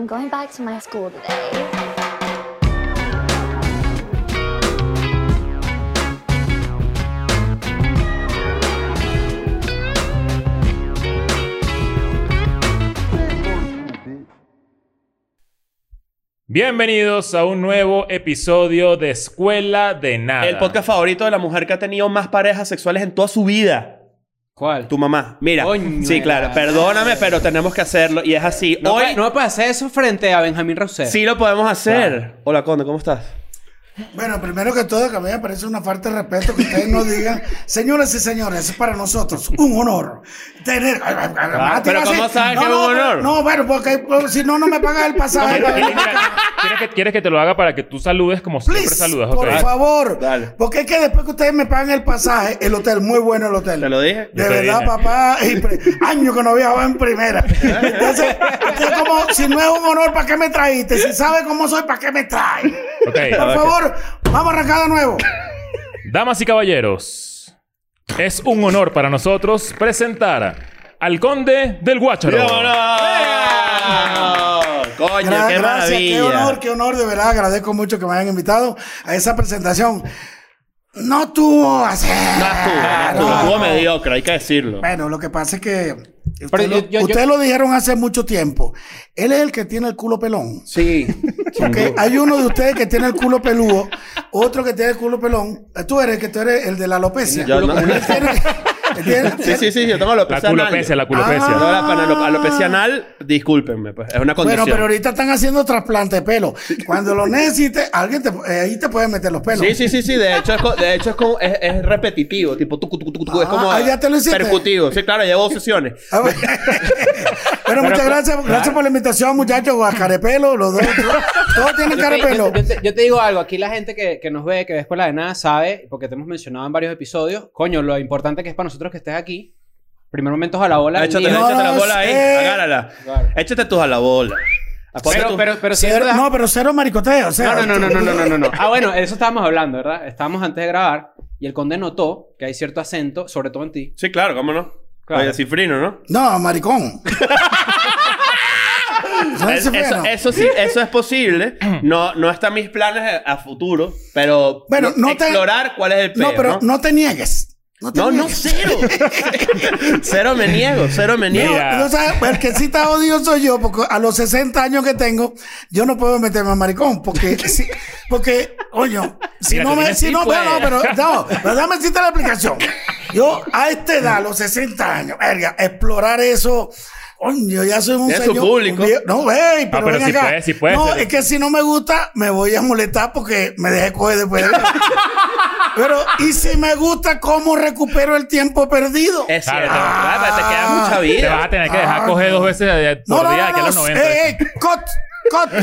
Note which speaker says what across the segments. Speaker 1: I'm going back to my school today.
Speaker 2: Bienvenidos a un nuevo episodio de Escuela de Nada.
Speaker 3: El podcast favorito de la mujer que ha tenido más parejas sexuales en toda su vida.
Speaker 4: ¿Cuál?
Speaker 3: Tu mamá. Mira.
Speaker 4: Coño
Speaker 3: sí,
Speaker 4: de
Speaker 3: claro.
Speaker 4: la-
Speaker 3: Perdóname, pero tenemos que hacerlo. Y es así.
Speaker 4: No,
Speaker 3: Hoy
Speaker 4: puede- no puede hacer eso frente a Benjamín Rousseff.
Speaker 3: sí lo podemos hacer. Hola, Conde, ¿cómo estás?
Speaker 5: Bueno, primero que todo, que a mí me parece una falta de respeto que ustedes no digan, señoras y señores, es para nosotros un honor tener. Ah,
Speaker 3: pero ¿cómo sabes que es un honor?
Speaker 5: No, bueno, porque pues, si no, no me pagas el pasaje.
Speaker 2: Mira, mira, mira, ¿Quieres que, quieres que te lo haga para que tú saludes como siempre
Speaker 5: Please,
Speaker 2: saludas?
Speaker 5: por
Speaker 2: ok? Ah,
Speaker 5: favor.
Speaker 3: Dale.
Speaker 5: Porque es que después que ustedes me pagan el pasaje, el hotel, muy bueno el hotel.
Speaker 3: Te lo dije.
Speaker 2: Yo
Speaker 5: De
Speaker 2: te
Speaker 5: verdad,
Speaker 2: dije.
Speaker 5: papá, y pre- año que no viajaba en primera. Entonces, es como, si no es un honor, ¿para qué me traíste? Si sabes cómo soy, ¿para qué me traes?
Speaker 2: Ok.
Speaker 5: Por favor, vamos a arrancar de nuevo.
Speaker 2: Damas y caballeros, es un honor para nosotros presentar al Conde del Guácharo.
Speaker 3: ¡Vámonos! Coño,
Speaker 5: Gra-
Speaker 3: qué
Speaker 5: gracias,
Speaker 3: maravilla.
Speaker 5: qué honor, qué honor, de verdad. Agradezco mucho que me hayan invitado a esa presentación. No tuvo hacer.
Speaker 3: No estuvo, no estuvo,
Speaker 5: no,
Speaker 3: estuvo
Speaker 5: no.
Speaker 3: mediocre, hay que decirlo.
Speaker 5: Bueno, lo que pasa es que ustedes
Speaker 4: Pero
Speaker 5: lo,
Speaker 4: yo- yo- yo-
Speaker 5: ustedes lo dijeron hace mucho tiempo. Él es el que tiene el culo pelón.
Speaker 4: Sí.
Speaker 5: Porque hay uno de ustedes que tiene el culo peludo, otro que tiene el culo pelón. Tú eres el que tú eres el de la alopecia.
Speaker 3: Yo no-
Speaker 5: Él tiene- él tiene-
Speaker 3: Sí, sí, sí, yo tengo
Speaker 2: La
Speaker 3: alopecia anal. Ah.
Speaker 2: culopecia, la culopecia.
Speaker 3: No, la panalo- alopecia anal, discúlpenme, pues. Es una
Speaker 5: Bueno,
Speaker 3: condición.
Speaker 5: pero ahorita están haciendo trasplante de pelo. Cuando lo necesites, alguien te, eh, ahí te puede meter los pelos.
Speaker 3: Sí, sí, sí, sí. De hecho, es, co- de hecho es, como- es, es repetitivo. Tipo, tucu, tucu, tucu, tucu, es
Speaker 5: Ah,
Speaker 3: como
Speaker 5: ah, ya te lo hiciste.
Speaker 3: percutivo. Sí, claro, llevo dos sesiones.
Speaker 5: Ah, bueno, Bueno, muchas gracias, gracias por la invitación, muchachos. A carepelo, los dos. Todos
Speaker 4: Yo
Speaker 5: tienen
Speaker 4: te,
Speaker 5: carepelo.
Speaker 4: yo- yo te- yo te digo algo, aquí la gente que, que nos ve, que ve Escuela de Nada, sabe, porque te hemos mencionado en varios episodios, coño, lo importante que es para nosotros que estés aquí. Primer momento a la bola.
Speaker 3: échate,
Speaker 4: del día.
Speaker 5: no,
Speaker 3: échate la
Speaker 5: no,
Speaker 3: bola ahí,
Speaker 5: eh.
Speaker 3: agárrala.
Speaker 4: Claro.
Speaker 3: Échate tus a la bola. Ponte
Speaker 4: pero,
Speaker 3: tus-
Speaker 4: pero, pero sí es
Speaker 5: Cero-
Speaker 4: verdad.
Speaker 5: no, pero cero maricoteo. O sea,
Speaker 4: No, no, no, no, no, no, no, no. Ah, bueno, eso estábamos hablando, ¿verdad? Estábamos antes de grabar y el conde notó que hay cierto acento, sobre todo en ti.
Speaker 3: Sí, claro, cómo no.
Speaker 4: Claro.
Speaker 3: Oye, cifrino, ¿no?
Speaker 5: No, maricón. No,
Speaker 3: Es-
Speaker 5: ese fue,
Speaker 3: eso,
Speaker 5: ¿no?
Speaker 3: eso sí, eso es posible. No, no están mis planes a, a futuro, pero
Speaker 5: Bueno, no te-
Speaker 3: explorar cuál es el peo,
Speaker 5: No, pero no te niegues. No, te
Speaker 3: No, no,
Speaker 5: niegues.
Speaker 3: cero. cero me niego, cero me niego.
Speaker 2: Mira.
Speaker 5: No, ¿sabes? El que sí está odio soy yo, porque a los 60 años que tengo, yo no puedo meterme a maricón, porque, si, porque coño, si
Speaker 2: Mira,
Speaker 5: no
Speaker 2: tú
Speaker 5: me,
Speaker 2: tienes
Speaker 5: si no,
Speaker 2: cinco,
Speaker 5: pero, no,
Speaker 2: eh.
Speaker 5: pero, no, pero dame cita la explicación. Yo a esta edad, a los 60 años, verga, explorar eso, coño, ya soy un
Speaker 3: Tiene su
Speaker 5: señor.
Speaker 3: público.
Speaker 5: un viejo- no, güey, pero,
Speaker 2: Ah, pero
Speaker 5: ven
Speaker 2: sí
Speaker 5: acá.
Speaker 2: puede, sí puede
Speaker 5: No,
Speaker 2: ser.
Speaker 5: es que si no me gusta, me voy a molestar porque me dejé coger después de Pero, ¿y si me gusta, cómo recupero el tiempo perdido?
Speaker 3: Es
Speaker 2: Claro,
Speaker 3: cierto.
Speaker 2: te-
Speaker 3: Ah, pero te queda mucha vida.
Speaker 2: Te vas a tener que dejar coger dos veces de-
Speaker 5: Ah, No,
Speaker 2: por
Speaker 5: no,
Speaker 2: día
Speaker 5: no,
Speaker 2: de aquí a los
Speaker 5: no.
Speaker 2: 90.
Speaker 5: Eh, eh, cot, cot.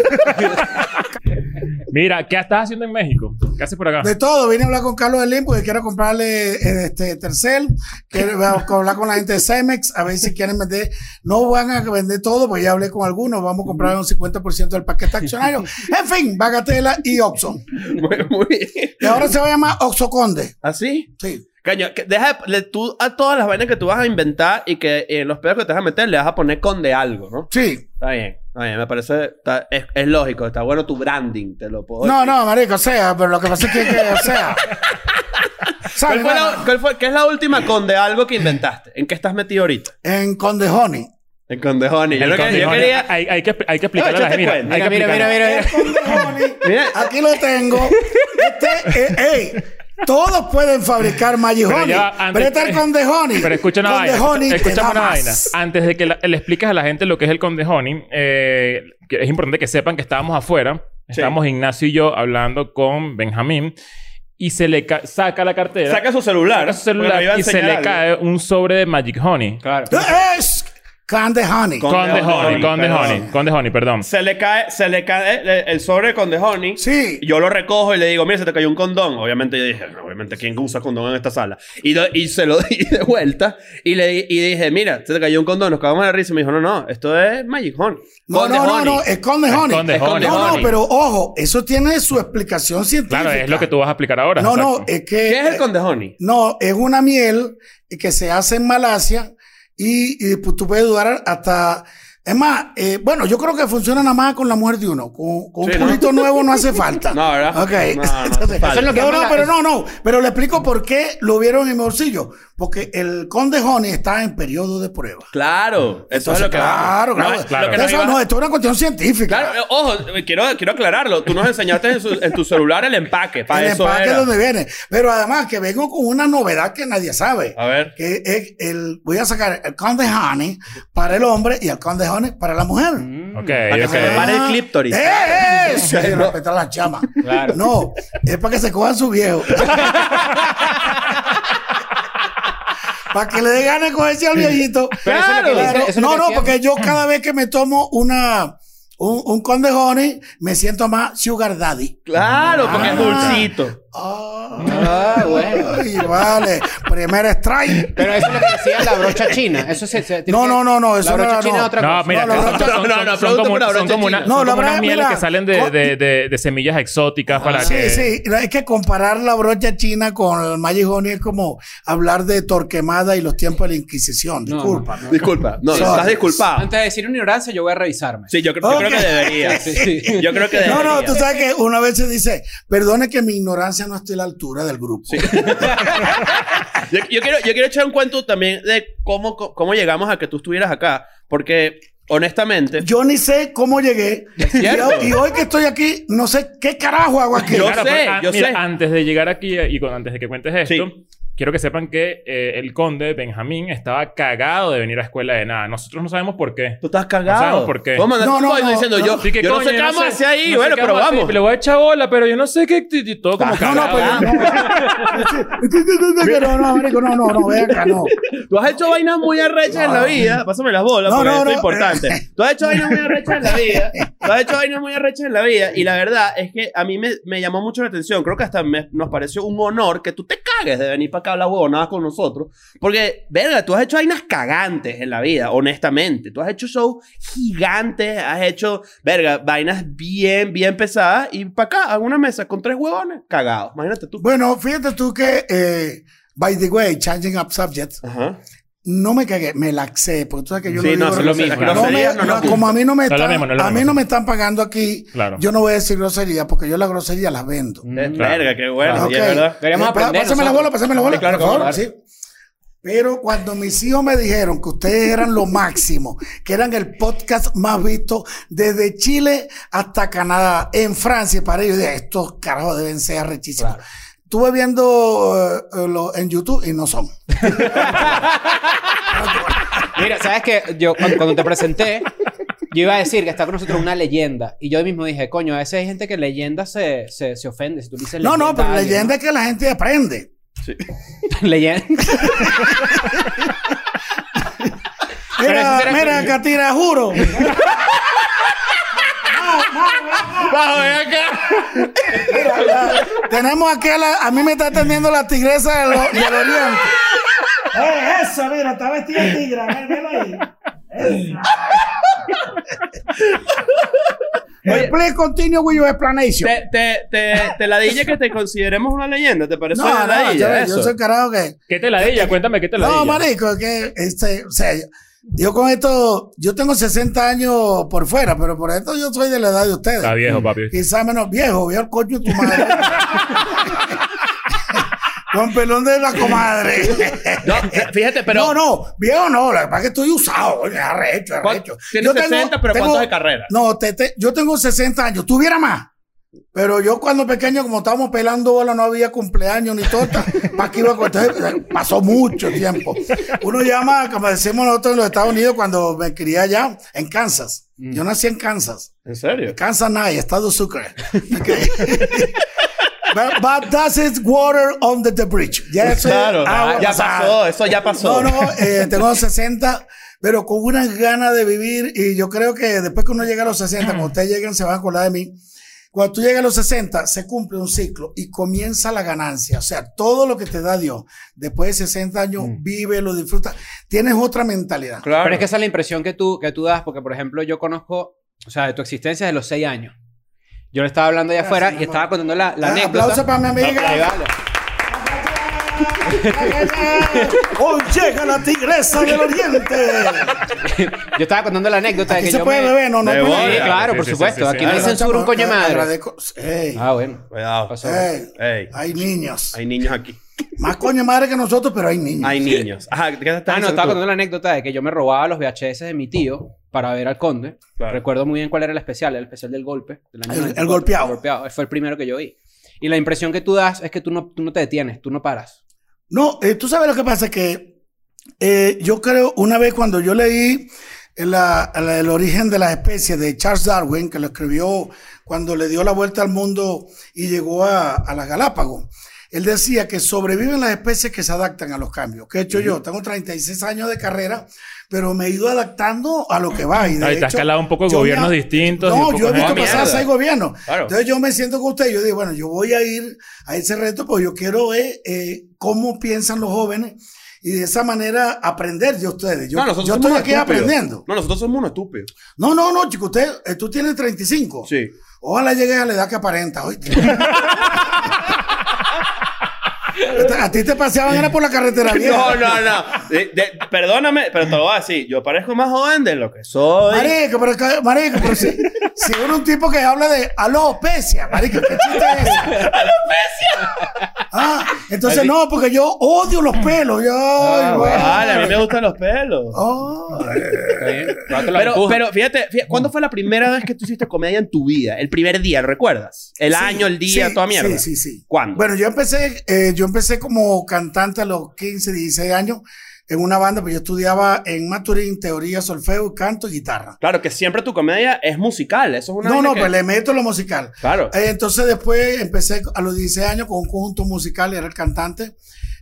Speaker 2: Mira, ¿qué estás haciendo en México? ¿Qué haces por acá?
Speaker 5: De todo. Vine a hablar con Carlos Elim porque quiero comprarle eh, este Tercel. Quiero hablar con la gente de Cemex a ver si quieren vender. No van a vender todo porque ya hablé con algunos. Vamos a comprar un 50% del paquete accionario. En fin, Bagatela y Oxxo.
Speaker 3: Muy, muy bien.
Speaker 5: Y ahora se va a llamar Oxxo Conde.
Speaker 3: ¿Así?
Speaker 5: Sí.
Speaker 3: ¿Ah, Caño, que deja de- le- tú a todas las vainas que tú vas a inventar y que eh, los pedos que te vas a meter le vas a poner con de algo, ¿no?
Speaker 5: Sí.
Speaker 3: Está bien, está bien, me parece, está- es, es lógico, está bueno tu branding, te lo puedo
Speaker 5: No,
Speaker 3: decir.
Speaker 5: no, marico, o sea, pero lo que pasa es que, que, o sea.
Speaker 3: ¿Cuál
Speaker 5: ¿Sabes?
Speaker 3: fue, la-
Speaker 5: mano?
Speaker 3: cuál fue- ¿Qué es la última con de algo que inventaste? ¿En qué estás metido ahorita?
Speaker 5: En Conde Honey.
Speaker 3: En con de honey. Yo,
Speaker 2: El
Speaker 3: creo que-
Speaker 2: Conde
Speaker 3: yo
Speaker 2: Honey.
Speaker 3: quería...
Speaker 2: hay, hay que, hay que explicarle a la
Speaker 3: échate
Speaker 2: gente. Mira,
Speaker 3: cuenta.
Speaker 2: hay que
Speaker 4: Mira, mira, mira,
Speaker 2: explicarle.
Speaker 4: mira. mira.
Speaker 3: Mira.
Speaker 5: Aquí lo tengo. Este, eh, ey, todos pueden fabricar Magic
Speaker 2: Pero
Speaker 5: Honey.
Speaker 2: ya va, antes-
Speaker 5: pero está el Conde Honey.
Speaker 2: Pero escucha una
Speaker 5: Conde
Speaker 2: vaina.
Speaker 5: Honey te
Speaker 2: escucha
Speaker 5: da
Speaker 2: una
Speaker 5: más.
Speaker 2: vaina. Antes de que la- le expliques a la gente lo que es el Conde Honey, eh, que es importante que sepan que estábamos afuera. Estábamos Ignacio y yo hablando con Benjamín. Y se le ca- saca la cartera.
Speaker 3: Saca su celular.
Speaker 2: saca su celular
Speaker 3: porque me iba a
Speaker 2: y se
Speaker 3: enseñar
Speaker 2: le
Speaker 3: algo.
Speaker 2: cae un sobre de Magic Honey.
Speaker 4: Claro.
Speaker 5: Es Conde Honey.
Speaker 3: Con-
Speaker 2: Conde
Speaker 3: Conde
Speaker 2: Honey,
Speaker 3: Honey,
Speaker 2: Conde
Speaker 3: perdón.
Speaker 2: Honey, Conde Honey, perdón.
Speaker 3: Se le cae, se le cae el, el sobre con de honey.
Speaker 5: Sí.
Speaker 3: Yo lo recojo y le digo, mira, se te cayó un condón. Obviamente yo dije, "No, obviamente, ¿quién usa condón en esta sala? Y, lo- y se lo di de vuelta y le di- y dije, mira, se te cayó un condón. Nos cagamos de la risa y me dijo, no, no, esto es Magic Honey.
Speaker 5: No,
Speaker 3: Conde
Speaker 5: no, no,
Speaker 3: Honey.
Speaker 5: no, eh, es Conde Honey.
Speaker 2: Conde
Speaker 3: Es Conde
Speaker 2: Honey.
Speaker 5: no,
Speaker 3: Honey.
Speaker 5: no, pero ojo, eso tiene su explicación científica.
Speaker 2: Claro, es lo que tú vas a explicar ahora.
Speaker 5: No, eh, no,
Speaker 2: exacto.
Speaker 5: es que.
Speaker 3: ¿Qué es el Conde Honey?
Speaker 5: No, es una miel que se hace en Malasia y, y, pues, tú puedes durar hasta Es más, eh, bueno, yo creo que funciona nada más con la mujer de uno. Con, con
Speaker 3: Sí,
Speaker 5: un
Speaker 3: ¿no?
Speaker 5: culito nuevo no hace falta.
Speaker 3: No, ¿verdad?
Speaker 5: Ok.
Speaker 3: No, no hace
Speaker 5: Entonces,
Speaker 3: falta. Eso es
Speaker 4: lo que
Speaker 5: no,
Speaker 4: llama
Speaker 5: no,
Speaker 4: la-
Speaker 5: pero no, no. Pero le explico por qué lo vieron en mi bolsillo. Porque el conde Honey está en periodo de prueba.
Speaker 3: Claro, eso es
Speaker 5: Entonces,
Speaker 3: lo que
Speaker 5: claro,
Speaker 3: vamos.
Speaker 5: claro.
Speaker 3: No, lo que
Speaker 5: Eso
Speaker 3: nos iba-
Speaker 5: no, esto es una cuestión científica.
Speaker 3: Claro, eh, ojo, eh, quiero, quiero aclararlo. Tú nos enseñaste en, su- en tu celular el empaque. Para
Speaker 5: el
Speaker 3: eso
Speaker 5: empaque es
Speaker 3: era.
Speaker 5: donde viene. Pero además que vengo con una novedad que nadie sabe.
Speaker 3: A ver.
Speaker 5: Que es el, voy a sacar el conde honey para el hombre y el conde honey para la mujer.
Speaker 4: Mm.
Speaker 2: Ok,
Speaker 3: que se le
Speaker 2: ok.
Speaker 3: pare el clíptoris.
Speaker 5: ¡Eh! eh! Sí, respetar las chamas.
Speaker 4: Claro.
Speaker 5: No, es para que se cojan su viejo. para que le dé ganas de cogerse al viejito.
Speaker 4: Pero eso es lo que dice- eso es lo
Speaker 5: no,
Speaker 4: que
Speaker 5: no,
Speaker 4: decía.
Speaker 5: porque yo cada vez que me tomo una un, un conde honey, me siento más sugar daddy.
Speaker 3: Claro, porque es
Speaker 5: Ah.
Speaker 3: dulcito.
Speaker 5: Ah,
Speaker 4: Ah, bueno.
Speaker 5: Ay, vale. Primer strike.
Speaker 4: Pero eso es lo que decía la brocha china. Eso se, se- tiene
Speaker 5: No,
Speaker 4: que-
Speaker 5: no, no, no, eso
Speaker 4: La
Speaker 5: no
Speaker 4: brocha
Speaker 5: era,
Speaker 4: china
Speaker 5: no.
Speaker 4: es otra
Speaker 2: No,
Speaker 4: cosa.
Speaker 2: mira,
Speaker 5: No,
Speaker 2: que
Speaker 5: la
Speaker 2: son,
Speaker 5: brocha-
Speaker 2: son-
Speaker 3: no, no,
Speaker 2: son
Speaker 3: producto
Speaker 2: como,
Speaker 3: por la
Speaker 2: son
Speaker 3: brocha
Speaker 2: como una-
Speaker 3: china.
Speaker 2: son
Speaker 5: No, la
Speaker 2: como unas
Speaker 5: verdad,
Speaker 2: mieles
Speaker 5: mira,
Speaker 2: que salen de,
Speaker 5: co-
Speaker 2: de- de- de semillas exóticas para
Speaker 5: sí,
Speaker 2: que...
Speaker 5: sí, No, es que comparar la brocha china con el Magic Honey es como hablar de Torquemada y los tiempos de la Inquisición.
Speaker 4: No,
Speaker 5: Disculpa.
Speaker 4: no, no.
Speaker 3: Disculpa. No,
Speaker 5: Sí.
Speaker 3: estás
Speaker 2: Ah.
Speaker 3: disculpado.
Speaker 4: Antes de decir una ignorancia, yo voy a revisarme.
Speaker 3: Sí, yo, cre- yo creo que
Speaker 5: Ok.
Speaker 3: debería.
Speaker 4: Sí, sí.
Speaker 3: Yo creo que debería.
Speaker 5: No, no, tú sabes que una vez se dice, perdone que mi ignorancia no esté a la altura del grupo.
Speaker 3: Yo, yo quiero, yo quiero echar un cuento también de cómo, cómo llegamos a que tú estuvieras acá. Porque, honestamente,
Speaker 5: Yo ni sé cómo llegué. Y,
Speaker 3: cierto.
Speaker 5: hoy- y hoy que estoy aquí, no sé qué carajo hago aquí.
Speaker 3: Yo- sé,
Speaker 2: pero, ah,
Speaker 3: yo
Speaker 2: mira,
Speaker 3: sé.
Speaker 2: Antes de llegar aquí eh, y con- antes de que cuentes esto,
Speaker 3: Sí.
Speaker 2: quiero que sepan que eh, el conde Benjamín estaba cagado de venir a escuela de nada. Nosotros no sabemos por qué.
Speaker 3: tú estás
Speaker 2: No
Speaker 3: cagado.
Speaker 2: sabemos por qué.
Speaker 3: Vos mandaste
Speaker 5: No,
Speaker 3: un
Speaker 5: no,
Speaker 3: código
Speaker 5: no,
Speaker 3: diciendo
Speaker 5: no.
Speaker 3: yo.
Speaker 2: Sí, que
Speaker 3: yo no
Speaker 2: coño,
Speaker 3: sé qué vamos a
Speaker 2: sé-
Speaker 3: hacer ahí.
Speaker 2: no sé
Speaker 3: bueno,
Speaker 2: qué
Speaker 3: pero
Speaker 2: vamos a hacer.
Speaker 3: vamos.
Speaker 2: Le voy a echar bola, pero yo no sé qué. t- t- Todo como
Speaker 3: Ah,
Speaker 5: No, no,
Speaker 2: cagado.
Speaker 5: pero no. No, no, marico, no, no, no, ven acá, no.
Speaker 3: Tú has hecho vainas muy arrechas en la vida. Pásame las bolas,
Speaker 5: No,
Speaker 3: porque
Speaker 5: no,
Speaker 3: esto es
Speaker 5: no.
Speaker 3: importante. Tú has hecho vainas muy arrechas en la vida. Tú has hecho vainas muy arrechas en la vida. Y la verdad es que a mí me, me llamó mucho la atención. Creo que hasta me- nos pareció un honor que tú te cagues de venir para acá a hablar huevonadas con nosotros. Porque, verga, tú has hecho vainas cagantes en la vida, honestamente. Tú has hecho shows gigantes, has hecho, verga, vainas bien, bien pesadas. Y para acá, a una mesa con tres huevones cagados. Imagínate tú.
Speaker 5: Bueno, fíjate tú que, eh, by the way, changing up subject,
Speaker 3: Ajá.
Speaker 5: no me cagué, me laxé, porque tú sabes que yo
Speaker 3: Sí, no,
Speaker 5: lo
Speaker 3: es
Speaker 5: digo
Speaker 3: lo
Speaker 5: grosería.
Speaker 3: mismo.
Speaker 5: No me-
Speaker 3: Grosería no
Speaker 5: no,
Speaker 3: nos gusta.
Speaker 5: como a mí no me
Speaker 2: No es lo
Speaker 5: están,
Speaker 2: mismo, no es lo
Speaker 5: a mí
Speaker 2: mismo.
Speaker 5: no me están pagando aquí,
Speaker 2: Claro.
Speaker 5: yo no voy a decir grosería, porque yo la grosería las vendo.
Speaker 3: Eh,
Speaker 4: Mm.
Speaker 3: Verga, qué bueno,
Speaker 5: Ah,
Speaker 3: sí, es
Speaker 5: ok.
Speaker 3: verdad.
Speaker 4: Queremos
Speaker 5: Eh, pa-
Speaker 4: aprender
Speaker 5: Pásame la
Speaker 4: nosotros.
Speaker 5: bola, pásame la bola.
Speaker 3: Sí, claro,
Speaker 5: por
Speaker 3: cómo
Speaker 5: favor,
Speaker 3: no.
Speaker 5: sí. Pero cuando mis hijos me dijeron que ustedes eran lo máximo, que eran el podcast más visto desde Chile hasta Canadá, en Francia, y para ellos, yo dije, estos carajos deben ser arrechísimos. Estuve viendo eh, eh, lo- en YouTube y no son.
Speaker 4: Mira, ¿sabes qué? Yo cuando, cuando te presenté, yo iba a decir que está con nosotros una leyenda. Y yo mismo dije, coño, a veces hay gente que leyenda se, se, se ofende. Si tú dices
Speaker 5: No, no,
Speaker 4: leyenda
Speaker 5: pero
Speaker 4: a alguien,
Speaker 5: leyenda es que la gente aprende.
Speaker 4: ¿no? Leyenda.
Speaker 5: Mira,
Speaker 4: Pero ese será-
Speaker 5: mira, Catira, juro. No, no, no.
Speaker 2: Bajo, ven acá.
Speaker 5: Tenemos aquí a la. A mí me está atendiendo la tigresa del, del Oriente. ¡Eh, esa! Mira, está vestida de tigra. Ven, velo ahí. Esa. Please continue with your explanation.
Speaker 3: Te, te, te, te la dije que te consideremos una leyenda, ¿te parece una
Speaker 5: No, no,
Speaker 3: ladilla
Speaker 5: yo,
Speaker 3: eso?
Speaker 5: yo soy carajo que.
Speaker 2: ¿Qué te la di ella? Cuéntame, ¿qué te la di
Speaker 5: No,
Speaker 2: ella?
Speaker 5: marico, que. Este, o sea, yo, yo con esto. Yo tengo 60 años por fuera, pero por esto yo soy de la edad de ustedes.
Speaker 2: Está viejo, papi.
Speaker 5: Quizá menos viejo, viejo el coño de tu madre. Con pelón de la comadre.
Speaker 3: No, f- fíjate, pero
Speaker 5: no, no, viejo no, la verdad que estoy usado, oye, arrecho,
Speaker 3: ¿Cuán-
Speaker 5: arrecho.
Speaker 3: tienes 60, pero ¿cuántos de carrera?
Speaker 5: No, te- te- yo tengo 60 años, tuviera más. Pero yo cuando pequeño, como estábamos pelando bola, no había cumpleaños ni torta. Para que iba a contar, pasó mucho tiempo. Uno llama, como decimos nosotros en los Estados Unidos, cuando me crié allá, en Kansas. Yo nací en Kansas.
Speaker 3: ¿En serio?
Speaker 5: Kansas Night, Estado Sucre. Okay. but, but that is water on the, the bridge. Ya eso es
Speaker 3: Claro, Ah,
Speaker 5: agua
Speaker 3: ya
Speaker 5: pasada.
Speaker 3: pasó, eso ya pasó.
Speaker 5: No, no, eh, tengo 60, pero con unas ganas de vivir. Y yo creo que después que uno llega a los 60, cuando ustedes lleguen, se van a acordar de mí. Cuando tú llegas a los 60, se cumple un ciclo y comienza la ganancia. O sea, todo lo que te da Dios después de 60 años,
Speaker 3: Mm.
Speaker 5: vive, lo disfruta. Tienes otra mentalidad.
Speaker 3: Claro.
Speaker 4: Pero es que esa es la impresión que tú, que tú das, porque por ejemplo yo conozco, o sea, de tu existencia desde los seis años. Yo le estaba hablando allá
Speaker 5: Gracias, Ah,
Speaker 4: afuera
Speaker 5: mi
Speaker 4: y
Speaker 5: amor.
Speaker 4: estaba contando la, la
Speaker 5: Ah,
Speaker 4: anécdota.
Speaker 5: aplauso para mi amiga.
Speaker 4: Ahí va.
Speaker 5: ¡Hoy llega la tigresa del oriente!
Speaker 4: Yo estaba contando la anécdota de
Speaker 5: Aquí
Speaker 4: que
Speaker 5: se
Speaker 4: yo
Speaker 5: puede
Speaker 4: me-
Speaker 5: beber, no, no.
Speaker 3: De
Speaker 5: puede.
Speaker 3: bola.
Speaker 4: Sí, claro,
Speaker 2: Sí,
Speaker 4: por
Speaker 2: sí, sí,
Speaker 4: supuesto.
Speaker 2: sí,
Speaker 4: Aquí
Speaker 2: sí.
Speaker 4: no hay
Speaker 5: Claro,
Speaker 4: censura un
Speaker 5: chamo,
Speaker 4: coño de madre.
Speaker 5: agradezco- Ey,
Speaker 4: Ah, bueno.
Speaker 3: Cuidado.
Speaker 4: Pasó.
Speaker 5: ey,
Speaker 3: Ey,
Speaker 5: hay niños.
Speaker 3: hay niños aquí.
Speaker 5: Más coño de madre que nosotros, pero hay niños.
Speaker 3: Hay niños. Ajá, ¿qué estás
Speaker 4: Ah, no,
Speaker 3: diciendo
Speaker 4: estaba
Speaker 3: tú?
Speaker 4: contando la anécdota de que yo me robaba los VHS de mi tío para ver al conde.
Speaker 3: Claro.
Speaker 4: Recuerdo muy bien cuál era el especial, el especial del golpe. del año
Speaker 5: El- el
Speaker 4: 94,
Speaker 5: golpeado.
Speaker 4: Fue el primero que yo vi. Y la impresión que tú das es que tú no, tú no te detienes, tú no paras.
Speaker 5: No, eh, tú sabes lo que pasa, que eh, yo creo, una vez cuando yo leí eh, la- la- el origen de las especies de Charles Darwin, que lo escribió cuando le dio la vuelta al mundo y llegó a, a las Galápagos, él decía que sobreviven las especies que se adaptan a los cambios. ¿Qué he hecho yo? Tengo 36 años de carrera, pero me he ido adaptando a lo que va. Y de
Speaker 2: Ahí te has
Speaker 5: hecho,
Speaker 2: calado un poco de
Speaker 5: yo me
Speaker 2: gobiernos
Speaker 5: ha-
Speaker 2: distintos y un
Speaker 5: No,
Speaker 2: poco
Speaker 5: yo he
Speaker 2: de-
Speaker 5: visto
Speaker 2: ¡Ah,
Speaker 5: pasar
Speaker 3: mierda!
Speaker 5: seis gobiernos.
Speaker 3: Claro.
Speaker 5: Entonces yo me siento con usted, yo digo, bueno, yo voy a ir a ese reto porque yo quiero ver eh, cómo piensan los jóvenes y de esa manera aprender de ustedes. Yo,
Speaker 3: No, nosotros
Speaker 5: yo
Speaker 3: somos
Speaker 5: estoy
Speaker 3: unos
Speaker 5: aquí
Speaker 3: estúpidos.
Speaker 5: aprendiendo.
Speaker 3: No, nosotros somos unos estúpidos.
Speaker 5: No, no, no, chico, usted, eh, tú tienes 35.
Speaker 3: Sí.
Speaker 5: Ojalá llegues a la edad que aparenta, oíste. a ti te paseaban era por la carretera vieja.
Speaker 3: No, no, no. De- de- perdóname, pero te lo voy a decir. Yo parezco más joven de lo que soy.
Speaker 5: Marico, pero, ca- marico, pero si, si uno es un tipo que habla de alopecia, marico, ¿qué chiste es ese? ¡Alopecia! Ah, entonces
Speaker 3: Así-
Speaker 5: no, porque yo odio los pelos. Yo,
Speaker 3: Ah,
Speaker 5: ay, güey.
Speaker 3: Vale, a mí me gustan los pelos.
Speaker 5: Oh, eh,
Speaker 3: Pero, pero fíjate, fíjate, ¿cuándo fue la primera vez que tú hiciste comedia en tu vida? El primer día, ¿lo recuerdas? El
Speaker 5: sí,
Speaker 3: año, el día,
Speaker 5: sí,
Speaker 3: toda mierda.
Speaker 5: Sí, sí, sí.
Speaker 3: ¿Cuándo?
Speaker 5: Bueno, yo empecé, eh, yo empecé como cantante a los 15, 16 años en una banda, pues yo estudiaba en Maturín, teoría, solfeo, canto y guitarra.
Speaker 3: claro, que siempre tu comedia es musical. Eso es una.
Speaker 5: No,
Speaker 3: vaina
Speaker 5: no,
Speaker 3: que-
Speaker 5: pues le meto lo musical.
Speaker 3: Claro.
Speaker 5: Eh, entonces después empecé a los 16 años con un conjunto musical, era el cantante.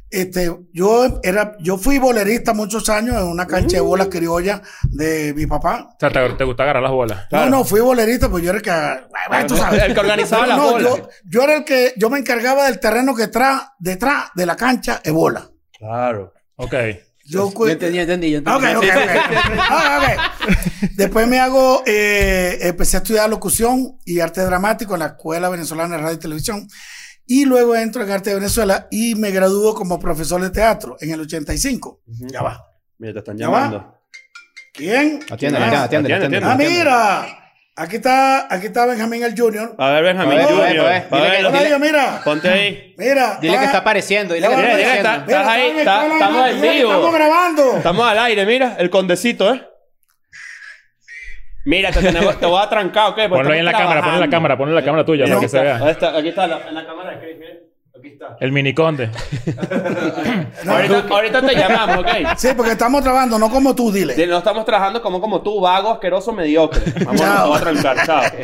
Speaker 5: Este, yo era, yo fui bolerista muchos años en una cancha de bola criolla de mi papá.
Speaker 2: O sea, te, te gusta agarrar las bolas.
Speaker 3: Claro. eh,
Speaker 5: No, no, fui bolerista, pues yo era el que, bueno, tú sabes.
Speaker 3: El que organizaba
Speaker 5: Pero
Speaker 3: las bolas.
Speaker 5: Yo, yo era el que, yo me encargaba del terreno que tra, detrás de la cancha de bola.
Speaker 3: Claro.
Speaker 2: Ok.
Speaker 3: Pues
Speaker 5: Yo, Ah,
Speaker 4: Yo entendí, yo entendí. Yo entendí.
Speaker 5: Ok, ok, ok. Ah, ok. Después me hago, eh, empecé a estudiar locución y arte dramático en la Escuela Venezolana de Radio y Televisión. Y luego entro en Arte de Venezuela y me gradúo como profesor de teatro en el 85. Ya va.
Speaker 3: Mira, te están
Speaker 5: Ya va.
Speaker 3: llamando.
Speaker 5: ¿Quién?
Speaker 4: Atiende,
Speaker 5: ¿Quién
Speaker 4: atiende,
Speaker 5: más?
Speaker 3: Atiende,
Speaker 4: atiende,
Speaker 5: Ah,
Speaker 3: atiende.
Speaker 4: atiende.
Speaker 5: mira. Aquí está, aquí está Benjamín el Junior.
Speaker 3: A ver, Benjamín
Speaker 4: A ver, a ver,
Speaker 3: Junior.
Speaker 4: a ver.
Speaker 3: A
Speaker 4: Dile
Speaker 3: ver,
Speaker 4: que-
Speaker 3: los-
Speaker 5: Hola,
Speaker 4: dile-
Speaker 5: yo, mira.
Speaker 3: Ponte ahí.
Speaker 5: Ah, Mira.
Speaker 4: Dile que está apareciendo, dile que está
Speaker 5: Mira,
Speaker 3: dile que está-
Speaker 4: apareciendo.
Speaker 5: Mira,
Speaker 3: Estás ahí, está-
Speaker 5: está-
Speaker 3: estamos en
Speaker 5: mira,
Speaker 3: vivo.
Speaker 5: Estamos grabando.
Speaker 3: Estamos al aire, mira. El condecito, ¿eh? Mira, te, tenemos- te voy a trancar, ¿ok? Porque
Speaker 2: Ponlo ahí en la cámara,
Speaker 3: estamos
Speaker 2: ponlo en la
Speaker 3: trabajando.
Speaker 2: cámara, ponlo en la cámara tuya
Speaker 3: Mira,
Speaker 2: para
Speaker 3: aquí
Speaker 2: que se
Speaker 3: está.
Speaker 2: vea.
Speaker 3: Ahí está, aquí está, la- en la cámara. ¿qué- qué? Aquí está.
Speaker 2: El miniconde.
Speaker 3: ahorita, ahorita te llamamos, ¿ok?
Speaker 5: Sí, porque estamos trabajando, no como tú, dile.
Speaker 3: De- No estamos trabajando como, como tú, vago, asqueroso, mediocre. Vamos,
Speaker 5: Chao.
Speaker 3: vamos a trancar, chao.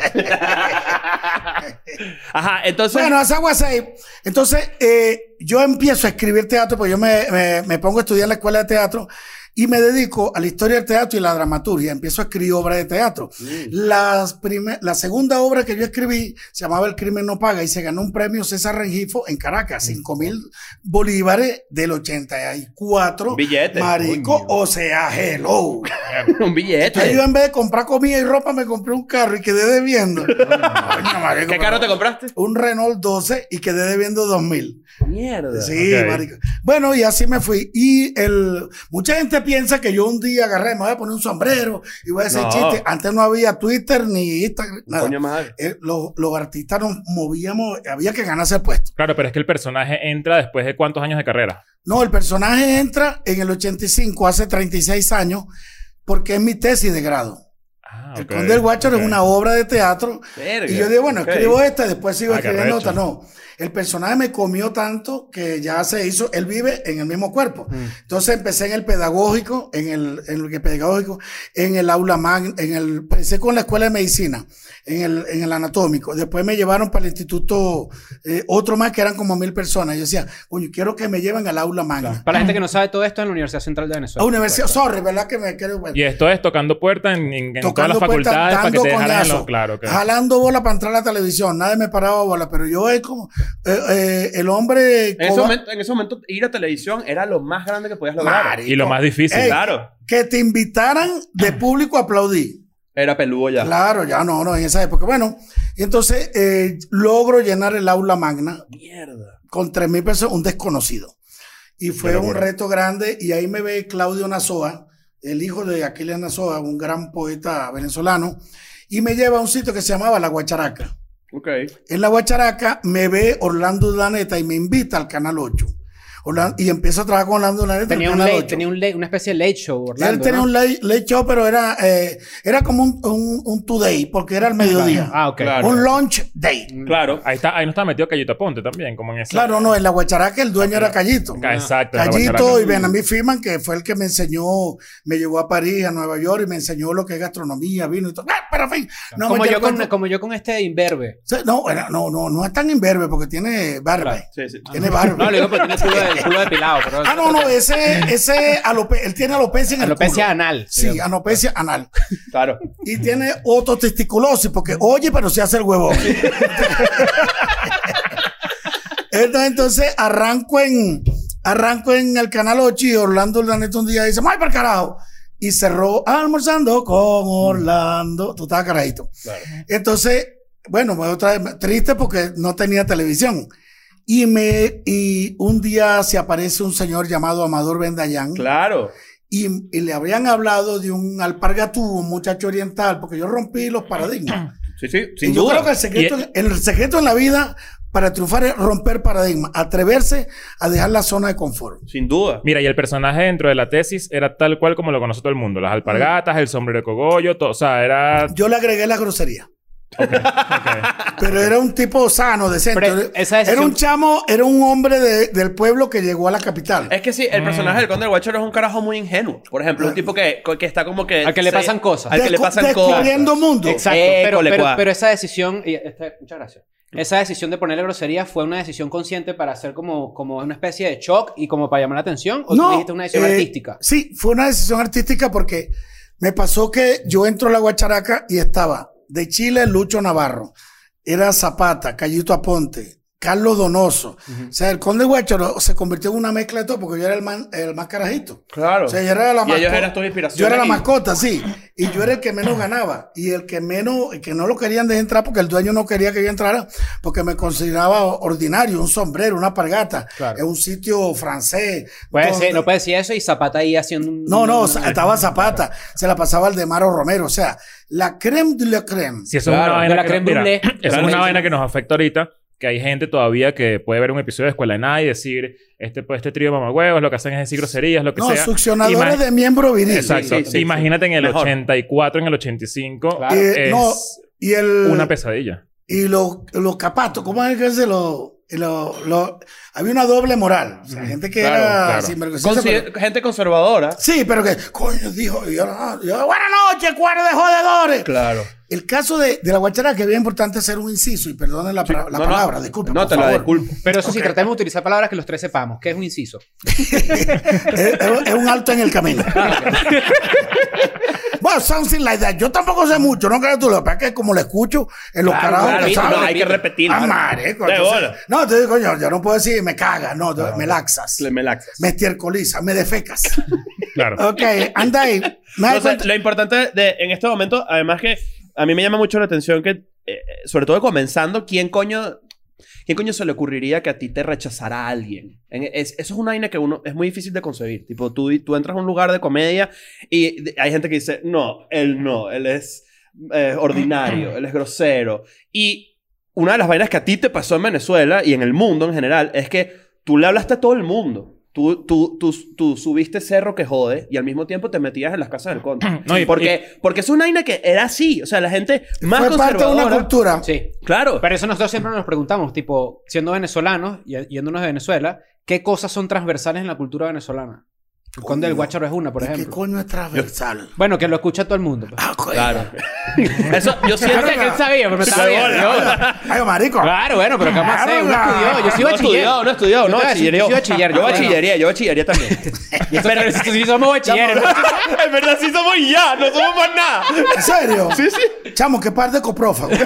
Speaker 3: Ajá, entonces...
Speaker 5: Bueno, hace agua seis. Entonces, eh, yo empiezo a escribir teatro, pues yo me, me- me pongo a estudiar en la escuela de teatro y me dedico a la historia del teatro y la dramaturgia. Empiezo a escribir obras de teatro.
Speaker 3: Mm.
Speaker 5: Las prime- la segunda obra que yo escribí se llamaba El crimen no paga y se ganó un premio César Rengifo en Caracas,
Speaker 3: Mm.
Speaker 5: cinco mil bolívares del 84.
Speaker 3: Billete.
Speaker 5: Marico, o sea, hello.
Speaker 3: un
Speaker 5: Ahí yo
Speaker 3: billete.
Speaker 5: en vez de comprar comida y ropa me compré un carro y quedé debiendo. Coño, marico,
Speaker 3: ¿Qué carro
Speaker 5: pero-
Speaker 3: te compraste?
Speaker 5: un Renault 12 y quedé debiendo 2000.
Speaker 3: Mierda.
Speaker 5: Sí,
Speaker 2: Ah, Ok.
Speaker 5: marico. Bueno, y así me fui. Y el, mucha gente piensa que yo un día agarré, me voy a poner un sombrero y voy a hacer
Speaker 3: No.
Speaker 5: chiste. Antes no había Twitter ni Instagram, nada.
Speaker 3: Coño madre.
Speaker 5: Eh, los, los artistas nos movíamos, había que ganarse el puesto.
Speaker 2: Claro, pero es que el personaje entra después de cuántos años de carrera.
Speaker 5: No, el personaje entra en el 85, hace 36 años, porque es mi tesis de grado.
Speaker 2: Ah,
Speaker 5: El
Speaker 2: ok,
Speaker 5: Conde del Guacharo
Speaker 2: ok.
Speaker 5: es una obra de teatro.
Speaker 3: Verga.
Speaker 5: Y yo digo, bueno,
Speaker 3: Ok.
Speaker 5: escribo esta, después sigo
Speaker 2: Ah, qué
Speaker 5: escribiendo
Speaker 2: arrecho.
Speaker 5: otra. No, el personaje me comió tanto que ya se hizo, él vive en el mismo cuerpo.
Speaker 2: Mm.
Speaker 5: Entonces empecé en el pedagógico, en el, en el pedagógico, en el aula magna, en el, empecé con la escuela de medicina, en el, en el anatómico. Después me llevaron para el instituto, eh, otro más que eran como mil personas. Yo decía, coño, quiero que me lleven al aula magna.
Speaker 4: Para la gente que no sabe todo esto, en la Universidad Central de Venezuela.
Speaker 5: A universidad, sorry, ¿verdad que me quiero? bueno.
Speaker 2: Y esto es tocando puertas en, en- en todas las
Speaker 5: puertas,
Speaker 2: facultades para que
Speaker 5: pues, dando
Speaker 2: te dejaran en
Speaker 5: coñazos,
Speaker 2: los... Claro, ok.
Speaker 5: jalando bola para entrar a la televisión. Nadie me paraba bola, pero yo es como eh, eh, el hombre.
Speaker 3: En ese,
Speaker 5: coba-
Speaker 3: momento, en ese momento, ir a televisión era lo más grande que podías lograr.
Speaker 5: Marico.
Speaker 2: Y lo más difícil.
Speaker 5: Ey,
Speaker 3: Claro.
Speaker 5: Que te invitaran de público a aplaudir.
Speaker 3: Era peludo ya.
Speaker 5: Claro, ya no, no, en esa época. Bueno, y entonces eh, logro llenar el aula magna
Speaker 3: Mierda.
Speaker 5: con 3.000 personas, un desconocido. y fue
Speaker 6: Pero
Speaker 5: un
Speaker 6: bueno.
Speaker 5: reto grande y ahí me ve Claudio Nazoa, el hijo de Aquiles Nazoa, un gran poeta venezolano, y me lleva a un sitio que se llamaba La Guacharaca.
Speaker 3: Ok.
Speaker 5: En La Guacharaca me ve Orlando Daneta y me invita al Canal 8. Orlan- y empiezo a trabajar con Orlando Daneta. en
Speaker 4: Tenía
Speaker 5: el
Speaker 4: un
Speaker 5: Canal
Speaker 4: late,
Speaker 5: 8.
Speaker 4: tenía un late, una especie de late show, Orlando.
Speaker 5: Él tenía
Speaker 4: ¿no?
Speaker 5: un late, late show, pero era, eh, era como un, un, un today, porque era al mediodía.
Speaker 4: Ah, ok.
Speaker 3: Claro.
Speaker 5: Un lunch day.
Speaker 3: Claro.
Speaker 2: Ahí, está, ahí no estaba metido Cayito Aponte también, como en esa.
Speaker 5: Claro, no, en la guacharaca el dueño era Callito.
Speaker 2: Ca- Ah, Exacto. en la
Speaker 5: Callito
Speaker 2: guacharaca.
Speaker 5: y Benamí Firman, que fue el que me enseñó, me llevó a París, a Nueva York y me enseñó lo que es gastronomía, vino y todo. ¡Ah, pero en fin, no
Speaker 4: como,
Speaker 5: me
Speaker 4: yo
Speaker 5: quiero
Speaker 4: con,
Speaker 5: cuento-
Speaker 4: como yo con este imberbe.
Speaker 5: Sí, no, era- no, no, no es tan imberbe porque tiene barba.
Speaker 4: Claro.
Speaker 3: Sí, sí.
Speaker 5: Tiene barba.
Speaker 4: No, lo digo porque tiene culo de, culo de pilado, pero...
Speaker 5: ah, no, no, ese, ese alope- él tiene alopecia en el
Speaker 4: Alopecia
Speaker 5: culo.
Speaker 4: anal.
Speaker 5: Sí, alopecia anal.
Speaker 3: Claro.
Speaker 5: Y tiene ototesticulosis, porque oye, pero se hace el huevón. Entonces, entonces, arranco en arranco en el canal 8 y Orlando Urdaneta un día dice, ¡ay, para carajo! Y cerró almorzando con Orlando. Tú estabas carajito. Entonces, bueno, me otra vez triste porque no tenía televisión. Y me y un día se aparece un señor llamado Amador Bendayán
Speaker 3: Claro.
Speaker 5: y, y le habrían hablado de un alpargatú, un muchacho oriental, porque yo rompí los paradigmas.
Speaker 3: Sí, sí.
Speaker 5: Y
Speaker 3: Sin
Speaker 5: yo creo que
Speaker 3: duda.
Speaker 5: el secreto, el secreto en la vida para triunfar es romper paradigmas, atreverse a dejar la zona de confort.
Speaker 3: Sin duda.
Speaker 2: Mira, y el personaje dentro de la tesis era tal cual como lo conoce todo el mundo. Las alpargatas, el sombrero de cogollo, todo. O sea, era...
Speaker 5: Yo le agregué la grosería.
Speaker 2: ok.
Speaker 5: Pero era un tipo sano, decente.
Speaker 4: Pero esa decisión-
Speaker 5: Era un chamo, era un hombre de- del pueblo que llegó a la capital.
Speaker 3: Es que sí,
Speaker 4: Mm.
Speaker 3: el personaje del Conde del Guacharo es un carajo muy ingenuo. Por ejemplo, un tipo que, que está como que.
Speaker 4: Al que le
Speaker 3: se-
Speaker 4: pasan cosas.
Speaker 3: Al que le
Speaker 5: Descu-
Speaker 3: pasan cosas.
Speaker 5: descubriendo mundo.
Speaker 4: Exacto.
Speaker 3: Eh,
Speaker 4: pero,
Speaker 3: cole,
Speaker 4: pero-
Speaker 3: cuá.
Speaker 4: pero esa decisión, y esta- muchas gracias. Esa decisión de ponerle grosería fue una decisión consciente para hacer como, como una especie de shock y como para llamar la atención, o tú dijiste una decisión
Speaker 5: eh,
Speaker 4: artística.
Speaker 5: Sí, fue una decisión artística porque me pasó que yo entro a la Guacharaca y estaba de Chile Lucho Navarro, era Zapata, Callito Aponte, Carlos Donoso. O sea, el Conde Guacharo se convirtió en una mezcla de todo porque yo era el, man- el más carajito.
Speaker 3: Claro.
Speaker 5: O sea, yo era la
Speaker 3: Y ellos
Speaker 5: mascota.
Speaker 3: eran tus inspiraciones.
Speaker 5: Yo era la
Speaker 3: y-
Speaker 5: mascota, sí. Y yo era el que menos ganaba. Y el que menos, el que no lo querían dejar entrar porque el dueño no quería que yo entrara porque me consideraba ordinario, un sombrero, una pargata.
Speaker 4: Claro.
Speaker 5: Es un sitio francés.
Speaker 4: Puede
Speaker 2: Pues,
Speaker 5: donde-
Speaker 4: ser, no puede decir eso y Zapata ahí haciendo un...
Speaker 5: no, no,
Speaker 4: un-
Speaker 5: sa- estaba Zapata, se la pasaba al de Maro Romero, o sea, la creme de la creme.
Speaker 2: Si eso
Speaker 3: Claro,
Speaker 2: es una
Speaker 4: la
Speaker 2: vaina, que,
Speaker 4: creme
Speaker 2: mira,
Speaker 4: brûlée.
Speaker 2: eso es
Speaker 4: Claro,
Speaker 2: una
Speaker 4: sí,
Speaker 2: vaina
Speaker 4: sí.
Speaker 2: que nos afecta ahorita, que hay gente todavía que puede ver un episodio de Escuela de Nada y decir, este, pues, este trío de mamagüevos, lo que hacen es decir groserías, lo que
Speaker 5: No,
Speaker 2: sea.
Speaker 5: succionadores
Speaker 2: Ima-
Speaker 5: de miembro viril.
Speaker 2: Exacto.
Speaker 3: Sí, sí, sí,
Speaker 2: Imagínate en el
Speaker 3: Mejor.
Speaker 2: 84, en el 85.
Speaker 4: Claro.
Speaker 5: Eh,
Speaker 2: es
Speaker 5: no, Y el
Speaker 2: una pesadilla.
Speaker 5: y los los capatos, ¿cómo es que se los lo, lo- había una doble moral, o sea, gente que
Speaker 3: Claro,
Speaker 5: era
Speaker 2: claro.
Speaker 5: sinvergüenza,
Speaker 3: Consider-
Speaker 5: pero-
Speaker 3: Gente conservadora.
Speaker 5: Sí, pero que coño dijo, y yo, no, yo, buenas noches, cuero de jodedores.
Speaker 3: Claro.
Speaker 5: El caso de, de la guachara que es bien importante hacer un inciso y perdonen la, pra- la
Speaker 3: No, no.
Speaker 5: palabra, disculpen,
Speaker 3: No,
Speaker 5: por
Speaker 3: te la
Speaker 5: favor.
Speaker 3: disculpo.
Speaker 4: Pero eso sí, tratemos de utilizar palabras que los tres sepamos, que es un inciso.
Speaker 5: es, es- es un alto en el camino. bueno, something like that. Yo tampoco sé mucho, no creo tú. Lo que pasa es que como lo escucho en los
Speaker 3: Claro,
Speaker 5: carajos,
Speaker 3: claro,
Speaker 5: que
Speaker 3: sí,
Speaker 5: saben.
Speaker 3: no, hay que repetir.
Speaker 5: Ah, marico,
Speaker 3: De
Speaker 5: entonces-
Speaker 3: bola.
Speaker 5: no, te digo, coño, yo no puedo decir me cagas, no, te- me laxas,
Speaker 3: Le- Me laxas.
Speaker 5: me estiercolizas, me defecas.
Speaker 2: Claro.
Speaker 5: ok, anda ahí. Me das
Speaker 3: Entonces,
Speaker 5: cuenta-
Speaker 3: lo importante de, en este momento, además que a mí me llama mucho la atención que, eh, sobre todo comenzando, ¿quién coño, ¿quién coño se le ocurriría que a ti te rechazara a alguien? En- es- eso es una vaina que uno es muy difícil de concebir. Tipo, tú, tú entras a un lugar de comedia y de- hay gente que dice, no, él no, él es eh, ordinario, él es grosero. Y una de las vainas que a ti te pasó en Venezuela y en el mundo en general es que tú le hablaste a todo el mundo. Tú, tú, tú, tú subiste cerro que jode y al mismo tiempo te metías en las casas del contra.
Speaker 2: No, y-
Speaker 3: porque, porque es una vaina que era así. O sea, la gente más
Speaker 5: fue parte de
Speaker 3: conservadora...
Speaker 5: una cultura.
Speaker 4: Sí.
Speaker 3: Claro.
Speaker 4: Pero eso nosotros siempre nos preguntamos, tipo, siendo venezolanos y yéndonos de Venezuela, ¿qué cosas son transversales en la cultura venezolana? El Conde del
Speaker 5: Coño.
Speaker 4: Guacharo es una, por
Speaker 5: ¿Y ¿Qué
Speaker 4: ejemplo.
Speaker 5: coño es transversal?
Speaker 4: Bueno, que lo escucha todo el mundo. pues.
Speaker 5: Ah, coño.
Speaker 3: Claro. eso, yo siento
Speaker 4: Claro que él sabía, pero me estaba
Speaker 3: Sí,
Speaker 4: bien,
Speaker 3: hola,
Speaker 4: yo-
Speaker 5: Ay, marico.
Speaker 4: Claro, bueno, pero ¿qué vamos a hacer? Uno
Speaker 5: Claro,
Speaker 4: estudió, yo soy
Speaker 3: no
Speaker 4: bachiller.
Speaker 3: estudiado, no estudiado, no
Speaker 4: Yo te-
Speaker 3: bachillería.
Speaker 4: yo soy bachiller,
Speaker 3: Yo
Speaker 4: bueno.
Speaker 3: bachillería, yo bachillería también.
Speaker 4: Pero nosotros sí somos bachilleros.
Speaker 3: en verdad sí somos y ya, no somos más nada.
Speaker 5: ¿En serio?
Speaker 3: Sí, sí.
Speaker 5: Chamo, qué par de coprófagos.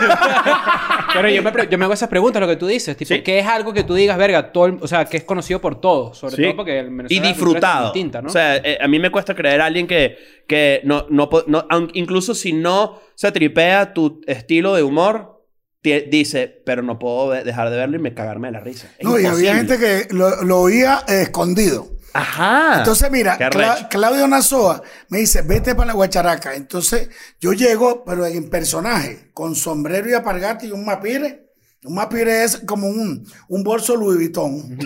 Speaker 4: Pero yo me, pre- yo me hago esas preguntas, lo que tú dices. Tipo,
Speaker 3: Sí.
Speaker 4: ¿qué es algo que tú digas, verga? Todo el- o sea, que es conocido por todos. Sobre
Speaker 3: Sí.
Speaker 4: todo porque el Venezuela
Speaker 3: Y
Speaker 4: la cultura es
Speaker 3: disfrutado.
Speaker 4: distinta, ¿no?
Speaker 3: O sea, eh, a mí me cuesta creer a alguien que, que no, no, po- no- aun- incluso si no se tripea tu estilo de humor, ti- dice, pero no puedo ve- dejar de verlo y me cagarme de la risa. Es
Speaker 5: No, y había
Speaker 3: imposible.
Speaker 5: gente que lo, lo oía eh, escondido.
Speaker 3: Ajá.
Speaker 5: Entonces, mira,
Speaker 3: Ah, Qué
Speaker 5: Cla-
Speaker 3: arrecho.
Speaker 5: Claudio Nazoa me dice, vete para la guacharaca. Entonces, yo llego, pero en personaje, con sombrero y apargata y un mapire. Un mapire es como un, un bolso Louis Vuitton,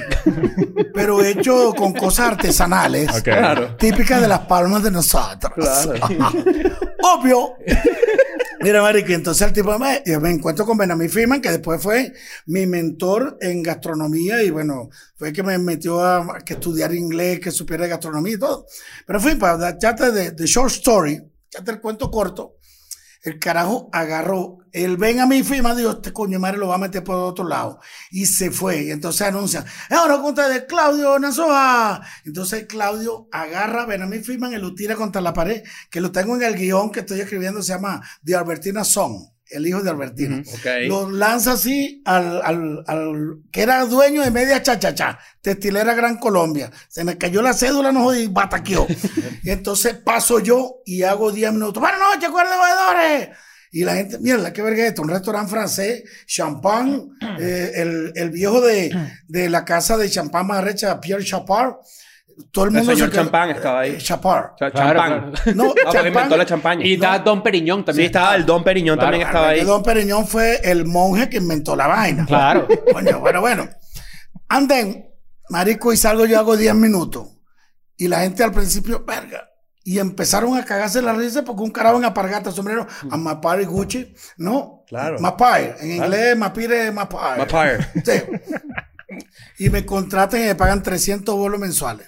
Speaker 5: pero hecho con cosas artesanales,
Speaker 2: Ok.
Speaker 3: Claro.
Speaker 5: típicas de las palmas de nosotros.
Speaker 3: Claro.
Speaker 5: Obvio. Mira, marico, y entonces el tipo me, yo me encuentro con Benami Freeman, que después fue mi mentor en gastronomía y bueno, fue el que me metió a, a que estudiar inglés, que supiera de gastronomía y todo. Pero fui para la chata de, de short story, chata el cuento corto, el carajo agarró el Benami Freeman, dijo, este coño de madre lo va a meter por otro lado. Y se fue. Y entonces anuncian, "Eh, ahora con ustedes, Claudio Nazoa. Entonces Claudio agarra a Benami Freeman y lo tira contra la pared, que lo tengo en el guión que estoy escribiendo, se llama The Albertina Song, el hijo de Albertina.
Speaker 3: Ok.
Speaker 5: Lo lanza así al, al- al- que era dueño de media chachachá, textilera Gran Colombia. Se me cayó la cédula, no jodí, bataqueó. y entonces paso yo y hago 10 minutos. Buenas noches, cuerda de Bebedores! Y la gente, mierda, qué verga es esto, un restaurante francés, champán, eh, el, el viejo de, de la casa de champán más recha, Pierre Chapard. Todo el
Speaker 3: El
Speaker 5: mundo
Speaker 3: señor
Speaker 5: quedó-
Speaker 3: champán estaba ahí.
Speaker 5: Eh, Chapard.
Speaker 3: Cha-
Speaker 4: Claro,
Speaker 3: champán.
Speaker 4: claro.
Speaker 5: No,
Speaker 3: Ah, porque inventó la champaña.
Speaker 4: Y está Don Periñón
Speaker 3: sí,
Speaker 4: también.
Speaker 3: estaba el Don Periñón
Speaker 4: Claro,
Speaker 3: también estaba ahí.
Speaker 5: Que Don Periñón fue el monje que inventó la vaina.
Speaker 4: Claro.
Speaker 5: Coño, bueno, bueno. Anden, marico, y salgo yo hago 10 minutos. Y la gente al principio, verga. Y empezaron a cagarse la risa porque un carajo en apargata, sombrero, a Mapai Gucci, ¿no?
Speaker 3: Claro.
Speaker 5: Mapai, en inglés, Mapire, Mapai.
Speaker 3: Mapire.
Speaker 5: Sí. Y me contratan y me pagan 300 bolos mensuales.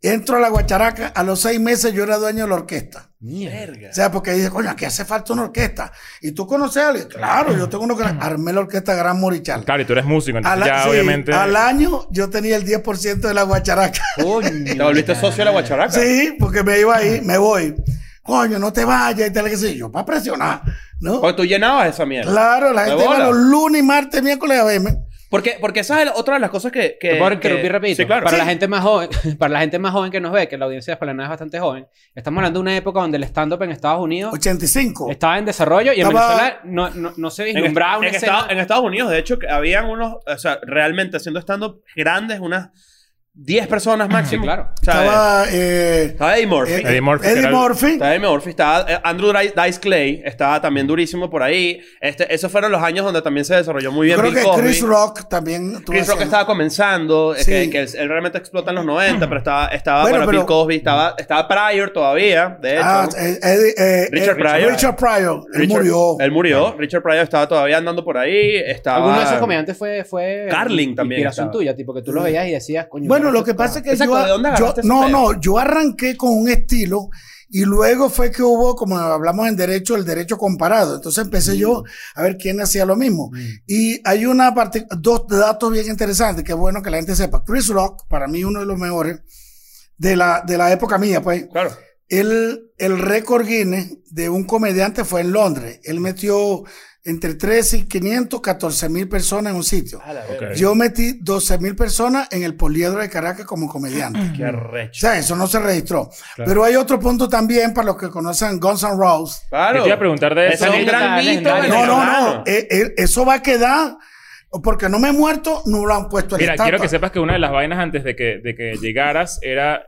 Speaker 5: Entro a la guacharaca, a los seis meses yo era dueño de la orquesta. O sea, porque dice, coño, aquí hace falta una orquesta. ¿Y tú conoces a alguien? Claro, yo tengo una que armé la orquesta Gran Morichal.
Speaker 2: Claro, y tú eres músico,
Speaker 5: Al,
Speaker 2: entonces ya
Speaker 5: sí,
Speaker 2: obviamente.
Speaker 5: al año yo tenía el 10% de la guacharaca.
Speaker 3: ¿Te volviste socio de la guacharaca?
Speaker 5: Sí, porque me iba ahí, me voy. Coño, no te vayas y tal que sí. Yo, para presionar, ¿no?
Speaker 3: Porque tú llenabas esa mierda.
Speaker 5: Claro, la
Speaker 3: De
Speaker 5: gente iba
Speaker 3: bola.
Speaker 5: los lunes, martes, miércoles a verme.
Speaker 3: Porque, porque esa es la- otra de las cosas que... que
Speaker 4: Te puedo
Speaker 3: eh, que-
Speaker 4: interrumpir rapidito.
Speaker 3: Sí, claro.
Speaker 4: Para
Speaker 3: Sí.
Speaker 4: la gente más joven, para la gente más joven que nos ve, que la audiencia de Esplanada es bastante joven, estamos hablando de una época donde el stand-up en Estados Unidos
Speaker 5: 85.
Speaker 4: estaba en desarrollo y en
Speaker 5: Estaba-
Speaker 4: Venezuela no, no, no se
Speaker 3: En,
Speaker 4: vislumbraba
Speaker 3: en
Speaker 4: una escena.
Speaker 3: Estados, en Estados Unidos, de hecho, que habían unos... O sea, realmente haciendo stand-up grandes, unas 10 personas máximo.
Speaker 4: Sí, claro.
Speaker 3: O sea,
Speaker 5: Estaba eh,
Speaker 3: estaba Eddie Murphy.
Speaker 5: eh,
Speaker 2: Eddie Murphy, que
Speaker 5: Eddie
Speaker 2: era el-
Speaker 5: Murphy.
Speaker 3: Estaba Eddie Murphy, estaba eh, Andrew Dice Dice Clay, estaba también durísimo por ahí. Este, esos fueron los años donde también se desarrolló muy
Speaker 5: Yo
Speaker 3: bien
Speaker 5: creo
Speaker 3: Bill
Speaker 5: que
Speaker 3: Cosby.
Speaker 5: Chris Rock también. estuvo
Speaker 3: Chris Rock
Speaker 5: haciendo.
Speaker 3: estaba comenzando, eh,
Speaker 5: Sí.
Speaker 3: que, que él, él realmente explota en los 90, pero estaba, estaba
Speaker 5: Bueno,
Speaker 3: bueno, Bill
Speaker 5: pero-
Speaker 3: Cosby, estaba, estaba Pryor todavía, de hecho.
Speaker 5: Ah, eh, Eddie- eh,
Speaker 3: Richard
Speaker 5: eh,
Speaker 3: Pryor.
Speaker 5: Richard Pryor. Él
Speaker 3: Richard-
Speaker 5: murió.
Speaker 3: Él murió. Richard Pryor estaba todavía andando por ahí. Estaba...
Speaker 4: Alguno de esos comediantes fue, fue
Speaker 3: Carlin también
Speaker 4: inspiración
Speaker 3: estaba.
Speaker 4: tuya, tipo que tú lo veías y decías, coño.
Speaker 5: Bueno,
Speaker 4: mira,
Speaker 5: lo
Speaker 4: esto
Speaker 5: que
Speaker 4: está-
Speaker 5: pasa es que
Speaker 3: Exacto,
Speaker 5: yo,
Speaker 3: ¿de dónde
Speaker 5: yo-
Speaker 3: agarraste ese
Speaker 5: no,
Speaker 3: pedo?
Speaker 5: no, yo arranqué con un estilo y luego fue que hubo, como hablamos en derecho, el derecho comparado. Entonces empecé yo a ver quién hacía lo mismo. Y hay una parte, dos datos bien interesantes que es bueno que la gente sepa. Chris Rock, para mí uno de los mejores de la, de la época mía, pues.
Speaker 3: Claro.
Speaker 5: Él, el récord Guinness de un comediante fue en Londres. Él metió entre 13 y 500, 14 mil personas en un sitio.
Speaker 2: Ok.
Speaker 5: Yo metí 12 mil personas en el poliedro de Caracas como comediante.
Speaker 3: Qué
Speaker 5: O
Speaker 3: arrecho.
Speaker 5: sea, eso no se registró. Pero hay otro punto también para los que conocen Guns N' Roses.
Speaker 3: Claro.
Speaker 2: Yo te iba a preguntar de
Speaker 3: Ese
Speaker 2: eso.
Speaker 3: Es un gran
Speaker 4: Legendario,
Speaker 3: mito
Speaker 4: legendario.
Speaker 5: No, no,
Speaker 3: venezolano.
Speaker 5: no. Eh, eh, eso va a quedar. Porque no me he muerto, no lo han puesto en
Speaker 2: Mira,
Speaker 5: estatua.
Speaker 2: quiero que sepas que una de las vainas antes de que, de que llegaras era.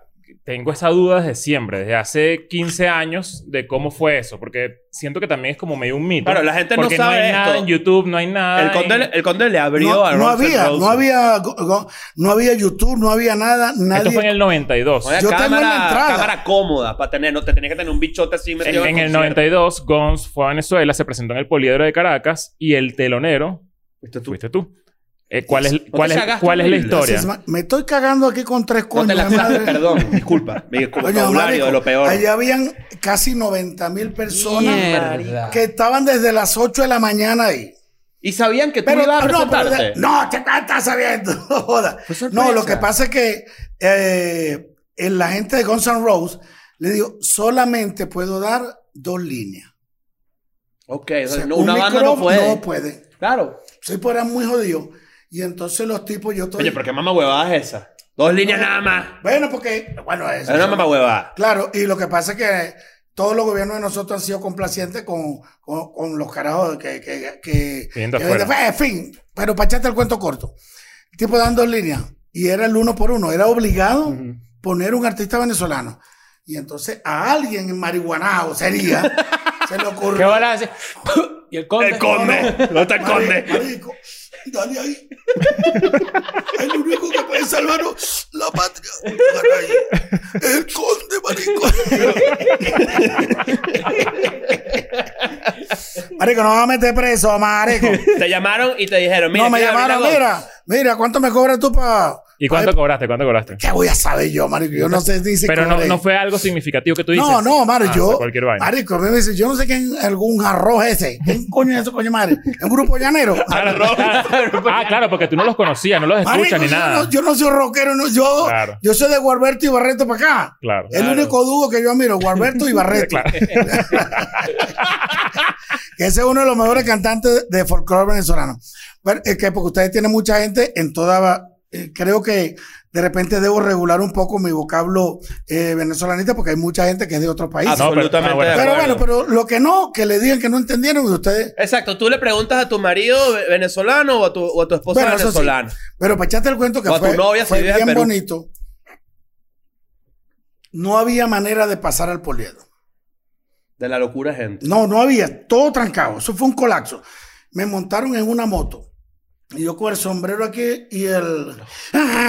Speaker 2: Tengo esa duda desde siempre, desde hace 15 años, de cómo fue eso, porque siento que también es como medio un mito.
Speaker 3: Claro, la gente no
Speaker 2: porque
Speaker 3: sabe
Speaker 2: hay nada
Speaker 3: esto.
Speaker 2: en YouTube, no hay nada.
Speaker 3: El conde,
Speaker 2: en-
Speaker 3: el conde le abrió
Speaker 5: No,
Speaker 3: a
Speaker 5: no
Speaker 3: Guns N'
Speaker 5: había,
Speaker 3: Roses.
Speaker 5: no había, go- go- no había YouTube, no había nada,
Speaker 2: Esto fue en
Speaker 5: nadie.
Speaker 2: el 92.
Speaker 3: No había
Speaker 5: Yo tengo
Speaker 3: cámara,
Speaker 5: una entrada.
Speaker 3: cámara cómoda para tener. No te tenías que tener un bichote así
Speaker 2: En,
Speaker 3: metido
Speaker 2: en el
Speaker 3: concierto.
Speaker 2: 92, Gons fue a Venezuela, se presentó en el Poliedro de Caracas y el telonero
Speaker 3: Fuiste tú.
Speaker 2: fuiste tú. Eh, ¿Cuál es,
Speaker 3: te
Speaker 2: cuál es,
Speaker 3: cagaste
Speaker 2: cuál es la
Speaker 3: horrible.
Speaker 2: historia?
Speaker 5: Entonces, ma- me estoy cagando aquí con tres
Speaker 3: No
Speaker 5: coños.
Speaker 3: te la
Speaker 5: de
Speaker 3: sabes,
Speaker 5: madre.
Speaker 3: perdón. Disculpa. Mi
Speaker 5: Coño,
Speaker 3: vocabulario
Speaker 5: marico,
Speaker 3: de lo peor.
Speaker 5: Allá habían casi 90 mil personas
Speaker 4: Mierda.
Speaker 5: que estaban desde las 8 de la mañana ahí.
Speaker 3: Y sabían que tú
Speaker 5: Pero,
Speaker 3: ibas a
Speaker 5: no, pero-
Speaker 3: presentarte.
Speaker 5: no, te te estás sabiendo. Joda.
Speaker 3: Fue Pues sorpresa.
Speaker 5: no, lo que pasa es que eh, en la gente de Guns N' Roses le digo, solamente puedo dar dos líneas.
Speaker 3: Ok,
Speaker 5: O
Speaker 3: o
Speaker 5: sea,
Speaker 3: sea, no,
Speaker 5: un
Speaker 3: una banda no
Speaker 5: micrófono
Speaker 3: puede.
Speaker 5: No pues. puede.
Speaker 3: Claro.
Speaker 5: Soy por ahí muy jodido. Y entonces los tipos, yo estoy.
Speaker 3: Oye, pero qué mamá huevada es esa. Dos líneas nada más.
Speaker 5: Bueno, porque. Bueno, eso.
Speaker 3: Es una mamá huevada.
Speaker 5: Claro, y lo que pasa es que todos los gobiernos de nosotros han sido complacientes con, con, con los carajos que... que, que,
Speaker 2: Viniendo
Speaker 5: que- Pues,
Speaker 2: afuera.
Speaker 5: en fin, pero para echarte el cuento corto. El tipo dando líneas y era el uno por uno. Era obligado poner un artista venezolano. Y entonces a alguien en marihuanao sería, se le
Speaker 4: ¿Qué
Speaker 5: ocurrió...
Speaker 4: van a hacer? Y el conde.
Speaker 2: El conde. ¿Dónde está el
Speaker 5: Mari-
Speaker 2: conde?
Speaker 5: Marico, dale ahí. El único que puede salvarnos la patria. Dale ahí. El conde, marico. Marico, no me vas a meter preso, marico.
Speaker 3: Te llamaron y te dijeron, mira,
Speaker 5: no, me
Speaker 3: ¿quieres abrir
Speaker 5: llamaron,
Speaker 3: la goma?
Speaker 2: Ah,
Speaker 5: mira, mira, ¿cuánto me cobras tú para...?
Speaker 2: ¿Y cuánto cobraste? ¿Cuánto cobraste?
Speaker 5: ¿Qué voy a saber yo, marico? Yo no sé, dice
Speaker 2: Pero no, no fue algo significativo que tú dices.
Speaker 5: No, no, Mario,
Speaker 2: Ah,
Speaker 5: yo.
Speaker 2: Cualquier vaina.
Speaker 5: Marico, me dice, yo no sé quién algún arroz ese. ¿Quién coño es eso, coño madre? ¿Un grupo llanero?
Speaker 2: ah, claro, porque tú no los conocías, no los escuchas
Speaker 5: Marico,
Speaker 2: ni
Speaker 5: yo,
Speaker 2: nada.
Speaker 5: No, yo no soy rockero, no, yo,
Speaker 2: Claro.
Speaker 5: yo soy de Gualberto y Barreto para acá.
Speaker 2: Claro.
Speaker 5: El único dúo que yo admiro, Gualberto y Barreto.
Speaker 2: Claro.
Speaker 5: Que ese es uno de los mejores cantantes de folclore venezolano. Bueno, es que porque ustedes tienen mucha gente en toda. eh, creo que de repente debo regular un poco mi vocablo eh, venezolanista porque hay mucha gente que es de otro país.
Speaker 2: Ah, no, pero-
Speaker 3: Absolutamente.
Speaker 2: ah, bueno.
Speaker 3: de
Speaker 5: pero
Speaker 3: acuerdo.
Speaker 5: bueno, pero lo que no, que le digan que no entendieron y ustedes.
Speaker 3: Exacto, tú le preguntas a tu marido ve- venezolano o a tu, o a tu esposa
Speaker 5: Bueno, eso sí.
Speaker 3: venezolana.
Speaker 5: Pero para echarte el cuento que
Speaker 3: O a tu
Speaker 5: fue,
Speaker 3: novia si
Speaker 5: fue
Speaker 3: vive en
Speaker 5: bien
Speaker 3: Perú.
Speaker 5: bonito. No había manera de pasar al Poliedo.
Speaker 3: De la locura, gente.
Speaker 5: No, no había, todo trancado. Eso fue un colapso. Me montaron en una moto. Y yo con el sombrero aquí y el.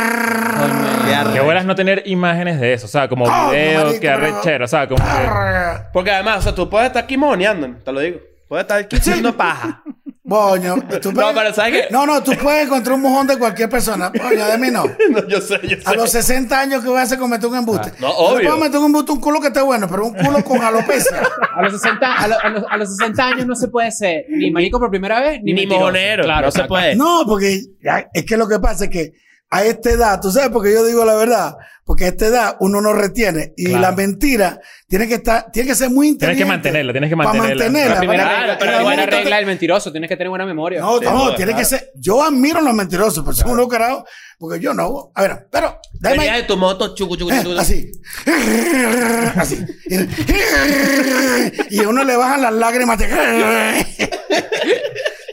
Speaker 2: Ah, Qué bueno es no tener imágenes de eso, o sea, como
Speaker 5: Coño,
Speaker 2: videos,
Speaker 5: Ah, marico, Ah,
Speaker 2: que
Speaker 5: no.
Speaker 2: arrechera, o sea, como que... ah,
Speaker 3: Porque además, o sea, tú puedes estar aquí mojoneando, te lo digo. Puedes estar aquí haciendo paja.
Speaker 5: Boño, tú
Speaker 3: No,
Speaker 5: puedes-
Speaker 3: pero ¿sabes qué?
Speaker 5: No, no, tú puedes encontrar un mojón de cualquier persona. Boño, de mí no.
Speaker 3: No, yo sé, yo
Speaker 5: A
Speaker 3: sé.
Speaker 5: los 60 años que voy a hacer cometer un embuste.
Speaker 3: Ah, no,
Speaker 5: Yo le
Speaker 3: obvio.
Speaker 5: puedo meter un embuste un culo que esté bueno, pero un culo con alopecia.
Speaker 4: A los, 60, a, lo- a los, a los 60 años no se puede ser ni marico por primera vez, ni,
Speaker 3: Ni
Speaker 4: mentiroso.
Speaker 3: mojonero.
Speaker 4: Claro,
Speaker 3: no se
Speaker 4: exacto.
Speaker 3: puede.
Speaker 5: No, porque ya- es que lo que pasa es que a esta edad, tú sabes, porque yo digo la verdad, porque a esta edad uno no retiene y
Speaker 4: Claro.
Speaker 5: la mentira tiene que estar, tiene que ser muy
Speaker 2: Tienes
Speaker 5: inteligente.
Speaker 2: que mantenerla, tienes que
Speaker 5: Para
Speaker 2: mantenerla.
Speaker 5: mantenerla.
Speaker 4: La primera
Speaker 5: para-
Speaker 4: regla,
Speaker 3: Claro,
Speaker 4: pero
Speaker 5: para-
Speaker 4: la buena
Speaker 5: para-
Speaker 4: regla del mentiroso, tienes que tener buena memoria.
Speaker 5: No, no,
Speaker 3: joda,
Speaker 5: tiene
Speaker 3: claro.
Speaker 5: que ser. Yo admiro a los mentirosos, pero son unos carajo, porque yo no. A ver, pero déjame.
Speaker 3: Venías de tu moto, chucu, chucu,
Speaker 5: Eh,
Speaker 3: chucu.
Speaker 5: así. Así. Y a uno le bajan las lágrimas. De...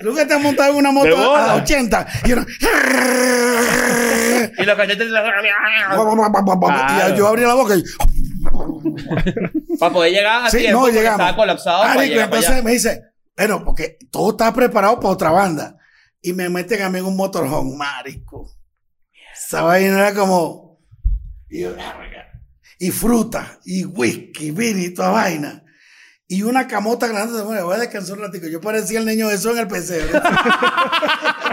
Speaker 5: Tú que estás montado en una
Speaker 3: De
Speaker 5: moto
Speaker 3: bola.
Speaker 5: a 80. Y uno...
Speaker 3: Y los cachetes.
Speaker 5: Y yo abrí la boca y...
Speaker 3: Para poder llegar a
Speaker 5: Sí,
Speaker 3: tiempo.
Speaker 5: no,
Speaker 3: porque
Speaker 5: llegamos.
Speaker 3: Estaba colapsado.
Speaker 5: Marico,
Speaker 3: para llegar para
Speaker 5: entonces me dice, bueno, porque todo está preparado para otra banda. Y me meten a mí en un motorhome, marico. Esa vaina era como... Y, yo, "Verga". y fruta, y whisky, vino y toda vaina. Y una camota grande, bueno, voy a descansar un ratico. Yo parecía el niño de eso en el pesebre.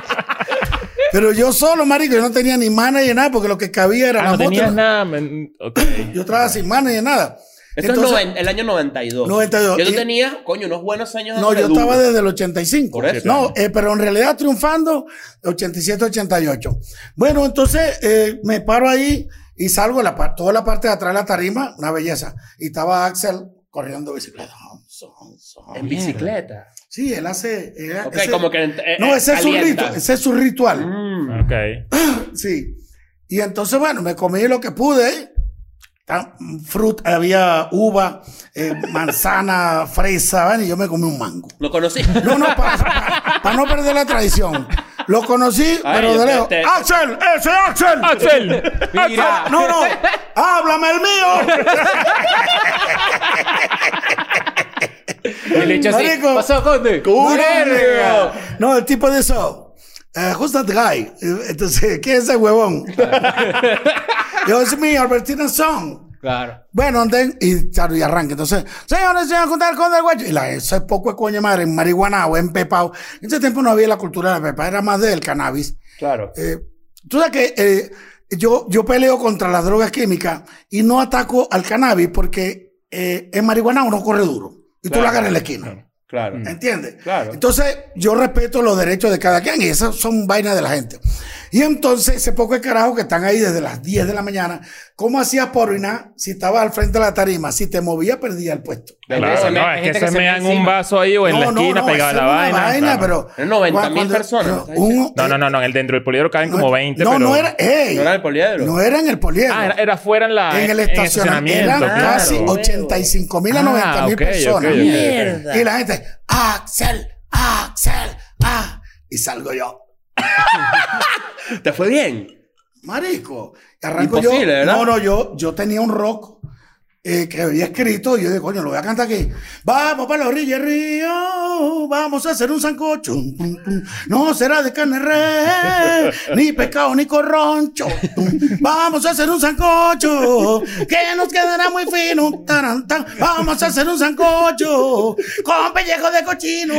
Speaker 5: Pero yo solo, marico, yo no tenía ni mana ni nada, porque lo que cabía era
Speaker 2: Ah,
Speaker 5: la
Speaker 2: no
Speaker 5: moto.
Speaker 2: tenías nada. men- ok.
Speaker 5: Yo trabajaba sin mana ni nada.
Speaker 3: Esto
Speaker 5: Entonces-
Speaker 3: es noven- el año 92.
Speaker 5: 92.
Speaker 3: Yo tú
Speaker 5: Y-
Speaker 3: tenías, coño, unos buenos años.
Speaker 5: No, yo
Speaker 3: dándole
Speaker 5: estaba
Speaker 3: duro.
Speaker 5: desde el 85.
Speaker 3: Por eso.
Speaker 5: No, eh, pero en realidad triunfando 87-88. Bueno, entonces eh, me paro ahí y salgo la par- toda la parte de atrás de la tarima, una belleza. Y estaba Axel corriendo bicicleta.
Speaker 3: En bicicleta.
Speaker 5: Sí, él hace... él-
Speaker 3: Ok,
Speaker 5: Ah, ese-
Speaker 3: como que. eh,
Speaker 5: no,
Speaker 3: eh,
Speaker 5: ese es, su
Speaker 3: calienta.
Speaker 5: ritual, ese es su ritual.
Speaker 3: Mm.
Speaker 2: Ok.
Speaker 5: Sí. Y entonces, bueno, me comí lo que pude. Ta- Fruta, había uva, eh, manzana, fresa, ¿vale? y yo me comí un mango.
Speaker 3: Lo conocí.
Speaker 5: No, no, para no perder la tradición. Lo conocí,
Speaker 3: Ay,
Speaker 5: pero de
Speaker 3: te-
Speaker 5: lejos.
Speaker 3: te-
Speaker 5: ¡Axel! ¡Ese Axel! Ah,
Speaker 2: ¡Axel!
Speaker 4: Mira.
Speaker 5: ¡No, no! ¡Háblame el mío!
Speaker 4: Y el hecho así,
Speaker 5: Marico.
Speaker 4: pasó, conde.
Speaker 5: No, No, el tipo de eso. eh, who's that guy? Eh, Entonces, ¿quién es ese huevón? Yo, es mi Albertina Song.
Speaker 4: Claro.
Speaker 5: Bueno, anden, y claro, y arranca. Entonces, señores, señores, contar con el guacho. Y la, eso es poco de coño de madre, en marihuana o en pepao. En ese tiempo no había la cultura de la pepa, era más del cannabis.
Speaker 3: Claro.
Speaker 5: Eh, tú sabes que eh, yo, yo peleo contra las drogas químicas y no ataco al cannabis porque eh, en marihuana uno corre duro y tú
Speaker 3: Claro.
Speaker 5: lo hagas en la esquina.
Speaker 3: Claro.
Speaker 5: ¿Entiendes?
Speaker 3: Claro.
Speaker 5: Entonces, yo respeto los derechos de cada quien y esas son vainas de la gente. Y entonces, ese poco de carajo que están ahí desde las 10 de la mañana, ¿cómo hacías por orinar si estabas al frente de la tarima? Si te movías, perdías el puesto.
Speaker 4: Hay gente
Speaker 2: Claro,
Speaker 4: que se me-
Speaker 2: no,
Speaker 4: hay
Speaker 2: es que
Speaker 4: gente
Speaker 2: se,
Speaker 4: que se
Speaker 2: mean
Speaker 4: mea
Speaker 2: un
Speaker 4: encima.
Speaker 2: vaso ahí o en la
Speaker 5: No, no,
Speaker 2: esquina
Speaker 5: no,
Speaker 2: pegada a
Speaker 5: esa
Speaker 2: la
Speaker 5: es una
Speaker 2: vaina. claro.
Speaker 5: pero.
Speaker 3: Eran 90.000
Speaker 5: cuando-
Speaker 3: personas.
Speaker 5: no, un-
Speaker 2: No, no, no, no. En el dentro del poliedro caben como 20,
Speaker 5: No,
Speaker 2: pero...
Speaker 5: no era. ey,
Speaker 3: No era el poliedro.
Speaker 5: no era en el poliedro.
Speaker 2: Ah, era, era fuera en la...
Speaker 5: en el
Speaker 2: en
Speaker 5: estacionamiento. Eran
Speaker 2: claro.
Speaker 5: casi 85 mil a
Speaker 2: Ah,
Speaker 5: 90 mil
Speaker 2: ok, ok,
Speaker 5: personas.
Speaker 2: ok, ok.
Speaker 5: Y la gente, Axel, Axel, ah. Y salgo yo.
Speaker 3: ¿Te fue bien?
Speaker 5: Marico. Y arranco yo.
Speaker 3: Imposible, ¿verdad?
Speaker 5: No, no, yo, yo tenía un rock eh, que había escrito. Y yo dije, coño, lo voy a cantar aquí. Vamos para la orilla del río. Vamos a hacer un sancocho. Tum, tum, tum. No será de carne red, ni pescado, ni corroncho. Tum. Vamos a hacer un sancocho que nos quedará muy fino. Taran, tan. Vamos a hacer un sancocho con pellejo de cochino.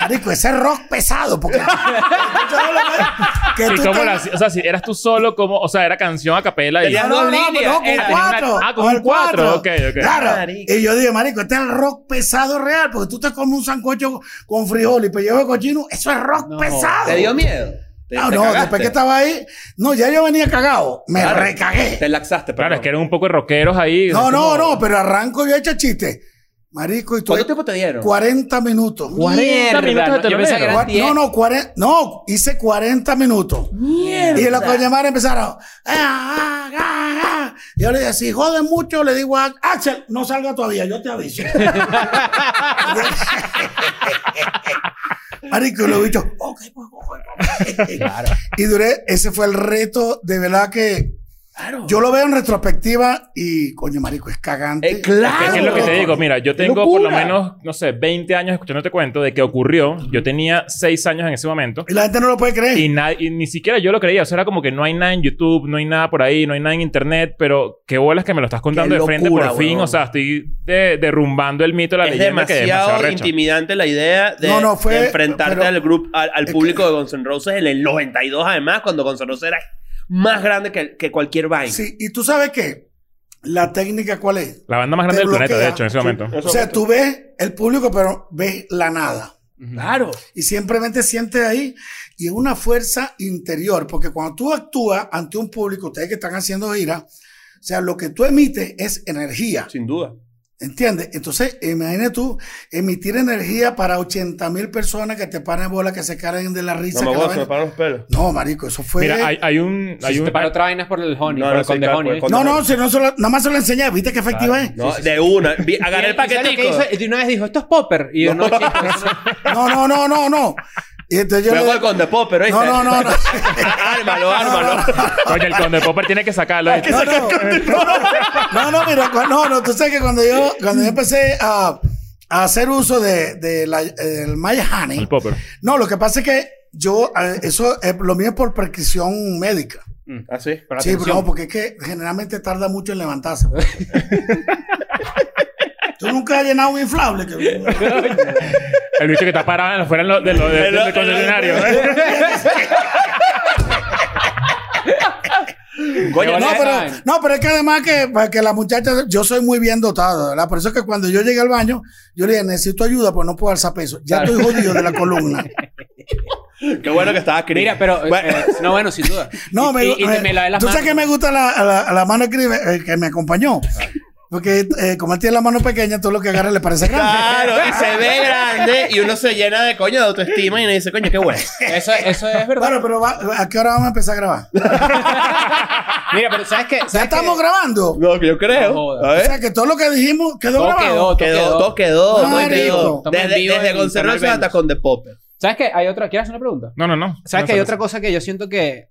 Speaker 5: Marico, ese rock pesado, porque. que
Speaker 2: ¿Y
Speaker 5: tú
Speaker 2: cómo
Speaker 5: estás-
Speaker 2: la hacías? O sea, si eras tú solo, como... O sea, era canción a capela y...
Speaker 3: Tenía-
Speaker 5: no, no,
Speaker 3: dos
Speaker 5: no,
Speaker 3: líneas,
Speaker 5: no, Eh, con
Speaker 3: era-
Speaker 5: cuatro.
Speaker 2: Ah, con un cuatro, ok, ok.
Speaker 5: Claro.
Speaker 3: Marico.
Speaker 5: Y yo dije, marico, este es el rock pesado real, porque tú te comes un sancocho con frijol y pellejo de cochino, eso es rock
Speaker 4: No,
Speaker 5: pesado.
Speaker 3: ¿Te dio miedo? ¿Te-
Speaker 5: Ah, No, Ah,
Speaker 3: te
Speaker 5: no,
Speaker 3: cagaste?
Speaker 5: después que estaba ahí, no, ya yo venía cagado, me
Speaker 3: Claro.
Speaker 5: recagué.
Speaker 3: Te laxaste,
Speaker 2: Claro,
Speaker 3: perdón.
Speaker 2: es que eran un poco de rockeros ahí.
Speaker 5: No,
Speaker 2: así
Speaker 5: no,
Speaker 2: como-
Speaker 5: no, pero arranco yo hecha chiste. Marico, y tú
Speaker 3: ¿Cuánto tiempo te dieron?
Speaker 5: 40 minutos.
Speaker 2: 40 minutos de
Speaker 4: Yo pensaba
Speaker 2: telonero.
Speaker 4: que eran
Speaker 5: Cua-
Speaker 4: 10.
Speaker 5: No, no, 40, no, hice 40 minutos. Y los coño madre empezaron. "Ah, ah, ah, ah". Yo le dije, si jode mucho, le digo a Axel, no salga todavía, yo te aviso. Marico, y lo he dicho, ok, pues, ok, ok". Y duré, ese fue el reto, de verdad que yo lo veo en retrospectiva y, coño, marico, es cagante.
Speaker 3: Eh, claro.
Speaker 2: Es que es lo que te
Speaker 3: loco.
Speaker 2: digo, mira, yo
Speaker 3: ¡Qué
Speaker 2: tengo por lo
Speaker 3: locura!
Speaker 2: menos, no sé, 20 años escuchándote cuento de que ocurrió. Yo tenía 6 años en ese momento.
Speaker 5: Y la gente no lo puede creer.
Speaker 2: Y, na- y ni siquiera yo lo creía. O sea, era como que no hay nada en YouTube, no hay nada por ahí, no hay nada en Internet. Pero qué bolas que me lo estás contando
Speaker 3: Qué
Speaker 2: de frente
Speaker 3: locura,
Speaker 2: por fin.
Speaker 3: weón.
Speaker 2: O sea, estoy de- derrumbando el mito de la
Speaker 3: es
Speaker 2: leyenda que es demasiado
Speaker 3: demasiado
Speaker 2: recha.
Speaker 3: intimidante la idea de,
Speaker 5: No, no, fue-
Speaker 3: de enfrentarte
Speaker 5: pero-
Speaker 3: al, grupo, al, al
Speaker 5: es
Speaker 3: público de Guns N' Roses en el 92, además, cuando Guns N' Roses era más grande que, que cualquier vaina.
Speaker 5: Sí, y tú sabes qué, la técnica cuál es.
Speaker 2: La banda más grande
Speaker 5: Te
Speaker 2: del planeta, de
Speaker 5: bloquea.
Speaker 2: hecho, en ese
Speaker 5: Sí.
Speaker 2: momento.
Speaker 5: O sea, tú ves el público, pero ves la nada.
Speaker 3: Claro.
Speaker 5: Y simplemente sientes ahí y es una fuerza interior, porque cuando tú actúas ante un público, ustedes que están haciendo gira, o sea, lo que tú emites es energía,
Speaker 3: Sin duda.
Speaker 5: ¿entiendes? Entonces, imagínate tú emitir energía para 80 mil personas que te paren bola, que se caen de la risa.
Speaker 3: No me
Speaker 5: que la
Speaker 3: gozo, me
Speaker 5: vaina-
Speaker 3: paran los pelos.
Speaker 5: no, marico, eso
Speaker 3: Pues,
Speaker 5: fue...
Speaker 2: Mira, hay, hay un.
Speaker 4: Si
Speaker 2: hay
Speaker 4: se
Speaker 2: un-
Speaker 4: te paró otra vaina es por el honey,
Speaker 3: No,
Speaker 4: por
Speaker 3: no,
Speaker 4: el
Speaker 3: sí,
Speaker 4: conde
Speaker 3: claro,
Speaker 4: honey.
Speaker 3: por el
Speaker 4: ¿eh?
Speaker 3: conde.
Speaker 5: no, no, si no se lo- nada más se lo enseñé, ¿viste qué efectiva es?
Speaker 3: No, de una. Vi- Agarré el
Speaker 4: Y- y ¿sabes lo que
Speaker 3: paquetico.
Speaker 4: hizo? De una vez dijo, esto es popper. Y yo, no, chico, eso no-
Speaker 5: No, no, no, no, no. Y entonces yo
Speaker 3: Fue
Speaker 5: le-
Speaker 3: gol con The Popper, ¿oíste?
Speaker 5: No, no, no, no.
Speaker 3: ármalo, ármalo.
Speaker 2: Oye, el Conde Popper tiene que sacarlo. ¿eh?
Speaker 5: no, no, no, no, no, no, mira, cu- no, no, tú sabes que cuando yo, cuando yo empecé a, a hacer uso de, de la, del Maya Honey,
Speaker 2: El Popper.
Speaker 5: no, lo que pasa es que yo, eh, eso, eh, lo mío es por prescripción médica.
Speaker 3: Así.
Speaker 4: Pero
Speaker 5: Sí, pero
Speaker 4: atención.
Speaker 5: no, porque es que generalmente tarda mucho en levantarse. Tú nunca has llenado un inflable. Que...
Speaker 2: El bicho que está parado afuera de lo- de lo- de-
Speaker 3: En lo-
Speaker 2: del concesionario. ¿eh?
Speaker 3: en Coño,
Speaker 4: Pero
Speaker 5: No,
Speaker 3: no,
Speaker 4: ya
Speaker 5: pero,
Speaker 4: saben.
Speaker 5: no, pero es que además que, para que la muchacha, yo soy muy bien dotado, ¿verdad? Por eso es que cuando yo llegué al baño, yo le dije, necesito ayuda, pues no puedo alzar peso. Ya estoy jodido de la columna.
Speaker 3: Qué bueno que estaba Chris.
Speaker 4: Mira, pero... eh,
Speaker 3: Bueno,
Speaker 4: eh, no, bueno, sin duda.
Speaker 5: No,
Speaker 4: Y-
Speaker 5: me,
Speaker 4: y- y
Speaker 5: me-
Speaker 4: te me lavé las
Speaker 5: tú sabes
Speaker 4: manos.
Speaker 5: que me gusta la, a la, a la mano que, eh, que me acompañó. Porque eh, como él tiene la mano pequeña, todo lo que agarra le parece grande.
Speaker 3: Claro, y se ve grande y uno se llena de coño de autoestima y uno dice, coño, qué bueno.
Speaker 4: Eso, eso es verdad.
Speaker 5: Bueno, pero va- ¿a qué hora vamos a empezar a grabar?
Speaker 4: Mira, pero ¿sabes qué?
Speaker 5: Ya
Speaker 4: ¿Sabes
Speaker 5: estamos
Speaker 4: qué?
Speaker 5: grabando.
Speaker 3: No, yo creo.
Speaker 4: No jodas.
Speaker 3: A
Speaker 5: O
Speaker 3: ver.
Speaker 5: sea que todo lo que dijimos quedó
Speaker 4: Todo
Speaker 5: grabado.
Speaker 4: quedó, todo
Speaker 3: Quedó,
Speaker 4: quedó.
Speaker 3: todo quedó, todo
Speaker 5: Marico.
Speaker 3: quedó.
Speaker 4: Estamos en
Speaker 3: Desde,
Speaker 4: vivo
Speaker 3: desde
Speaker 4: en
Speaker 3: Gonzalo
Speaker 4: Internet
Speaker 3: hasta
Speaker 4: Venus.
Speaker 3: con The Popper.
Speaker 4: ¿Sabes qué? Hay otra... ¿Quieres hacer una pregunta?
Speaker 2: No, no, no.
Speaker 4: ¿Sabes
Speaker 2: No,
Speaker 4: que hay
Speaker 2: no,
Speaker 4: otra cosa que yo siento que...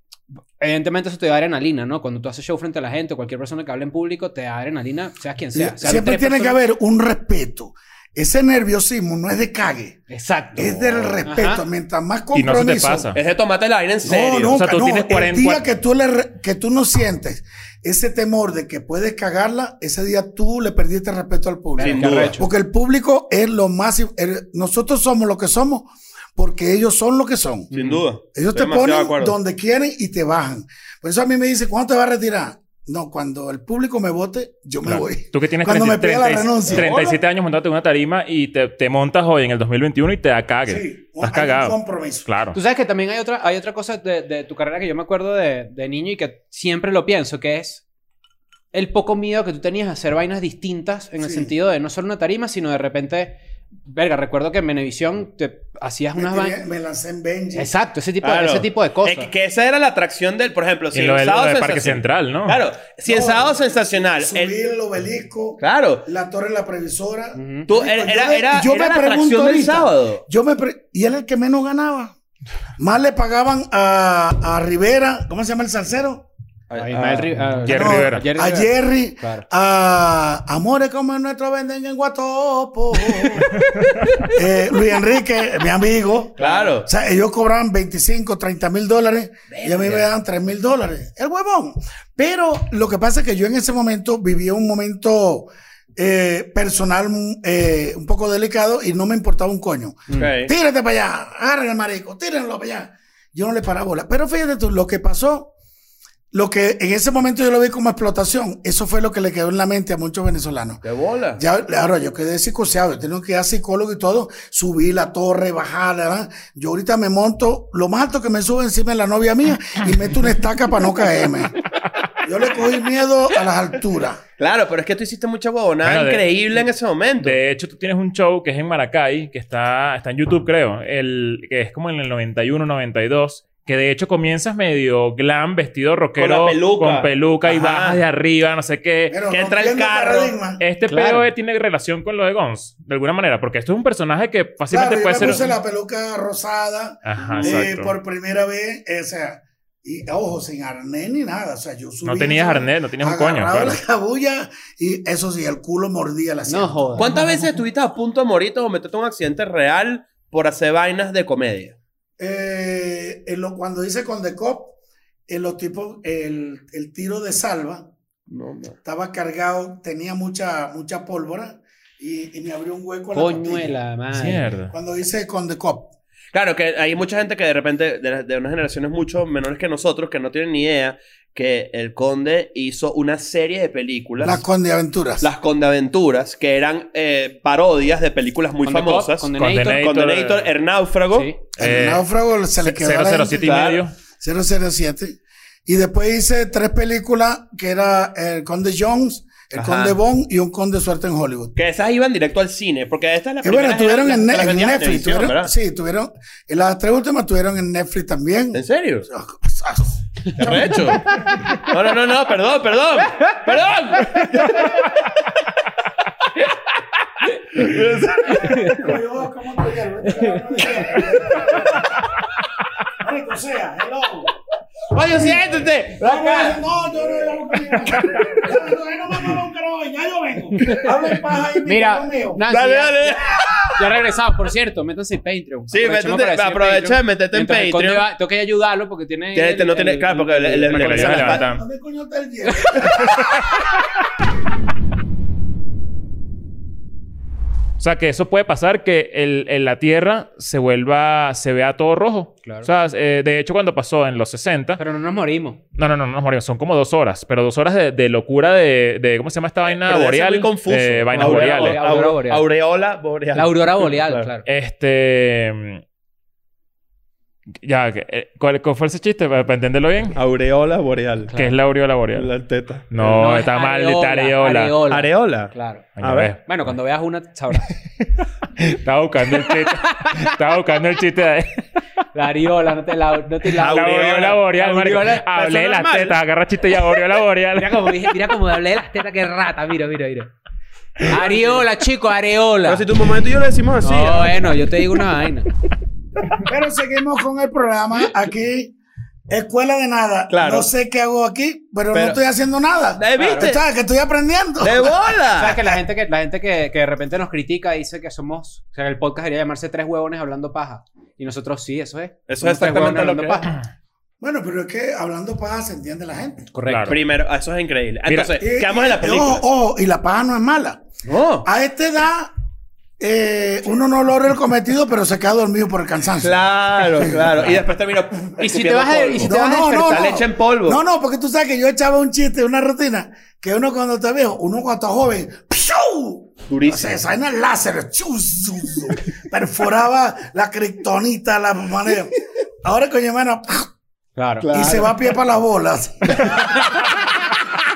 Speaker 4: Evidentemente eso te da adrenalina, ¿no? Cuando tú haces show frente a la gente o cualquier persona que hable en público, te da adrenalina, seas quien sea. Seas
Speaker 5: Siempre
Speaker 4: tres
Speaker 5: tiene que
Speaker 4: personas-
Speaker 5: haber un respeto. Ese nerviosismo no es de cague,
Speaker 4: Exacto.
Speaker 5: es del respeto.
Speaker 4: Ajá.
Speaker 5: Mientras más
Speaker 2: Y no
Speaker 5: compromiso.
Speaker 2: se te pasa.
Speaker 3: Es de tomate la vaina en serio.
Speaker 5: No, nunca,
Speaker 2: O sea, tú
Speaker 5: no.
Speaker 2: tienes 40
Speaker 5: El día que tú, le re- que tú no sientes ese temor de que puedes cagarla, ese día tú le perdiste el respeto al público.
Speaker 3: Sin duda.
Speaker 5: Porque el público es lo más... el- nosotros somos lo que somos porque ellos son lo que son.
Speaker 3: Sin duda.
Speaker 5: Ellos
Speaker 3: Estoy
Speaker 5: te
Speaker 3: demasiado de
Speaker 5: ponen
Speaker 3: acuerdo.
Speaker 5: donde quieren y te bajan. Por eso a mí me dicen, ¿cuándo te vas a retirar? No, cuando el público me vote, yo me
Speaker 2: Claro.
Speaker 5: voy.
Speaker 2: Tú que tienes
Speaker 5: Cuando me pida la
Speaker 2: 30
Speaker 5: renuncia.
Speaker 2: 37 años montándote en una tarima y te, te montas hoy en el 2021 y te da cague.
Speaker 5: Sí,
Speaker 2: Estás
Speaker 5: hay
Speaker 2: cagado.
Speaker 5: un compromiso.
Speaker 2: Claro.
Speaker 4: Tú sabes que también hay otra, hay otra cosa de, de tu carrera que yo me acuerdo de, de niño y que siempre lo pienso, que es el poco miedo que tú tenías a hacer vainas distintas en el
Speaker 5: Sí.
Speaker 4: sentido de no solo una tarima, sino de repente, verga, recuerdo que en Venevisión te hacías
Speaker 5: Me,
Speaker 4: unas
Speaker 5: tiré-
Speaker 4: vainas...
Speaker 5: me lancé en Benji.
Speaker 4: Exacto, ese tipo,
Speaker 3: Claro.
Speaker 4: ese tipo de cosas.
Speaker 3: Es que esa era la atracción del, por ejemplo, si
Speaker 2: y lo
Speaker 3: en
Speaker 2: del,
Speaker 3: Sábado
Speaker 2: lo del Parque
Speaker 3: Sensacional-
Speaker 2: Central, ¿no?
Speaker 3: Claro, si en
Speaker 5: No,
Speaker 3: Sábado Sensacional.
Speaker 5: Subí
Speaker 3: el-
Speaker 5: el obelisco,
Speaker 3: claro,
Speaker 5: la torre de la previsora.
Speaker 4: Ujú.
Speaker 3: tú,
Speaker 5: Marico,
Speaker 3: era,
Speaker 5: yo
Speaker 3: era,
Speaker 5: me-
Speaker 3: era,
Speaker 5: yo me
Speaker 3: la atracción
Speaker 5: pregunto
Speaker 3: del
Speaker 5: ahorita.
Speaker 3: sábado.
Speaker 5: Yo me pre- y él el que menos ganaba. Más le pagaban a, a Rivera, ¿cómo se llama el salsero?
Speaker 4: A
Speaker 3: Ah,
Speaker 4: Ismael Ri- a-
Speaker 2: Jerry
Speaker 4: no,
Speaker 2: Rivera.
Speaker 4: Jerry
Speaker 5: a
Speaker 4: Rivera.
Speaker 5: Jerry,
Speaker 4: Claro.
Speaker 5: a Amores como nuestro venden en Guatopo. Eh, Luis Enrique, mi amigo.
Speaker 3: Claro.
Speaker 5: O sea, ellos cobraban 25, 30 mil dólares y a mí me daban 3 mil dólares. El huevón. Pero lo que pasa es que yo en ese momento vivía un momento eh, personal mm, eh, un poco delicado y no me importaba un coño.
Speaker 3: Ok.
Speaker 5: Tírate para allá, agarren al marico, tírenlo para allá. Yo no le paraba bola. Pero fíjate tú, lo que pasó, lo que en ese momento yo lo vi como explotación, eso fue lo que le quedó en la mente a muchos venezolanos.
Speaker 3: ¡Qué bola!
Speaker 5: Ya, claro, yo quedé psicoseado, yo tengo que ir a psicólogo y todo, subir la torre, bajarla, ¿verdad? Yo ahorita me monto, lo más alto que me sube encima es la novia mía y meto una estaca para no caerme. Yo le cogí miedo a las alturas.
Speaker 3: Claro, pero es que tú hiciste mucha huevonada
Speaker 2: Bueno, de-
Speaker 3: increíble en ese momento.
Speaker 2: De hecho, tú tienes un show que es en Maracay, que está, está en YouTube, creo, el, que es como en el 91, 92, que de hecho comienzas medio glam, vestido rockero,
Speaker 3: Con la peluca.
Speaker 2: con peluca y
Speaker 3: Ajá.
Speaker 2: bajas de arriba, no sé qué.
Speaker 5: Pero
Speaker 3: Eh, Que entra el
Speaker 5: rompiendo
Speaker 3: carro. Eh,
Speaker 5: paradigma.
Speaker 2: Este
Speaker 4: Claro.
Speaker 2: pedo tiene relación con lo de Gons, de alguna manera, porque esto es un personaje que
Speaker 5: Claro,
Speaker 2: fácilmente
Speaker 5: yo
Speaker 2: puede
Speaker 5: me
Speaker 2: ser.
Speaker 5: puse la peluca rosada.
Speaker 2: Ajá,
Speaker 5: Eh,
Speaker 2: exacto.
Speaker 5: por primera vez, eh, o sea, y ojo, sin arnés ni nada, o sea, yo subí.
Speaker 2: No tenías
Speaker 5: o sea,
Speaker 2: arnés, no tenías un coño.
Speaker 5: agarraba
Speaker 2: claro.
Speaker 5: la cabulla y eso sí, el culo mordía la
Speaker 4: No
Speaker 5: sien.
Speaker 4: jodas.
Speaker 3: ¿Cuántas veces estuviste a punto de morirte o meterte en un accidente real por hacer vainas de comedia?
Speaker 5: Eh, en lo- cuando hice con The Cop, en los tipos, el, el tiro de salva
Speaker 3: No, no.
Speaker 5: estaba cargado, tenía mucha, mucha pólvora y, y me abrió un hueco. en la
Speaker 4: Coño de
Speaker 5: costilla.
Speaker 4: la madre.
Speaker 2: Mierda.
Speaker 5: Cuando hice con The Cop.
Speaker 3: Claro, que hay mucha gente que de repente, de, las- de unas generaciones mucho menores que nosotros, que no tienen ni idea que el Conde hizo una serie de películas.
Speaker 5: Las Condeaventuras.
Speaker 3: las Condeaventuras, que eran eh, parodias de películas muy
Speaker 4: Con The Cop,
Speaker 3: famosas.
Speaker 4: con The
Speaker 2: Con The
Speaker 4: Nator.
Speaker 2: Nator.
Speaker 3: Condenator, El Náufrago.
Speaker 4: Sí.
Speaker 5: El
Speaker 2: eh,
Speaker 5: náufrago se le quedó a la gente.
Speaker 2: 007 y
Speaker 3: claro.
Speaker 2: medio.
Speaker 5: 007. Y después hice tres películas que era El Conde Jones, El
Speaker 3: Ajá.
Speaker 5: Conde Bond y Un Conde Suerte en Hollywood.
Speaker 3: Que esas iban directo al cine, porque esta es la
Speaker 5: Que
Speaker 3: primera.
Speaker 5: bueno, tuvieron en, Ne- en Netflix. tuvieron-
Speaker 3: ¿verdad?
Speaker 5: sí, tuvieron. y Las tres últimas tuvieron en Netflix también.
Speaker 3: ¿En serio? ¿Qué arrecho? No, no, no, no, perdón, perdón. ¡Perdón! ¡Oye, siéntate!
Speaker 4: Mira, Nancy,
Speaker 3: Dale,
Speaker 4: ya-
Speaker 3: dale.
Speaker 4: Ya regresamos, por cierto, métanse en Patreon.
Speaker 3: Sí,
Speaker 4: Aprovechemos
Speaker 3: métete-
Speaker 4: para decir
Speaker 3: aprovecha de meterte en
Speaker 4: Mientras el Conde
Speaker 3: Patreon.
Speaker 4: va- tengo que ayudarlo porque tiene.
Speaker 3: Tiene- este no tiene- claro, porque le- le-
Speaker 2: Para que le ayude a
Speaker 3: Ah.
Speaker 2: levantar.
Speaker 5: ¿Dónde coño está el hielo?
Speaker 2: O sea, que eso puede pasar que el, el- la Tierra se vuelva, se vea todo rojo.
Speaker 4: Claro.
Speaker 2: O sea, eh, de hecho, cuando pasó en los 60,
Speaker 4: Pero no nos morimos.
Speaker 2: no, no, no, no nos morimos, son como dos horas, pero dos horas de, de locura de, de- ¿cómo se llama esta vaina
Speaker 3: Pero debe ser
Speaker 2: boreal?
Speaker 3: muy confuso.
Speaker 2: Eh, vainas
Speaker 3: Aurora-
Speaker 2: boreales.
Speaker 4: boreal.
Speaker 3: aurora-
Speaker 4: Aurora boreal.
Speaker 3: Aureola boreal.
Speaker 4: La aurora boreal,
Speaker 3: Claro.
Speaker 4: claro.
Speaker 2: Este. mm, Ya, que, eh, ¿cuál, cuál fue ese chiste? Para, para entenderlo bien.
Speaker 3: Aureola boreal.
Speaker 2: ¿Qué es la aureola boreal?
Speaker 3: Ah, La teta.
Speaker 2: No,
Speaker 4: es
Speaker 2: está mal,
Speaker 4: areola,
Speaker 2: está areola.
Speaker 4: areola.
Speaker 3: Areola.
Speaker 4: Claro.
Speaker 2: Coño,
Speaker 3: A
Speaker 2: ves,
Speaker 3: ver.
Speaker 4: Bueno, cuando veas una, sabrás.
Speaker 2: Estaba buscando el chiste. estaba buscando el chiste de.
Speaker 4: La areola, no te la. No te la
Speaker 2: La aureola boreal, marico.
Speaker 4: aureola.
Speaker 2: Hablé de
Speaker 3: persona
Speaker 2: las
Speaker 3: normal.
Speaker 2: tetas, Ah, agarra chiste y aureola
Speaker 4: Mira
Speaker 2: boreal.
Speaker 4: como dije, mira como hablé de las tetas, que rata. Mira, mira, mira. Areola, chico, areola.
Speaker 3: Pero si tu mamá y tú y yo le decimos así. ¿eh?
Speaker 4: no, eh. bueno, yo te digo una vaina.
Speaker 5: Pero seguimos con el programa aquí. Escuela de nada.
Speaker 3: Claro.
Speaker 5: No sé qué hago aquí, pero,
Speaker 3: Pero-
Speaker 5: no estoy haciendo nada.
Speaker 3: ¿Eh, ¿Viste?
Speaker 5: O sea, que estoy aprendiendo.
Speaker 3: ¡De bola!
Speaker 4: ¿Sabes que la gente que la gente que, que de repente nos critica dice que somos, o sea, que el podcast debería llamarse tres huevones hablando paja. Y nosotros sí, eso es.
Speaker 3: Eso es
Speaker 4: Somos Tres
Speaker 3: exactamente
Speaker 4: Huevones
Speaker 3: lo que
Speaker 4: Hablando
Speaker 3: es.
Speaker 5: Bueno, pero es que hablando paja se entiende la gente.
Speaker 4: Correcto.
Speaker 2: Claro.
Speaker 3: Primero, eso es increíble.
Speaker 2: Mira,
Speaker 3: Entonces,
Speaker 5: Eh,
Speaker 3: quedamos en la
Speaker 5: eh, Ojo,
Speaker 3: película.
Speaker 5: ojo, y la paja no es mala.
Speaker 3: No.
Speaker 5: A esta edad, este eh, uno no logra el cometido, pero se queda dormido por el cansancio.
Speaker 3: Claro, claro. Y después termino.
Speaker 4: Y si te vas a- y si te vas a
Speaker 3: no,
Speaker 4: despertar,
Speaker 3: no. leche en polvo.
Speaker 5: No, no, porque tú sabes que yo echaba un chiste, una rutina, que uno cuando está viejo, uno cuando está joven, ¡piu!
Speaker 3: Durísimo.
Speaker 5: Se saben el láser, ¡chu, zu, zu! perforaba la criptonita, la manera. Ahora con mi hermana,
Speaker 4: Claro.
Speaker 5: y se va a pie para las bolas.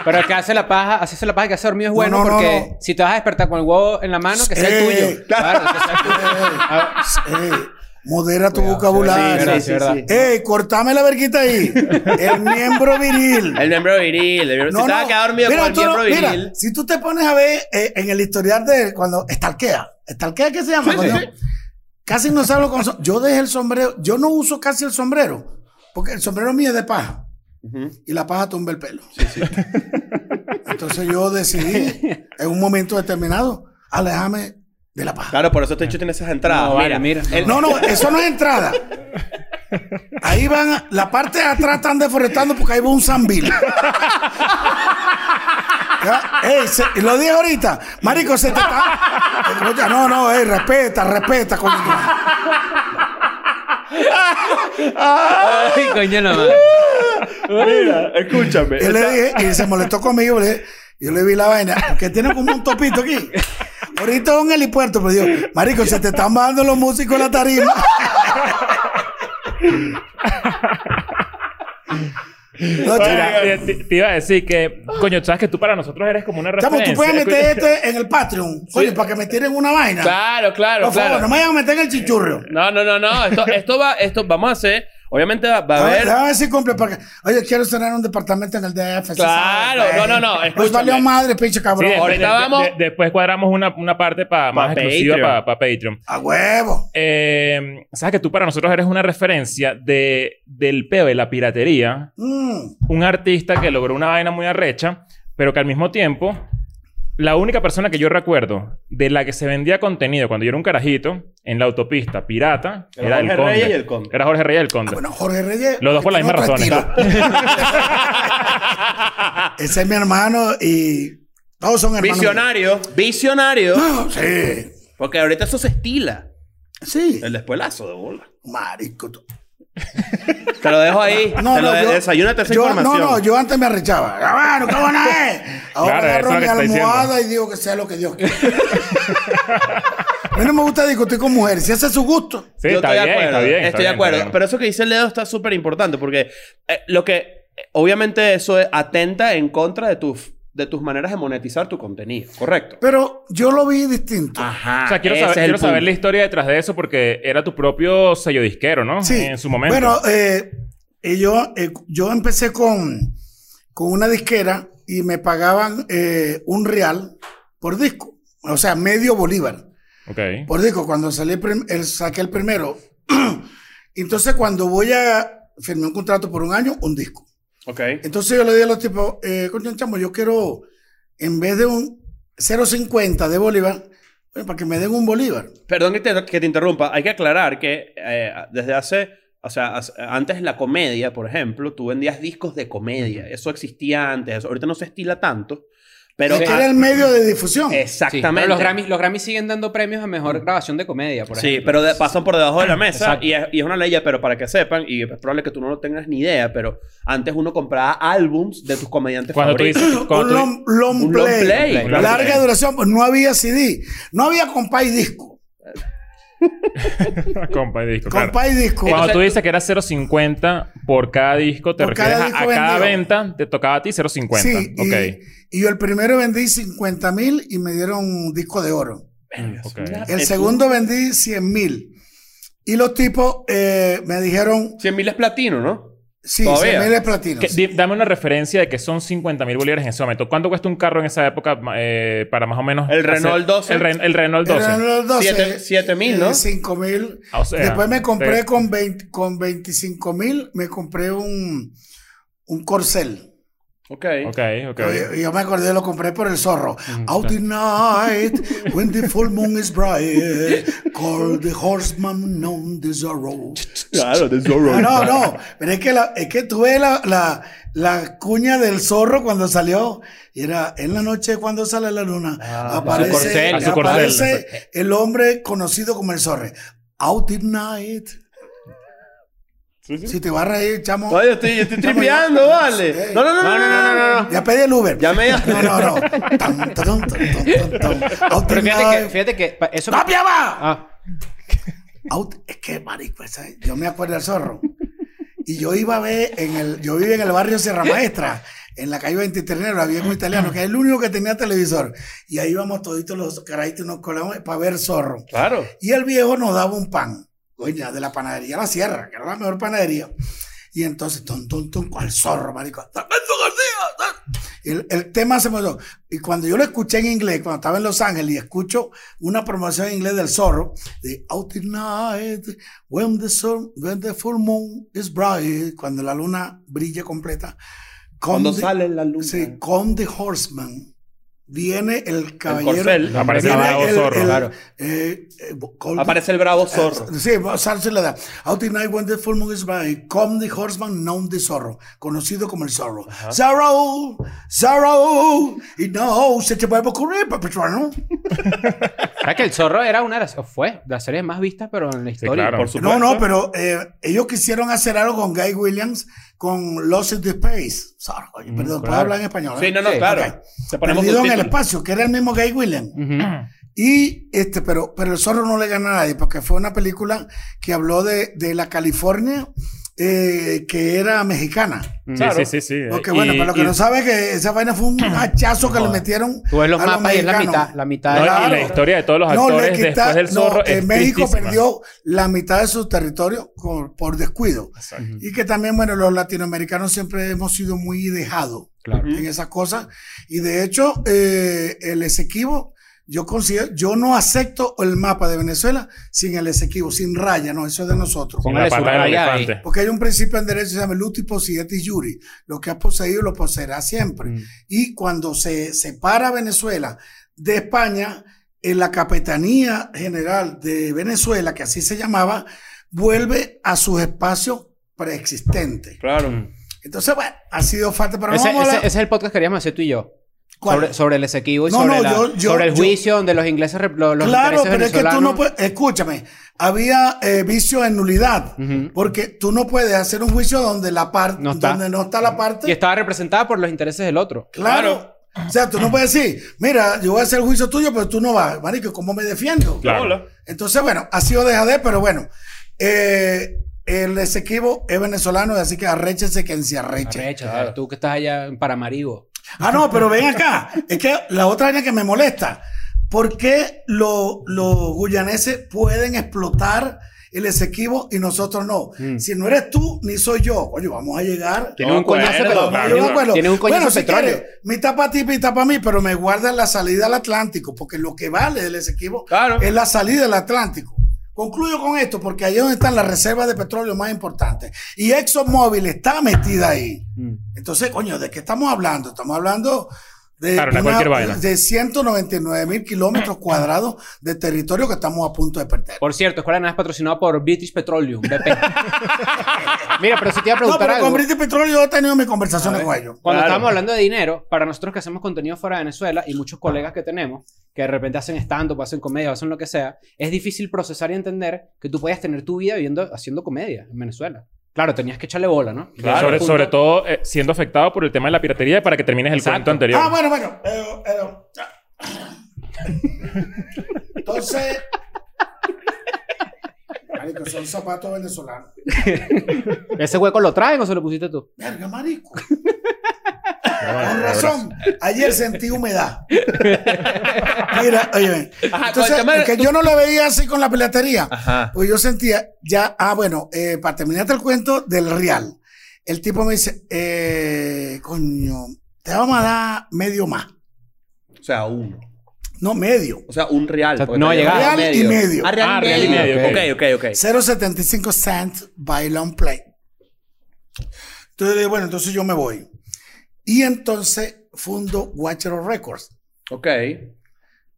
Speaker 4: Pero el que hace la paja, hacerse la paja y que hace dormido es bueno
Speaker 5: no, no,
Speaker 4: porque
Speaker 5: no.
Speaker 4: si te vas a despertar con el huevo en la mano, que sea el
Speaker 5: Eh,
Speaker 4: tuyo. Claro, que sea el tuyo.
Speaker 5: Eh, modera tu
Speaker 4: Cuidado,
Speaker 5: vocabulario.
Speaker 4: sí, verdad, sí, verdad.
Speaker 5: ¡Ey, cortame la verquita ahí! El miembro viril.
Speaker 3: El miembro viril. El miembro... si te vas a quedar dormido
Speaker 5: Mira,
Speaker 3: con el
Speaker 5: tú no-
Speaker 3: miembro
Speaker 5: mira,
Speaker 3: viril.
Speaker 5: si tú te pones a ver eh, en el historial de cuando estalquea, estalquea qué se llama?
Speaker 3: Sí,
Speaker 5: Cuando
Speaker 3: sí,
Speaker 5: Casi no salgo con som- yo dejé el sombrero, yo no uso casi el sombrero, porque el sombrero mío es de paja. Y la paja tumba el pelo. Entonces yo decidí en un momento determinado alejarme de la paja.
Speaker 3: Claro, por eso este hecho tiene esas entradas.
Speaker 4: No,
Speaker 3: mira,
Speaker 4: vale, mira.
Speaker 3: El-
Speaker 5: No, no, eso no es entrada. Ahí van, a- la parte de atrás están deforestando porque ahí va un zambil. Ya, ey, se- y lo dije ahorita, marico, se te está. Escucha, No, no, ey, respeta, respeta. coño.
Speaker 4: Ay, coño, no, madre.
Speaker 3: Mira, escúchame.
Speaker 5: Yo le dije, y se molestó conmigo, le dije, yo le vi la vaina, porque tiene como un topito aquí. Ahorita es un helipuerto, pero digo, marico, se te están bajando los músicos en la tarima. No,
Speaker 2: Mira, eh, te, te iba a decir que, coño, sabes que tú para nosotros eres como una
Speaker 5: Chamo,
Speaker 2: referencia.
Speaker 5: tú puedes meter este en el Patreon. Oye, para que me tiren una vaina.
Speaker 3: Claro, claro,
Speaker 5: Por favor,
Speaker 3: claro.
Speaker 5: no me vayan a meter en el chichurro.
Speaker 3: No, no, no, no. Esto, esto va, esto vamos a hacer. Obviamente va, va a
Speaker 5: A ver,
Speaker 3: haber.
Speaker 5: a ver si cumple. Porque, oye, quiero cenar un departamento en el DF. ¿se
Speaker 3: Claro, no,
Speaker 5: sabe?
Speaker 3: no, no,
Speaker 5: Pues
Speaker 3: escúchame.
Speaker 5: valió madre, pinche
Speaker 2: Sí,
Speaker 5: cabrón.
Speaker 2: después-
Speaker 3: Ahorita
Speaker 2: de- de-
Speaker 3: vamos.
Speaker 2: de- después cuadramos una, una parte pa- más
Speaker 3: Pa'
Speaker 2: exclusiva
Speaker 3: Patreon.
Speaker 2: para Patreon.
Speaker 5: A huevo.
Speaker 2: Eh, sabes que tú para nosotros eres una referencia de, del peo de la piratería.
Speaker 5: Mm.
Speaker 2: Un artista que logró una vaina muy arrecha, pero que al mismo tiempo, la única persona que yo recuerdo de la que se vendía contenido cuando yo era un carajito en la autopista pirata
Speaker 3: Era
Speaker 2: era, el
Speaker 3: Jorge
Speaker 2: Conde.
Speaker 3: Reyes y el Conde.
Speaker 2: Era Jorge Reyes y el Conde.
Speaker 5: Ah, Bueno, Jorge Reyes.
Speaker 2: Los dos por las
Speaker 5: tiene
Speaker 2: mismas
Speaker 5: otro
Speaker 3: ¿eh?
Speaker 2: razones.
Speaker 5: estilo. Ese es mi hermano y todos son hermanos.
Speaker 3: Visionario. Visionario.
Speaker 5: Ah, Sí.
Speaker 3: Porque ahorita eso se estila.
Speaker 5: Sí.
Speaker 3: El despuelazo de bola.
Speaker 5: Marico. tú-
Speaker 3: Te lo dejo ahí.
Speaker 5: No,
Speaker 3: Te lo
Speaker 5: no,
Speaker 3: de-
Speaker 5: yo,
Speaker 3: desayúnate esa
Speaker 5: yo-
Speaker 3: información.
Speaker 5: No, no, yo antes me arrechaba. Ah, Bueno, ¿qué buena es? Ahora
Speaker 2: Claro, eso es
Speaker 5: agarro
Speaker 2: lo
Speaker 5: mi
Speaker 2: que está diciendo.
Speaker 5: almohada y digo que sea lo que Dios quiera. a mí no me gusta discutir con mujeres. Si ese es su gusto.
Speaker 2: Sí,
Speaker 3: Yo
Speaker 2: está
Speaker 3: estoy
Speaker 2: bien,
Speaker 3: de acuerdo.
Speaker 2: está bien. está
Speaker 3: estoy
Speaker 2: bien,
Speaker 3: de acuerdo.
Speaker 2: está bien.
Speaker 3: Pero eso que dice el dedo está súper importante porque eh, lo que. eh, Obviamente eso es- atenta en contra de tus, de tus maneras de monetizar tu contenido. Correcto.
Speaker 5: Pero yo lo vi distinto.
Speaker 3: Ajá.
Speaker 2: O sea,
Speaker 5: Ah,
Speaker 2: quiero,
Speaker 3: ese
Speaker 2: saber,
Speaker 3: es el
Speaker 2: quiero saber
Speaker 3: punto.
Speaker 2: la historia detrás de eso porque era tu propio sello disquero, ¿no?
Speaker 5: Sí.
Speaker 2: Ah, En su momento.
Speaker 5: Bueno, eh, y yo, eh, yo empecé con, con una disquera y me pagaban eh, un real por disco. O sea, medio bolívar.
Speaker 2: ok.
Speaker 5: Por disco, cuando salí el prim- el- saqué el primero. Entonces, cuando voy a firmé un contrato por un año, un disco.
Speaker 3: Ok.
Speaker 5: Entonces yo le dije a los tipos, eh, coño, chamo, yo quiero, en vez de un 0.50 de Bolívar, oye, para que me den un Bolívar.
Speaker 3: Perdón que te, que te interrumpa. Hay que aclarar que eh, desde hace... O sea, as- antes en la comedia, por ejemplo, tú vendías discos de comedia. Eso existía antes. eso- ahorita no se estila tanto. Pero...
Speaker 5: Porque
Speaker 3: ah,
Speaker 5: era el medio de difusión.
Speaker 4: Sí,
Speaker 3: Exactamente.
Speaker 4: pero los Grammys, los Grammys siguen dando premios a mejor grabación de comedia, por
Speaker 3: Sí,
Speaker 4: ejemplo.
Speaker 3: pero de- pasan por debajo de
Speaker 2: Ah,
Speaker 3: la mesa
Speaker 4: Exacto.
Speaker 3: y es, y es una ley, ya, pero para que sepan, y es probable que tú no lo tengas ni idea, pero antes uno compraba álbums de tus comediantes
Speaker 2: Cuando tú
Speaker 3: favoritos.
Speaker 2: dices... cuando
Speaker 5: un
Speaker 2: tú-
Speaker 5: long, long
Speaker 3: un long
Speaker 5: play,
Speaker 3: play,
Speaker 2: long play.
Speaker 5: larga duración, pues no había CD, no había compás y disco.
Speaker 2: Compa y disco, claro.
Speaker 5: Compás y disco.
Speaker 2: Cuando
Speaker 3: Entonces-
Speaker 2: tú dices que era 0.50 por cada disco, te
Speaker 5: Por
Speaker 2: refieres
Speaker 5: cada
Speaker 2: a- a,
Speaker 5: disco
Speaker 2: cada
Speaker 5: vendido.
Speaker 2: venta, te tocaba a ti 0.50.
Speaker 5: Sí, y-
Speaker 2: ok.
Speaker 5: y, yo el primero vendí 50 mil y me dieron un disco de oro.
Speaker 2: ok.
Speaker 5: El
Speaker 3: Es
Speaker 5: segundo vendí 100 mil. Y los tipos eh, me dijeron,
Speaker 3: 100 mil es platino, ¿no?
Speaker 5: sí,
Speaker 3: Todavía.
Speaker 5: 100 mil es platino.
Speaker 2: Que- di- dame una referencia de que son 50 mil bolívares en ese momento. ¿Cuánto cuesta un carro en esa época ma- eh, para más o menos...
Speaker 3: El Renault 12.
Speaker 2: El, Ren- el Renault 12.
Speaker 5: Eran los 12,
Speaker 3: Siete- siete mil, ¿no? Ah,
Speaker 5: eh, Cinco mil.
Speaker 2: O sea, eh,
Speaker 5: Después me compré
Speaker 2: te-
Speaker 5: con, 20 con 25 mil, me compré un, un corcel.
Speaker 3: Ok. Mm,
Speaker 2: Ok, ok.
Speaker 5: Yo, yo me acordé, lo compré por el zorro. Out in night, when the full moon is bright, call the horseman known the zorro.
Speaker 3: Claro, de Zorro.
Speaker 5: No, no, no. Pero es que, la, es que tuve la, la, la cuña del zorro cuando salió. Y era en la noche cuando sale la luna.
Speaker 4: a
Speaker 5: aparece,
Speaker 4: su corcel,
Speaker 2: a su corcel.
Speaker 5: aparece el hombre conocido como el zorro. Out in night.
Speaker 2: Sí, sí.
Speaker 5: Si te vas a reír, chamo.
Speaker 3: Oye, yo estoy, yo estoy
Speaker 5: Chamo,
Speaker 3: tripeando,
Speaker 5: ya-
Speaker 3: vale.
Speaker 5: Ey.
Speaker 3: No, no, no, no, no, no, no,
Speaker 5: Ya pedí el Uber.
Speaker 3: Ya me-
Speaker 5: No, no, no. Tan, tan, tan, tan, tan, tan. Out
Speaker 4: Pero
Speaker 5: in
Speaker 4: fíjate que,
Speaker 5: night.
Speaker 4: fíjate que pa- eso...
Speaker 5: ¡No, ya va!
Speaker 4: Ah,
Speaker 5: Out- es que marico, esa- yo me acuerdo del zorro. Y yo iba a ver en el, yo vivía en el barrio Sierra Maestra, en la calle 23 de enero, había un italiano que es el único que tenía televisor. Y ahí íbamos toditos los carajitos nos colamos para ver zorro.
Speaker 3: Claro.
Speaker 5: Y el viejo nos daba un pan, coña, de la panadería La Sierra, que era la mejor panadería. Y entonces, ton, ton, ton, al zorro, marico. ¡Dame tu García! dame! El, el tema se me dio. Y cuando yo lo escuché en inglés, cuando estaba en Los Ángeles, y escucho una promoción en inglés del zorro, de Out in night, when the, sun, when the full moon is bright, cuando la luna brille completa. come
Speaker 3: Cuando
Speaker 5: the-
Speaker 3: sale la luna.
Speaker 5: Sí, con The Horseman. Viene el caballero.
Speaker 3: corcel.
Speaker 2: Aparece
Speaker 5: viene
Speaker 2: Bravo Zorro, claro.
Speaker 5: eh, eh, con-
Speaker 3: Aparece el bravo zorro.
Speaker 5: Sí, Sarce le da. Out in night when the full moon is bright, come the horseman known the zorro, conocido como el zorro. Zorro, zorro, y no, se te puede ocurrir, papechuano.
Speaker 4: ¿Sabes que el zorro era una de las... o fue de las series más vistas, pero en la historia.
Speaker 2: claro.
Speaker 4: Por-
Speaker 3: Por
Speaker 5: No,
Speaker 3: supuesto.
Speaker 5: no, pero eh, ellos quisieron hacer algo con Guy Williams, con Lost in the Space. Zorro, oye, perdón, puedo hablar en español.
Speaker 3: Mm, Sí,
Speaker 5: eh?
Speaker 3: no, no,
Speaker 4: Sí,
Speaker 3: claro.
Speaker 5: ok.
Speaker 3: Te ponemos
Speaker 5: Perdido en el
Speaker 3: subtítulos.
Speaker 5: espacio, que era el mismo Guy Williams.
Speaker 4: Ujú.
Speaker 5: Y este, pero, pero el zorro no le gana a nadie, porque fue una película que habló de, de la California eh, que era mexicana.
Speaker 2: Sí,
Speaker 3: Claro.
Speaker 2: sí, sí, sí.
Speaker 5: Porque bueno,
Speaker 2: Y-
Speaker 5: para los que
Speaker 2: y-
Speaker 5: no saben que esa vaina fue un hachazo que le metieron.
Speaker 4: Tú ves los
Speaker 5: a
Speaker 4: mapas y es la
Speaker 5: mexicanos.
Speaker 4: mitad, la mitad
Speaker 2: No,
Speaker 4: de
Speaker 2: y
Speaker 5: Claro.
Speaker 2: la historia de todos los
Speaker 5: No, le
Speaker 2: actores
Speaker 5: quita-
Speaker 2: después del
Speaker 5: no,
Speaker 2: zorro
Speaker 5: eh,
Speaker 2: es
Speaker 5: México
Speaker 2: tristísima.
Speaker 5: perdió la mitad de su territorio por, por descuido.
Speaker 2: Exacto.
Speaker 5: Y que también, bueno, los latinoamericanos siempre hemos sido muy dejados en esas cosas. Y de hecho, eh, el Esequibo, yo considero, yo no acepto el mapa de Venezuela sin el Esequibo, sin raya, no, eso es de nosotros.
Speaker 2: Con la
Speaker 4: Póngale su
Speaker 2: pata del
Speaker 4: raya ahí.
Speaker 2: elefante.
Speaker 5: Porque hay un principio en derecho que se llama Luti Posidetis Yuri. Lo que has poseído lo poseerá siempre. Y cuando se separa Venezuela de España, en la Capitanía General de Venezuela, que así se llamaba, vuelve a sus espacios preexistentes.
Speaker 3: Claro.
Speaker 5: Entonces, bueno, ha sido falta, pero no
Speaker 4: Ese,
Speaker 5: vamos a
Speaker 4: ese-
Speaker 5: hablar-
Speaker 4: ese es el podcast que queríamos hacer tú y yo.
Speaker 5: ¿Cuál?
Speaker 4: Sobre, sobre el Esequibo y
Speaker 5: No,
Speaker 4: sobre,
Speaker 5: no,
Speaker 4: la-
Speaker 5: yo- yo-
Speaker 4: sobre el
Speaker 5: yo-
Speaker 4: juicio donde los ingleses, rep- lo- los
Speaker 5: claro,
Speaker 4: intereses
Speaker 5: pero es que tú
Speaker 4: venezolanos-
Speaker 5: no puedes, escúchame, había eh, vicio en nulidad,
Speaker 4: Ujú.
Speaker 5: porque tú no puedes hacer un juicio donde la parte,
Speaker 4: No está.
Speaker 5: donde no está la parte.
Speaker 4: Y estaba representada por los intereses del otro.
Speaker 5: Claro. O sea, tú no puedes decir, mira, yo voy a hacer el juicio tuyo, pero tú no vas. Marico, ¿cómo me defiendo?
Speaker 2: Claro.
Speaker 3: Hola.
Speaker 5: Entonces, bueno, ha sido dejadez, pero bueno. eh, el Esequibo es venezolano, así que arréchese quien se arreche.
Speaker 4: Arrecha, Tú que estás allá en Paramaribo.
Speaker 5: Ah, no, pero ven acá. Es que la otra área que me molesta. ¿Por qué lo- los guyaneses pueden explotar el Esequibo y nosotros no? Si no eres tú, ni soy yo. Oye, vamos a llegar.
Speaker 4: Tiene
Speaker 2: No,
Speaker 4: un coñazo,
Speaker 2: acuerdo,
Speaker 4: pero
Speaker 2: claro.
Speaker 5: Yo me acuerdo.
Speaker 4: tiene un coñazo
Speaker 5: bueno,
Speaker 4: de
Speaker 5: si
Speaker 4: petróleo.
Speaker 5: quieres, mitad para ti, mitad para mí, pero me guardan la salida al Atlántico, porque lo que vale del Esequibo
Speaker 3: Claro.
Speaker 5: es la salida al Atlántico. Concluyo con esto, porque ahí es donde están las reservas de petróleo más importantes. Y ExxonMobil está metida ahí. Entonces, coño, ¿de qué estamos hablando? Estamos hablando de,
Speaker 2: Claro, no es cualquier vaina.
Speaker 5: de 199 mil kilómetros cuadrados de territorio que estamos a punto de perder.
Speaker 4: Por cierto, Escuela de Nada es patrocinado por British Petroleum, BP. Mira, pero si te iba a
Speaker 5: No,
Speaker 4: preguntar
Speaker 5: pero con
Speaker 4: algo.
Speaker 5: British Petróleo yo he tenido mis conversaciones con ellos.
Speaker 4: Cuando
Speaker 3: Claro.
Speaker 4: estábamos hablando de dinero, para nosotros que hacemos contenido fuera de Venezuela y muchos colegas que tenemos, que de repente hacen stand-up, hacen comedia, o hacen lo que sea, es difícil procesar y entender que tú podías tener tu vida viviendo, haciendo comedia en Venezuela. Claro, tenías que echarle bola, ¿no?
Speaker 2: Claro, sobre, sobre todo eh, siendo afectado por el tema de la piratería para que termines el
Speaker 4: Exacto.
Speaker 2: cuento anterior.
Speaker 5: Ah, bueno, bueno. eh, eh. Entonces. Marico, son zapatos venezolanos.
Speaker 4: ¿Ese hueco lo traen o se lo pusiste tú?
Speaker 5: Verga, marico. Con razón. Ayer sentí humedad. Mira, oye.
Speaker 3: Ajá,
Speaker 5: Entonces,
Speaker 3: con el tema de-
Speaker 5: que yo no lo veía así con la pelatería.
Speaker 3: Ajá.
Speaker 5: Pues yo sentía, ya, ah, bueno, eh, para terminarte el cuento del Real, el tipo me dice, eh, coño, te vamos a dar medio más.
Speaker 3: O sea, uno.
Speaker 5: No, medio.
Speaker 3: O sea, un real.
Speaker 4: O sea,
Speaker 3: porque
Speaker 4: no
Speaker 3: te-
Speaker 4: llegaba.
Speaker 5: Real y medio.
Speaker 3: Ah, real,
Speaker 2: Ah,
Speaker 3: y,
Speaker 2: real y
Speaker 3: medio.
Speaker 2: medio,
Speaker 3: Ok, ok, ok.
Speaker 5: 0.75 cent by long play. Entonces le digo, bueno, entonces yo me voy. Y entonces fundo Guachero Records.
Speaker 3: Ok.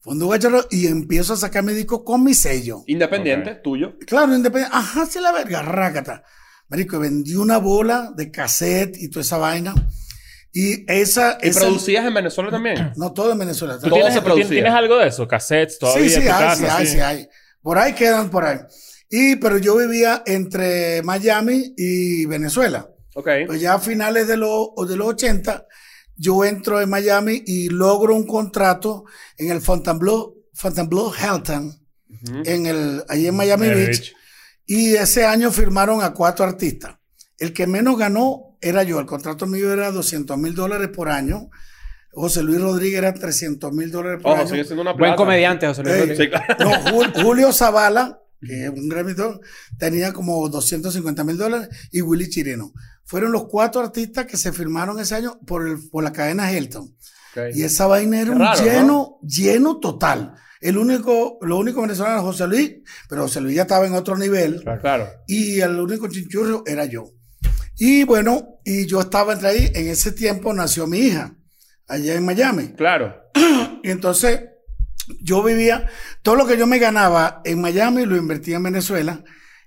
Speaker 5: Fundo Guachero y empiezo a sacar mi disco con mi sello.
Speaker 3: Independiente, tuyo.
Speaker 5: Claro, independiente. Ajá, sí, la verga, rácata. Marico, vendí una bola de cassette y toda esa vaina. Y esa.
Speaker 3: ¿Y
Speaker 5: esa-
Speaker 3: producías en Venezuela también?
Speaker 5: No todo en Venezuela.
Speaker 2: ¿Tú
Speaker 3: Todo
Speaker 2: tienes,
Speaker 3: se
Speaker 2: tú
Speaker 3: producía.
Speaker 2: tienes- tienes algo de eso? ¿Cassettes todavía
Speaker 5: Sí, sí,
Speaker 2: en tu
Speaker 5: hay, sí,
Speaker 2: casa?
Speaker 5: hay, sí, hay. Por ahí quedan, por ahí. Y, pero yo vivía entre Miami y Venezuela.
Speaker 3: Ok.
Speaker 5: Pues ya a finales de, los o de los 80, yo entro en Miami y logro un contrato en el Fontainebleau, Fontainebleau Hilton, en el, ahí en Miami
Speaker 2: Miami
Speaker 5: Beach.
Speaker 2: Beach.
Speaker 5: Y ese año firmaron a cuatro artistas. El que menos ganó era yo. El contrato mío era 200 mil dólares por año. José Luis Rodríguez era 300 mil dólares por
Speaker 3: Ojo,
Speaker 5: año.
Speaker 3: sigue siendo una
Speaker 4: Buen
Speaker 3: plata.
Speaker 4: comediante, José Luis
Speaker 5: Ey.
Speaker 4: Rodríguez.
Speaker 3: Sí, claro.
Speaker 5: No, Jul- Julio Zavala, que es un Grammy Dog, tenía como 250 mil dólares y Willy Chirino. Fueron los cuatro artistas que se firmaron ese año por, el- por la cadena Hilton.
Speaker 3: Ok.
Speaker 5: Y esa vaina era
Speaker 3: Qué
Speaker 5: un
Speaker 3: raro, ¿no?
Speaker 5: lleno, lleno total. El único, lo único venezolano era José Luis, pero José Luis ya estaba en otro nivel
Speaker 3: Claro.
Speaker 5: y el único chinchurro era yo. Y bueno, y yo estaba entre ahí, en ese tiempo nació mi hija, allá en Miami.
Speaker 3: Claro.
Speaker 5: Y entonces yo vivía, todo lo que yo me ganaba en Miami lo invertí en Venezuela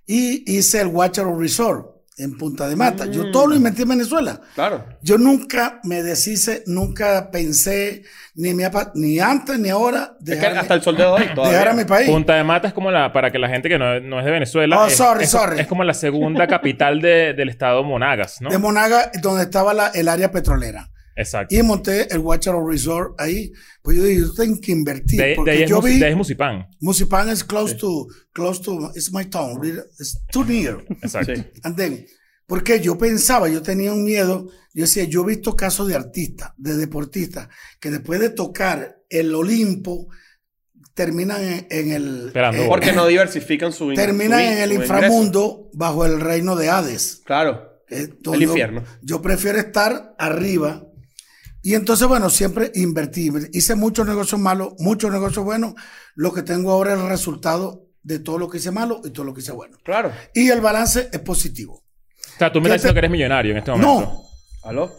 Speaker 5: y hice el Guacharo Resort en Punta de Mata. Yo todo lo
Speaker 3: Mm.
Speaker 5: invertí en Venezuela.
Speaker 3: Claro.
Speaker 5: Yo nunca me deshice, nunca pensé, ni, me, apa- ni antes ni ahora,
Speaker 3: Es que
Speaker 5: dejar,
Speaker 3: hasta el sol de hoy todavía.
Speaker 5: dejar a mi país.
Speaker 2: Punta de Mata es como la, para que la gente que no, no es de Venezuela,
Speaker 5: Oh,
Speaker 2: es,
Speaker 5: sorry,
Speaker 2: es-
Speaker 5: sorry.
Speaker 2: es como la segunda capital de- del estado Monagas, ¿no?
Speaker 5: De Monaga, donde estaba la- el área petrolera.
Speaker 2: Exacto.
Speaker 5: Y monté el Guacharo Resort ahí. Pues yo dije, yo tengo que invertir.
Speaker 2: De, de
Speaker 5: porque
Speaker 2: ahí es
Speaker 5: yo
Speaker 2: Musi-
Speaker 5: vi,
Speaker 2: de ahí es Musipán.
Speaker 5: Musipan es close to, close to, it's my town. It's too near.
Speaker 2: Exacto.
Speaker 3: Sí.
Speaker 5: And then, porque yo pensaba, yo tenía un miedo. Yo decía, yo he visto casos de artistas, de deportistas, que después de tocar el Olimpo, terminan en, en el...
Speaker 2: Esperando.
Speaker 5: eh,
Speaker 3: Porque no diversifican su in-
Speaker 5: terminan
Speaker 3: su in-
Speaker 5: en el
Speaker 3: su ingreso.
Speaker 5: inframundo bajo el reino de Hades.
Speaker 3: Claro.
Speaker 5: que es donde yo-
Speaker 3: infierno.
Speaker 5: Yo prefiero estar arriba. Y entonces, bueno, siempre invertí. Hice muchos negocios malos, muchos negocios buenos. Lo que tengo ahora es el resultado de todo lo que hice malo y todo lo que hice bueno.
Speaker 3: Claro.
Speaker 5: Y el balance es positivo.
Speaker 2: O sea, tú me
Speaker 5: Yo
Speaker 2: estás diciendo
Speaker 5: te-
Speaker 2: que eres millonario en este momento.
Speaker 5: No,
Speaker 3: ¿Aló?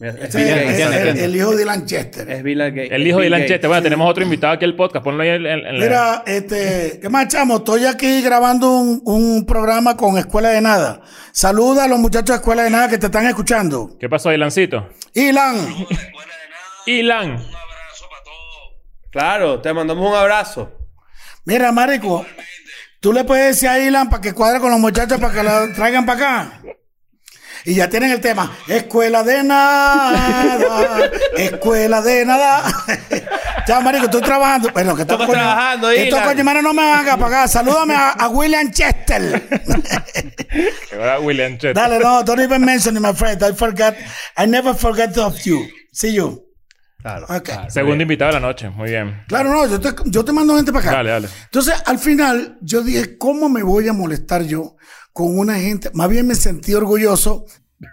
Speaker 3: Mira, es
Speaker 5: este
Speaker 3: Bill
Speaker 5: es,
Speaker 3: Gates.
Speaker 5: es
Speaker 4: entiendo,
Speaker 5: el,
Speaker 4: entiendo.
Speaker 5: el hijo de Lanchester.
Speaker 3: Es Bill Gates.
Speaker 2: El hijo de
Speaker 3: Bill
Speaker 2: Ilan
Speaker 3: Gates.
Speaker 2: Chester. Bueno, tenemos otro invitado aquí al podcast. Ponlo ahí en, en- en la-
Speaker 5: Mira, este, ¿qué más, chamo? Estoy aquí grabando un, un programa con Escuela de Nada. Saluda a los muchachos de Escuela de Nada que te están escuchando.
Speaker 2: ¿Qué pasó, Ilancito?
Speaker 5: Ilan.
Speaker 2: Ilan.
Speaker 3: Claro, te mandamos un abrazo.
Speaker 5: Mira, Marico, tú le puedes decir a Ilan para que cuadre con los muchachos para que la traigan para acá. Y ya tienen el tema. Escuela de nada. Escuela de nada. Chao, Marico, estoy trabajando. Bueno, que
Speaker 3: Estamos trabajando,
Speaker 5: Esto
Speaker 3: Ilan.
Speaker 5: coño, mano, no me haga pagar. Salúdame a, a William Chester.
Speaker 2: Ahora William Chester.
Speaker 5: Dale, no, don't even mention it, my friend. I forgot. I never forget of you. See you.
Speaker 3: Claro.
Speaker 5: Okay.
Speaker 2: Segundo invitado de la noche. Muy bien.
Speaker 5: Claro, no, yo te, yo te mando gente para acá.
Speaker 2: Dale, dale.
Speaker 5: Entonces, al final, yo dije, ¿cómo me voy a molestar yo con una gente? Más bien me sentí orgulloso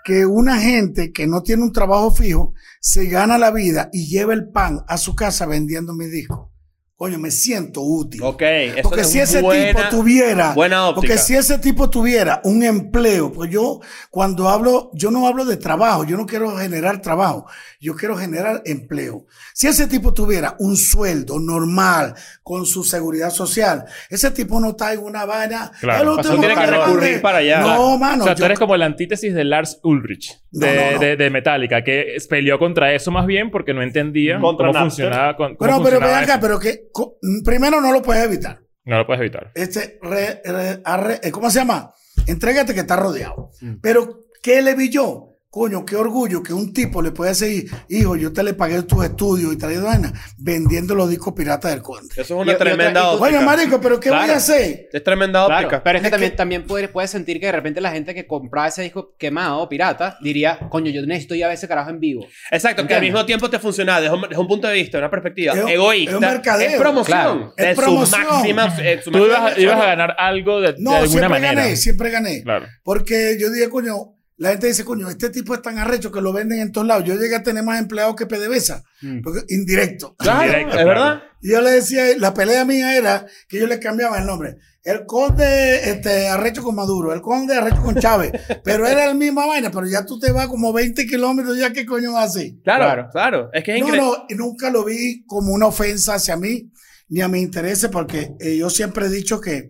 Speaker 5: que una gente que no tiene un trabajo fijo se gana la vida y lleva el pan a su casa vendiendo mi disco. Coño, me siento útil.
Speaker 3: Ok, eso
Speaker 5: Porque
Speaker 3: es
Speaker 5: si ese
Speaker 3: buena-
Speaker 5: tipo tuviera,
Speaker 3: buena óptica.
Speaker 5: porque si ese tipo tuviera un empleo, pues yo cuando hablo, yo no hablo de trabajo, yo no quiero generar trabajo, yo quiero generar empleo. Si ese tipo tuviera un sueldo normal con su seguridad social, ese tipo no está en una vaina.
Speaker 2: Claro.
Speaker 5: "Hello,
Speaker 2: O sea,
Speaker 5: tengo
Speaker 3: tiene que
Speaker 5: ganas de-".
Speaker 3: recurrir para allá.
Speaker 5: No, Oh, mano.
Speaker 2: Ah, o sea, tú
Speaker 5: yo-
Speaker 2: eres como la antítesis de Lars Ulrich
Speaker 5: No,
Speaker 2: de,
Speaker 5: no, no.
Speaker 2: de- de Metallica, que peleó contra eso más bien porque no entendía
Speaker 3: Contra
Speaker 2: cómo
Speaker 3: Napster.
Speaker 2: funcionaba. con- cómo
Speaker 5: Bueno, pero
Speaker 2: funcionaba
Speaker 5: ven acá,
Speaker 2: eso.
Speaker 5: pero que co- primero no lo puedes evitar.
Speaker 2: No lo puedes evitar.
Speaker 5: este, re- re- arre- eh, ¿cómo se llama? Entrégate que está rodeado. Pero, ¿qué le vi yo? Coño, qué orgullo que un tipo le puede decir, hijo, yo te le pagué tus estudios y trayendo vaina, vendiendo los discos piratas del conde.
Speaker 3: Eso es una
Speaker 4: Y- y otra-
Speaker 3: tremenda
Speaker 4: y tú-
Speaker 3: óptica.
Speaker 5: Bueno, marico, pero ¿qué voy
Speaker 3: Claro.
Speaker 5: a hacer?
Speaker 3: Es tremenda
Speaker 4: Claro,
Speaker 3: óptica.
Speaker 4: pero es que
Speaker 5: Es
Speaker 4: también,
Speaker 5: que-
Speaker 4: también puedes, puedes sentir que de repente la gente que compraba ese disco quemado o pirata diría, coño, yo necesito ya ver ese carajo en vivo.
Speaker 3: Exacto, que al
Speaker 4: ¿Entiendes?
Speaker 3: mismo tiempo te funciona. Es un, desde un punto de vista, una perspectiva
Speaker 5: Es un-
Speaker 3: egoísta.
Speaker 5: es un mercadeo.
Speaker 3: Es promoción.
Speaker 4: Claro.
Speaker 5: Es
Speaker 3: Es
Speaker 5: promoción.
Speaker 3: su máxima. eh, su
Speaker 2: Tú
Speaker 3: máxima-
Speaker 2: ibas, ibas a ganar algo de, de
Speaker 5: No,
Speaker 2: alguna
Speaker 5: siempre
Speaker 2: manera.
Speaker 5: gané, siempre gané.
Speaker 2: Claro.
Speaker 5: Porque yo dije, coño, La gente dice, coño, este tipo es tan arrecho que lo venden en todos lados. Yo llegué a tener más empleados que PDVSA,
Speaker 4: Mm.
Speaker 5: porque indirecto.
Speaker 3: Claro,
Speaker 2: Indirecto,
Speaker 3: es
Speaker 2: claro.
Speaker 3: verdad.
Speaker 5: Y yo le decía, la pelea mía era que yo le cambiaba el nombre. El conde este, arrecho con Maduro, el conde arrecho con Chávez. pero era la misma vaina, pero ya tú te vas como 20 kilómetros, ya qué coño vas así.
Speaker 3: Claro, claro.
Speaker 4: Claro.
Speaker 3: Es que es
Speaker 5: No,
Speaker 3: increíble.
Speaker 5: no, y nunca lo vi como una ofensa hacia mí, ni a mi interés, porque eh, yo siempre he dicho que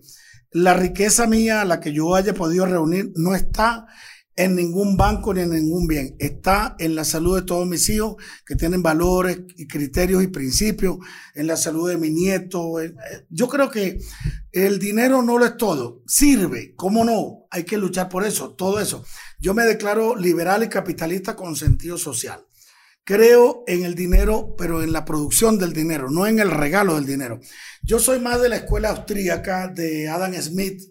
Speaker 5: la riqueza mía, la que yo haya podido reunir, no está en ningún banco ni en ningún bien. Está en la salud de todos mis hijos, que tienen valores y criterios y principios, en la salud de mi nieto. en- eh, Yo creo que el dinero no lo es todo. Sirve, ¿cómo no? Hay que luchar por eso, todo eso. Yo me declaro liberal y capitalista con sentido social. Creo en el dinero, pero en la producción del dinero, no en el regalo del dinero. Yo soy más de la escuela austríaca de Adam Smith,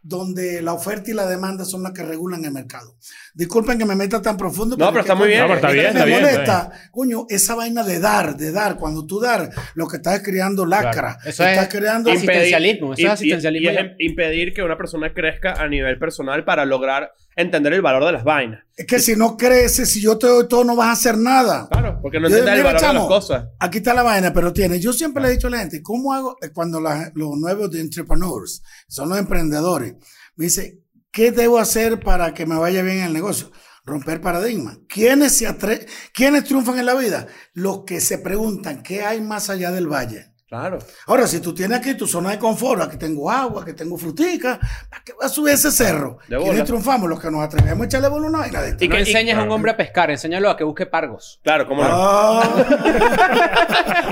Speaker 5: donde la oferta y la demanda son las que regulan el mercado. Disculpen que me meta tan profundo.
Speaker 3: No, pero
Speaker 5: es que
Speaker 3: está muy bien.
Speaker 2: No, pero está
Speaker 5: me
Speaker 2: bien, está bien,
Speaker 5: molesta,
Speaker 2: está
Speaker 5: coño, esa vaina de dar, de dar, cuando tú dar, lo que estás es creando lacra,
Speaker 4: Claro. Eso
Speaker 5: estás
Speaker 4: es-
Speaker 5: creando
Speaker 4: es- Asistencialismo, eso es
Speaker 3: y- y-
Speaker 4: asistencialismo
Speaker 3: y es
Speaker 4: ya.
Speaker 3: em- impedir que una persona crezca a nivel personal para lograr entender el valor de las vainas.
Speaker 5: es que si no creces, si yo te doy todo, no vas a hacer nada.
Speaker 3: Claro, porque no
Speaker 5: Yo digo,
Speaker 3: entiende el
Speaker 5: "Mira,
Speaker 3: valor de las
Speaker 5: chamo,
Speaker 3: cosas.
Speaker 5: Aquí está la vaina, pero tiene. Yo siempre le he dicho a la gente, ¿cómo hago eh, cuando la- los nuevos de entrepreneurs son los emprendedores? Me dice, ¿qué debo hacer para que me vaya bien en el negocio? Romper paradigmas. ¿Quiénes, se atre- ¿Quiénes triunfan en la vida? Los que se preguntan, ¿qué hay más allá del valle?
Speaker 3: Claro.
Speaker 5: Ahora, si tú tienes aquí tu zona de confort, aquí tengo agua, aquí tengo frutica, ¿para qué voy a subir ese cerro?
Speaker 3: De bola.
Speaker 5: ¿Quiénes triunfamos? Los que nos atrevemos a echarle bola a una vaina de esta.
Speaker 4: Y no enseñes a un hombre a pescar, enséñalo a que busque pargos.
Speaker 3: Claro, cómo no.
Speaker 5: Ah,
Speaker 3: Ah,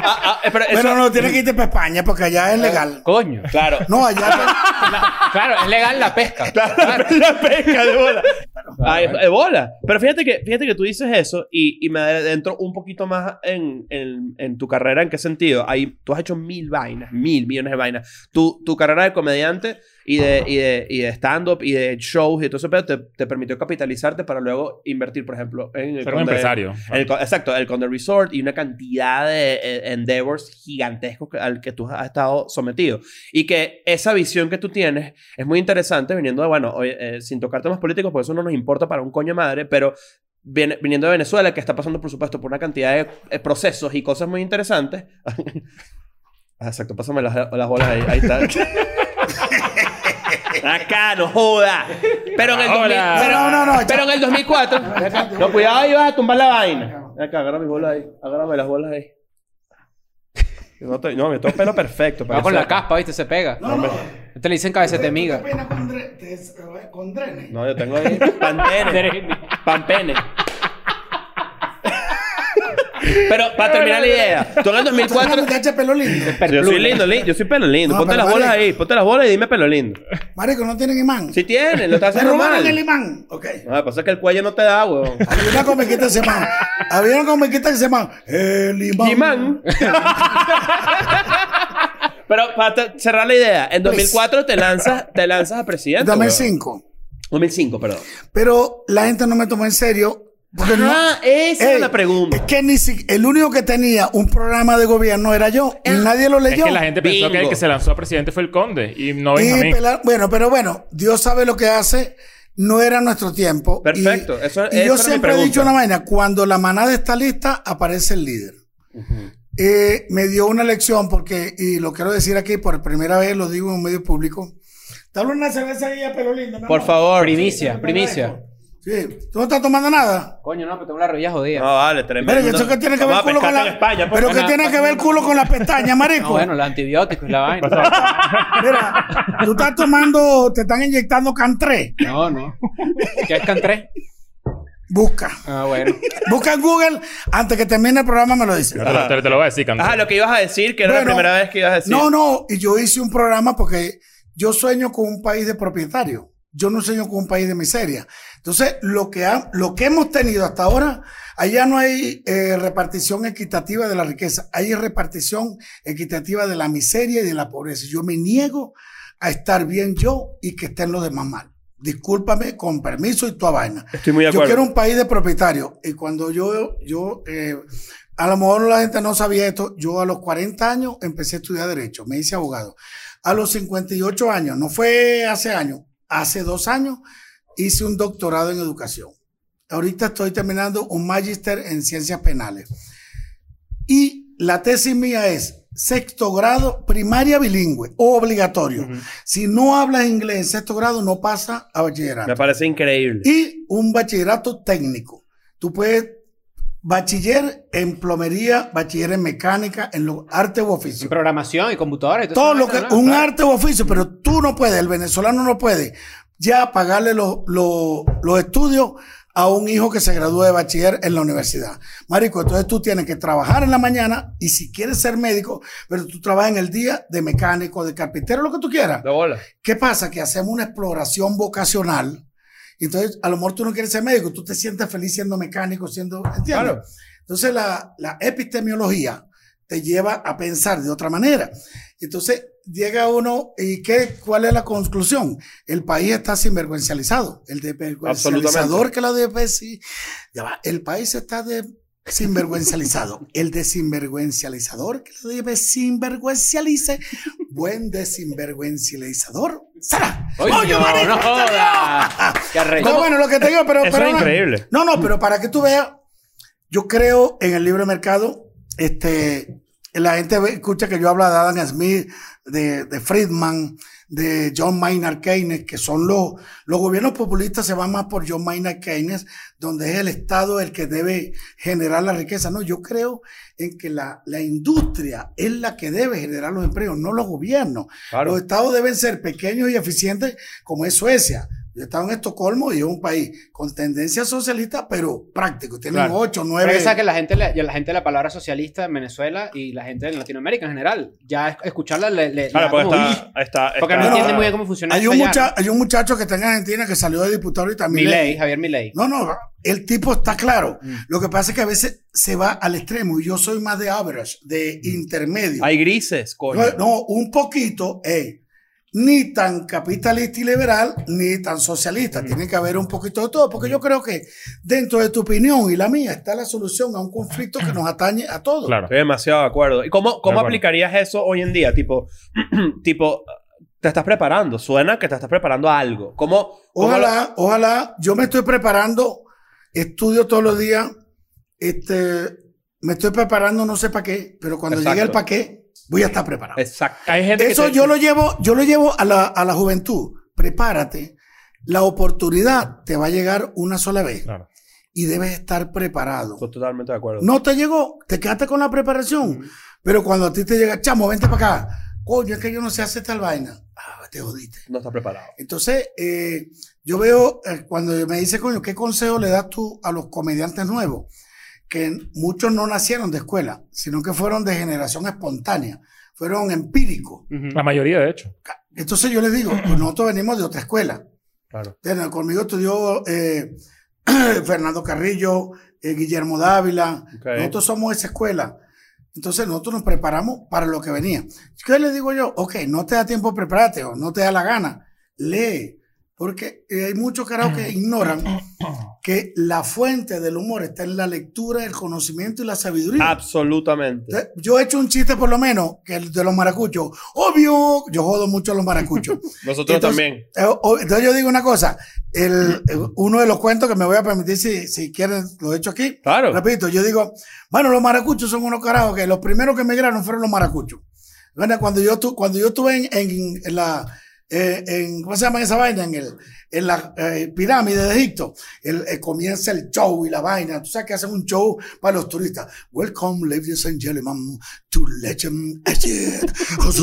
Speaker 3: ah, eh, pero eso-
Speaker 5: bueno, no, tienes que irte para España porque allá es legal.
Speaker 4: Coño.
Speaker 3: Claro.
Speaker 5: No, allá...
Speaker 4: Claro, es legal la pesca.
Speaker 3: la pesca de bola. Ay, de Ah, bola. Pero fíjate que, fíjate que tú dices eso y, y me adentro un poquito más en, en- en tu carrera. ¿En qué sentido? Ahí, tú has hecho mil vainas, mil millones de vainas. Tu, tu carrera de comediante y de, y de, y de stand-up y de shows y todo eso, pero te, te permitió capitalizarte para luego invertir, por ejemplo, en el
Speaker 2: Ser un
Speaker 3: Conde-
Speaker 2: empresario.
Speaker 3: el co- exacto, el Conde Resort y una cantidad de eh, endeavors gigantescos que- al que tú has estado sometido. Y que esa visión que tú tienes es muy interesante viniendo de, bueno, oye, eh, sin tocar temas políticos, porque eso no nos importa para un coño de madre, pero viene- viniendo de Venezuela, que está pasando, por supuesto, por una cantidad de eh, procesos y cosas muy interesantes. Ah, exacto, pásame las, las bolas ahí, ahí está. Acá, no joda. Pero en el 2000,
Speaker 2: Hola.
Speaker 3: pero-
Speaker 5: No, no, no, ya.
Speaker 3: pero en el 2004. no, cuidado ahí, vas a tumbar la vaina. Ven Acá, agarra mis bolas ahí. Agárrame las bolas ahí. No, estoy- no, me tengo pelo perfecto.
Speaker 4: Va con la
Speaker 3: parece-
Speaker 4: caspa, ¿viste? Se pega.
Speaker 5: No, no.
Speaker 4: Te le dicen cabecete miga.
Speaker 5: pena con, dre- te es- eh, con drenes?
Speaker 3: No, yo tengo ahí. Pantene. Pampene. Pero para terminar la idea, tú en el
Speaker 5: Cuatro
Speaker 3: 2004.
Speaker 5: muchacha pelo lindo.
Speaker 3: Yo soy lindo, lindo, yo soy pelo lindo.
Speaker 5: No,
Speaker 3: ponte
Speaker 5: pero
Speaker 3: las bolas
Speaker 5: vale.
Speaker 3: ahí, ponte las bolas y dime pelo lindo.
Speaker 5: Marico, no tienen imán.
Speaker 3: Si tienes, lo estás
Speaker 5: Se
Speaker 3: haciendo
Speaker 5: robaron el
Speaker 3: mal.
Speaker 5: imán. Ok.
Speaker 3: No, lo que pasa es que el cuello no te da, weón.
Speaker 5: Había una comiquita que se llama. Había una comiquita que se llama. El imán.
Speaker 3: Jimán. Pero para te- cerrar la idea, en 2004 te lanzas, te lanzas a presidente.
Speaker 5: Pues. Dame
Speaker 3: weón.
Speaker 5: cinco.
Speaker 3: 2005, perdón.
Speaker 5: Pero la gente no me tomó en serio. Porque no.
Speaker 3: Ah, esa
Speaker 5: Ey,
Speaker 3: es la
Speaker 5: Es
Speaker 3: pregunta.
Speaker 5: que ni si, el único que tenía un programa de gobierno era yo. Y nadie lo
Speaker 2: Es
Speaker 5: leyó.
Speaker 2: que la gente pensó que el
Speaker 3: Bingo.
Speaker 2: que se lanzó a presidente fue el conde y no
Speaker 5: Y
Speaker 2: Benjamín.
Speaker 5: pelar- bueno, pero bueno, Dios sabe lo que hace. No era nuestro tiempo.
Speaker 3: Perfecto,
Speaker 5: Y,
Speaker 3: eso- esa
Speaker 5: y
Speaker 3: era
Speaker 5: yo
Speaker 3: mi
Speaker 5: siempre he
Speaker 3: pregunta.
Speaker 5: dicho una vaina. Cuando la manada está lista, aparece el líder. Eh, me dio una lección porque, y lo quiero decir aquí por primera vez, lo digo en un medio público. Dale una cerveza ahí a pelo lindo. mi
Speaker 3: Por
Speaker 5: amor.
Speaker 3: favor.
Speaker 4: Primicia, primicia.
Speaker 5: Sí. ¿Tú no estás tomando nada?
Speaker 4: Coño, no, pero tengo la rodilla jodida.
Speaker 3: No, vale, tremendo.
Speaker 5: Pero eso que tiene que ver el
Speaker 3: Vamos a
Speaker 5: culo con
Speaker 3: pescar
Speaker 5: la...
Speaker 3: en España, pues.
Speaker 5: pero que
Speaker 3: Ajá.
Speaker 5: tiene que ver el culo con la pestaña, marico.
Speaker 4: No, bueno, los antibióticos y la vaina.
Speaker 5: Mira, tú estás tomando, te están inyectando cantré.
Speaker 4: No, no. ¿Qué es cantré?
Speaker 5: Busca.
Speaker 4: Ah, bueno.
Speaker 5: Busca en Google, antes que termine el programa me lo dice.
Speaker 2: Te lo- Te, te lo voy a decir, Cantor.
Speaker 3: Ajá, lo que ibas a decir, que era la
Speaker 5: Bueno,
Speaker 3: primera vez que ibas a decir.
Speaker 5: No, no, y yo hice un programa porque yo sueño con un país de propietarios. Yo no sueño con un país de miseria. Entonces, lo que, ha- lo que hemos tenido hasta ahora, allá no hay eh, repartición equitativa de la riqueza, hay repartición equitativa de la miseria y de la pobreza. Yo me niego a estar bien yo y que estén los demás mal. Discúlpame, con permiso y tu vaina.
Speaker 3: Estoy muy de
Speaker 5: Yo
Speaker 3: acuerdo.
Speaker 5: quiero un país de propietarios. Y cuando yo, yo, eh, a lo mejor la gente no sabía esto, yo a los 40 años empecé a estudiar Derecho, me hice abogado. A los 58 años, no fue hace años, hace dos años, hice un doctorado en educación. Ahorita estoy terminando un magíster en ciencias penales. Y la tesis mía es sexto grado, primaria bilingüe, obligatorio. Si no hablas inglés en sexto grado, no pasa a bachillerato.
Speaker 3: Me parece increíble.
Speaker 5: Y un bachillerato técnico. Tú puedes bachiller en plomería, bachiller en mecánica, en los artes u
Speaker 4: En
Speaker 5: oficios.
Speaker 4: programación y computadores. y
Speaker 5: Todo
Speaker 4: esa
Speaker 5: lo que,
Speaker 4: vaina, ¿no?
Speaker 5: un
Speaker 4: Claro.
Speaker 5: arte u oficio, pero tú no puedes, el venezolano no puede ya pagarle los, los- los estudios a un hijo que se gradúe de bachiller en la universidad. Marico, entonces tú tienes que trabajar en la mañana y si quieres ser médico, pero tú trabajas en el día de mecánico, de carpintero, lo que tú quieras.
Speaker 3: De bola.
Speaker 5: ¿Qué pasa? Que hacemos una exploración vocacional. Entonces, a lo mejor tú no quieres ser médico, tú te sientes feliz siendo mecánico, siendo. ¿Entiendes?
Speaker 3: Claro.
Speaker 5: Entonces, la, la epistemiología te lleva a pensar de otra manera. Entonces, llega uno, ¿y qué, cuál es la conclusión? El país está sinvergüenzalizado. El desvergüenzalizador
Speaker 3: Absolutamente.
Speaker 5: que la DPC. Ya va, el país está de sinvergüenzalizado. El desinvergüenzalizador que la desinvergüencialice. Buen desinvergüenzalizador. ¡Sara!
Speaker 4: ¡Coño, marico! ¡No jodas! ¡Qué arrecho!
Speaker 5: No, bueno, lo que te digo, pero.
Speaker 2: Eso
Speaker 5: pero
Speaker 2: es
Speaker 5: no.
Speaker 2: increíble.
Speaker 5: No, no, pero para que tú veas, yo creo en el libre mercado. Este, la gente ve- escucha que yo hablo de Adam Smith, de, de Friedman, de John Maynard Keynes, que son los, los gobiernos populistas se van más por John Maynard Keynes, donde es el Estado el que debe generar la riqueza. No, yo creo en que la, la industria es la que debe generar los empleos, no los gobiernos.
Speaker 3: Claro.
Speaker 5: Los estados deben ser pequeños y eficientes, como es Suecia. Yo estaba en Estocolmo y es un país con tendencia socialista, pero práctico. Tienen
Speaker 2: Claro.
Speaker 5: ocho,
Speaker 4: Pero
Speaker 5: nueve.
Speaker 4: esa que la gente, le- y a la gente la palabra socialista en Venezuela y la gente en Latinoamérica en general, ya es- escucharla le, le- le
Speaker 2: Claro,
Speaker 4: da
Speaker 2: porque
Speaker 4: como,
Speaker 2: está, está,
Speaker 4: "Uy", porque no
Speaker 2: está-
Speaker 4: entiende muy bien cómo funciona
Speaker 5: Hay
Speaker 4: eso
Speaker 5: un,
Speaker 4: allá,
Speaker 5: mucha- hay un muchacho que está en Argentina que salió de diputado y
Speaker 4: ¿no?
Speaker 5: también. le-
Speaker 4: Milei, Javier Milei.
Speaker 5: No, no, el tipo está claro.
Speaker 4: Mm.
Speaker 5: Lo que pasa es que a veces se va al extremo y yo soy más de average, de
Speaker 4: Mm.
Speaker 5: intermedio.
Speaker 3: Hay grises, coño.
Speaker 5: No, no, un poquito, eh, ni tan capitalista y liberal, ni tan socialista. Tiene que haber un poquito de todo, porque yo creo que dentro de tu opinión y la mía está la solución a un conflicto que nos atañe a todos.
Speaker 2: Claro.
Speaker 3: Estoy demasiado de acuerdo. ¿Y cómo, cómo
Speaker 2: acuerdo.
Speaker 3: aplicarías eso hoy en día? Tipo, tipo, te estás preparando. Suena que te estás preparando a algo. ¿Cómo? cómo
Speaker 5: Ojalá, ojalá, yo me estoy preparando, estudio todos los días, este, me estoy preparando no sé para qué, pero cuando
Speaker 3: Exacto.
Speaker 5: llegue el para qué, voy a estar preparado.
Speaker 3: lo- Exacto.
Speaker 2: Hay gente que
Speaker 5: Eso
Speaker 2: se-
Speaker 5: yo lo llevo, yo lo llevo a la, a la juventud. Prepárate. La oportunidad te va a llegar una sola vez.
Speaker 2: Claro.
Speaker 5: Y debes estar preparado.
Speaker 3: Estoy totalmente de acuerdo.
Speaker 5: No te llegó, te quedaste con la preparación. Pero cuando a ti te llega, chamo, vente para acá. Coño, es que yo no sé hacer tal vaina. Ah, te jodiste.
Speaker 3: No estás preparado.
Speaker 5: Entonces, eh, yo veo, eh, cuando me dice, coño, ¿qué consejo le das tú a los comediantes nuevos? Que muchos no nacieron de escuela, sino que fueron de generación espontánea, fueron empíricos.
Speaker 4: Ujú.
Speaker 2: La mayoría, de hecho.
Speaker 5: Entonces yo les digo, pues nosotros venimos de otra escuela.
Speaker 3: Claro.
Speaker 5: Bueno, Conmigo estudió eh, Fernando Carrillo, eh, Guillermo Dávila.
Speaker 3: Ok.
Speaker 5: Nosotros somos esa escuela. Entonces nosotros nos preparamos para lo que venía. ¿Qué les digo yo? Ok, no te da tiempo prepararte o no te da la gana. Lee. Porque eh, hay muchos carajos que ignoran que la fuente del humor está en la lectura, el conocimiento y la sabiduría.
Speaker 3: Ah. Absolutamente.
Speaker 5: Entonces, Yo he hecho un chiste por lo menos, que el de los maracuchos. Obvio, yo jodo mucho a los maracuchos.
Speaker 3: Nosotros
Speaker 5: Entonces-
Speaker 3: también.
Speaker 5: Eh, o- Entonces yo digo una cosa, el, eh, uno de los cuentos que me voy a permitir, si, si quieren, lo he hecho aquí.
Speaker 3: Claro.
Speaker 5: Repito, yo digo, bueno, los maracuchos son unos carajos que los primeros que emigraron fueron los maracuchos. Bueno, cuando yo, tu- cuando yo estuve en, en- en la, eh, en- ¿cómo se llama esa vaina? En, el, en la eh, pirámide de Egipto, el, eh, comienza el show y la vaina. Tú sabes que hacen un show para los turistas. Welcome, ladies and gentlemen, to Legend Egypt.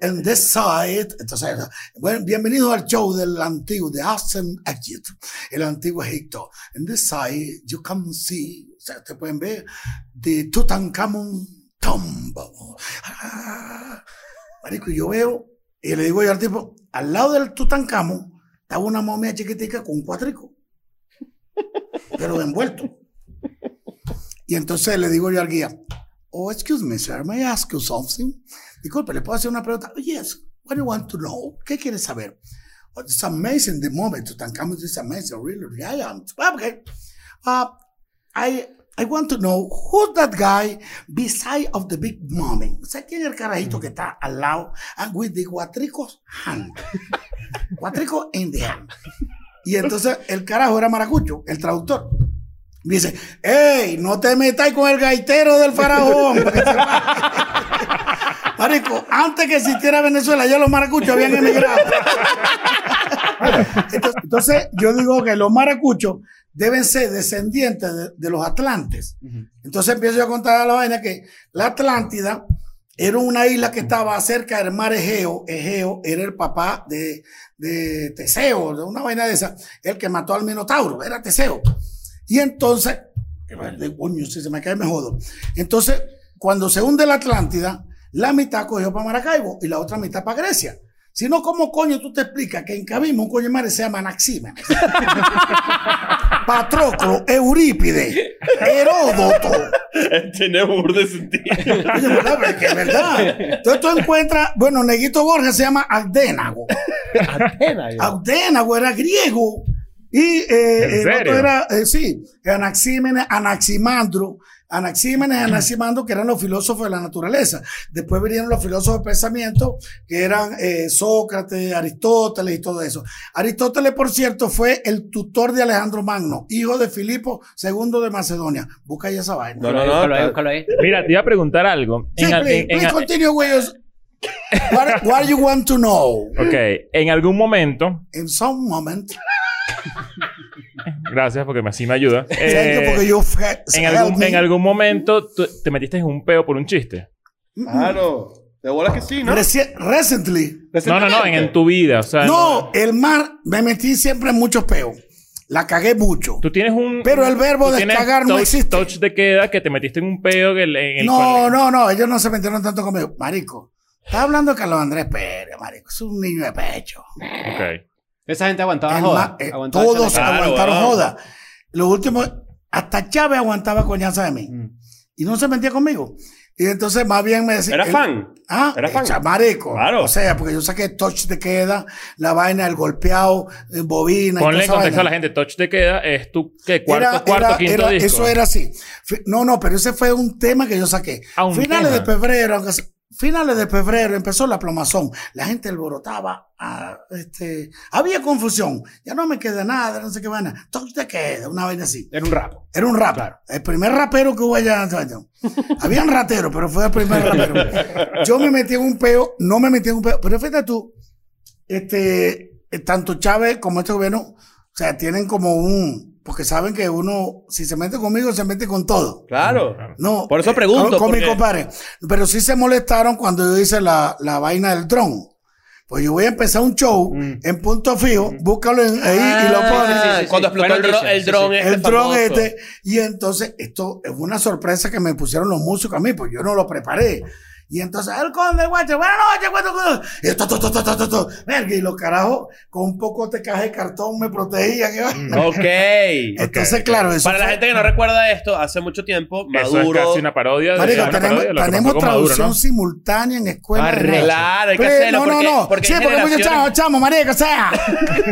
Speaker 5: En this side, entonces, bueno, bienvenido al show del antiguo, de Awesome Egypt, el antiguo Egipto. En this side, you can see, o sea, te pueden ver, de Tutankamón Tombo. Ah, marico, yo veo, y le digo yo al tipo, al lado del Tutankamón estaba una momia chiquitica con un cuatrico, pero envuelto. Y entonces le digo yo al guía, oh, excuse me, sir, may I ask you something? Disculpe, ¿le puedo hacer una pregunta? "Oh, yes, what do you want to know? ¿Qué quieres saber? "Oh, it's amazing the moment Tutankamon is amazing, really, really, Uh, I am. Ah, okay. Ah, I, I want to know who's that guy beside of the big mommy. O sea, ¿quién es el carajito que está al lado? And with the guatrico's hand. Guatrico in the hand. Y entonces el carajo era maracucho, el traductor. Dice, hey, no te metas con el gaitero del faraón. porque se va". Marico, antes que existiera Venezuela, ya los maracuchos habían emigrado. Entonces, entonces, yo digo que los maracuchos deben ser descendientes de, de los atlantes. Entonces empiezo yo a contar la vaina que la Atlántida era una isla que estaba cerca del mar Egeo. Egeo era el papá de, de Teseo, de una vaina de esa, el que mató al Minotauro, era Teseo. Y entonces, que vale, coño, si se me cae me jodo. Entonces, cuando se hunde la Atlántida, la mitad cogió para Maracaibo y la otra mitad para Grecia. Si no, ¿cómo coño tú te explicas que en Cabima un coño de madre se llama Anaxímenes? Patroclo, Eurípides, Heródoto.
Speaker 3: Tiene burro de sentido.
Speaker 5: Oye, pues, ¿verdad? Pero es que es verdad. Entonces tú encuentras, bueno, Neguito Borges se llama Agdenago.
Speaker 3: Ah,
Speaker 5: Agdenago era griego. Y eh,
Speaker 2: ¿En
Speaker 5: el otro
Speaker 2: serio?
Speaker 5: era, eh, sí, Anaxímenes, Anaximandro. Anaxímenes, Anaximandro, que eran los filósofos de la naturaleza. Después vinieron los filósofos de pensamiento, que eran eh, Sócrates, Aristóteles y todo eso. Aristóteles, por cierto, fue el tutor de Alejandro Magno, hijo de Filipo II de Macedonia. Busca ahí esa vaina.
Speaker 3: No, no, no.
Speaker 4: Búscalo ahí,
Speaker 3: está-
Speaker 4: búscalo ahí.
Speaker 2: Mira, te iba a preguntar algo.
Speaker 5: Sí,
Speaker 2: En al-
Speaker 5: please,
Speaker 2: en- en
Speaker 5: please
Speaker 2: al-
Speaker 5: continue with us. What, what you want to know.
Speaker 2: ok, en algún momento,
Speaker 5: In some moment.
Speaker 2: gracias porque me- así me ayuda.
Speaker 5: Thank you,
Speaker 2: Eh,
Speaker 5: porque you fe-
Speaker 2: en,
Speaker 5: help
Speaker 2: algún,
Speaker 5: me.
Speaker 2: en algún momento tú- te metiste en un peo por un chiste.
Speaker 3: Claro. De bola que Ah, sí, ¿no?
Speaker 5: Reci- recently.
Speaker 2: No, no, no, en, en tu vida. O sea,
Speaker 5: No, el mar, me metí siempre en muchos peos. La cagué mucho.
Speaker 2: Tú tienes un.
Speaker 5: Pero el verbo
Speaker 2: tú tienes
Speaker 5: descagar no
Speaker 2: touch-
Speaker 5: existe.
Speaker 2: Touch de queda que te metiste en un peo que el- en el.
Speaker 5: No,
Speaker 2: cual-
Speaker 5: no, no, ellos no se metieron tanto conmigo. Marico, estaba hablando de Carlos Andrés Pérez, marico. Es un niño de pecho.
Speaker 2: Ok.
Speaker 4: Esa gente aguantaba
Speaker 5: El
Speaker 4: joda.
Speaker 5: ma- eh,
Speaker 4: aguantaba
Speaker 5: todos
Speaker 4: chaleco.
Speaker 3: Claro,
Speaker 5: aguantaron
Speaker 3: vamos.
Speaker 5: joda. Los últimos, hasta Chávez aguantaba coñaza de mí.
Speaker 4: Mm.
Speaker 5: Y no se metía conmigo. Y entonces más bien me decía...
Speaker 3: Era
Speaker 5: él-
Speaker 3: fan.
Speaker 5: Ah,
Speaker 3: Era fan.
Speaker 5: echa- marico.
Speaker 3: Claro.
Speaker 5: O sea, porque yo saqué touch de queda, la vaina, el golpeado, eh, bobina. y toda
Speaker 2: Ponle en
Speaker 5: esa
Speaker 2: contexto
Speaker 5: vaina.
Speaker 2: a la gente. Touch de queda es tu ¿qué? cuarto,
Speaker 5: Era-
Speaker 2: cuarto,
Speaker 5: era-
Speaker 2: quinto
Speaker 5: era-
Speaker 2: disco.
Speaker 5: Eso era así. Fi- No, no, pero ese fue un tema que yo saqué.
Speaker 2: Ah, un
Speaker 5: finales
Speaker 2: tema.
Speaker 5: de febrero, aunque se- finales de febrero empezó la plomazón. La gente alborotaba. ah, este, había confusión. Ya no me queda nada, no sé qué vaina. Touch de queda, una vaina así.
Speaker 4: Era un rapo.
Speaker 5: Era un rapero. El primer rapero que hubo allá en San Antonio. Había un ratero, pero fue el primer rapero. Yo me metí en un peo, no me metí en un peo. Pero fíjate tú, este, eh, tanto Chávez como este gobierno, o sea, tienen como un. Porque saben que uno, si se mete conmigo, se mete con todo.
Speaker 3: Claro.
Speaker 5: No.
Speaker 3: Por eso
Speaker 5: eh,
Speaker 3: pregunto,
Speaker 5: Con, con mi
Speaker 3: porque-
Speaker 5: compadre. Pero sí se molestaron cuando yo hice la, la vaina del dron. Pues yo voy a empezar un show en punto fijo, búscalo en- ahí y
Speaker 3: Ah,
Speaker 5: lo pones.
Speaker 4: Ah, sí, sí, sí.
Speaker 3: Cuando explotó
Speaker 4: Buena
Speaker 3: el, dro-
Speaker 4: noticia,
Speaker 3: el
Speaker 4: sí,
Speaker 3: dron
Speaker 4: sí.
Speaker 3: este
Speaker 5: el dron
Speaker 3: famoso.
Speaker 5: este. Y entonces, esto es una sorpresa que me pusieron los músicos a mí, pues yo no lo preparé. Y entonces, el conde, guacho, buenas noches, guacho, guacho. Y esto, to, to, to, to, to, to. Verga, y los carajos con un poco de caja de cartón me protegían. ¿eh?
Speaker 3: Mm, Ok.
Speaker 5: Entonces, claro, eso.
Speaker 3: Para la
Speaker 5: fue-
Speaker 3: gente que no recuerda esto, hace mucho tiempo, Maduro.
Speaker 2: Eso es casi una parodia. de-
Speaker 5: Marico,
Speaker 2: una
Speaker 5: tenemos,
Speaker 2: parodia de lo que
Speaker 5: tenemos
Speaker 2: pasó con Maduro,
Speaker 5: traducción simultánea en escuela. de noche.
Speaker 3: Ah, Claro, hay que
Speaker 5: Pues,
Speaker 3: hacerlo.
Speaker 5: No,
Speaker 3: porque,
Speaker 5: no, no.
Speaker 3: Porque
Speaker 5: sí,
Speaker 3: hay
Speaker 5: porque muchos
Speaker 3: generaciones-
Speaker 5: chamos, chamos, marico, o sea.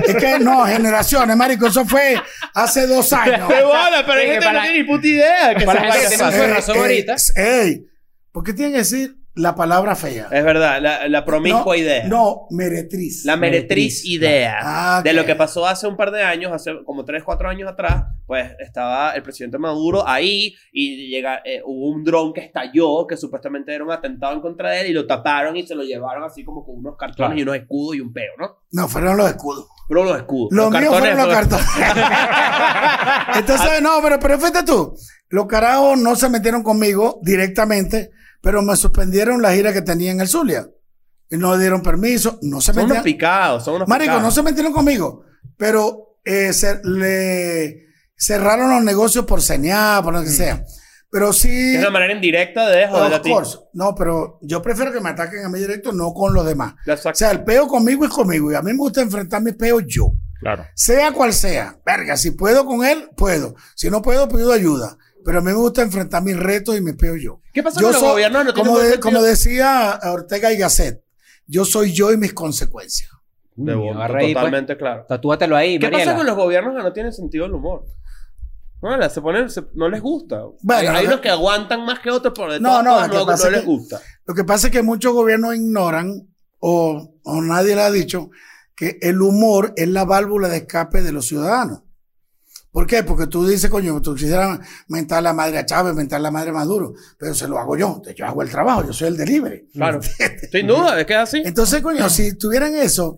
Speaker 5: es que no, generaciones, marico, eso fue hace dos años.
Speaker 3: Qué bola, pero hay
Speaker 4: Sí, que
Speaker 3: gente que no
Speaker 4: para-
Speaker 3: tiene ni puta idea. Que
Speaker 4: para
Speaker 3: se
Speaker 4: la gente que
Speaker 3: pasa.
Speaker 4: tiene su
Speaker 5: Eh,
Speaker 4: razón ahorita.
Speaker 5: Ey, ¿por qué tienen que decir la palabra fea?
Speaker 3: Es verdad, la, la promiscua
Speaker 5: no,
Speaker 3: idea.
Speaker 5: No, meretriz.
Speaker 3: La meretriz
Speaker 4: Meretriz,
Speaker 3: idea
Speaker 5: Ah,
Speaker 3: de
Speaker 5: ok.
Speaker 3: lo que pasó hace un par de años, hace como 3, 4 años atrás, pues estaba el presidente Maduro ahí y llega, eh, hubo un dron que estalló, que supuestamente era un atentado en contra de él y lo taparon y se lo llevaron así como con unos cartones
Speaker 2: Claro.
Speaker 3: y unos escudos y un peo, ¿no?
Speaker 5: No, fueron los escudos.
Speaker 3: Pero los escudos.
Speaker 5: Los, míos fueron los
Speaker 3: cartones.
Speaker 5: cartones. Entonces, no, pero, pero fíjate tú. Los carajos no se metieron conmigo directamente, pero me suspendieron la gira que tenía en el Zulia. Y no dieron permiso, no se
Speaker 3: Son unos
Speaker 5: metieron.
Speaker 3: picados, son unos
Speaker 5: Marico,
Speaker 3: picados.
Speaker 5: no se metieron conmigo, pero eh, se- le cerraron los negocios por señal, por lo
Speaker 3: Mm.
Speaker 5: que sea. Pero sí.
Speaker 3: Es una manera indirecta de joder a
Speaker 5: Of
Speaker 3: ti.
Speaker 5: course. No, pero yo prefiero que me ataquen a mí directo, no con los demás.
Speaker 3: La
Speaker 5: O
Speaker 3: sac-
Speaker 5: sea, el peo conmigo es conmigo. Y a mí me gusta enfrentar mis peos yo.
Speaker 2: ¿no? Claro.
Speaker 5: Sea cual sea. Verga, si puedo con él, puedo. Si no puedo, pido ayuda. Pero a mí me gusta enfrentar mis retos y mis peos yo.
Speaker 3: ¿Qué pasa
Speaker 5: yo
Speaker 3: con los
Speaker 5: soy-
Speaker 3: gobiernos? No tiene
Speaker 5: como,
Speaker 3: buen
Speaker 5: de-
Speaker 3: sentido.
Speaker 5: como decía Ortega y Gasset, yo soy yo y mis consecuencias.
Speaker 3: De
Speaker 4: Uy,
Speaker 3: bola,
Speaker 4: agarra ahí, pues.
Speaker 3: totalmente claro.
Speaker 4: Tatúatelo ahí,
Speaker 3: ¿Qué
Speaker 4: Mariela.
Speaker 3: pasa con los gobiernos que no tienen sentido el humor? Bueno, se ponen, se- no les gusta.
Speaker 5: Bueno,
Speaker 3: hay hay
Speaker 5: lo-
Speaker 3: unos que aguantan más que otros, pero de
Speaker 5: No,
Speaker 3: todas
Speaker 5: no,
Speaker 3: formas
Speaker 5: lo que
Speaker 3: no,
Speaker 5: pasa
Speaker 3: no
Speaker 5: es
Speaker 3: les
Speaker 5: que-
Speaker 3: gusta.
Speaker 5: Lo que pasa es que muchos gobiernos ignoran o, o nadie le ha dicho que el humor es la válvula de escape de los ciudadanos. ¿Por qué? Porque tú dices, coño, tú quisieras mentar la madre a Chávez, mentar la madre a Maduro, pero se lo hago yo, entonces yo hago el trabajo, yo soy el delivery.
Speaker 3: Claro. Sin duda, es que es así.
Speaker 5: Entonces, coño, si tuvieran eso,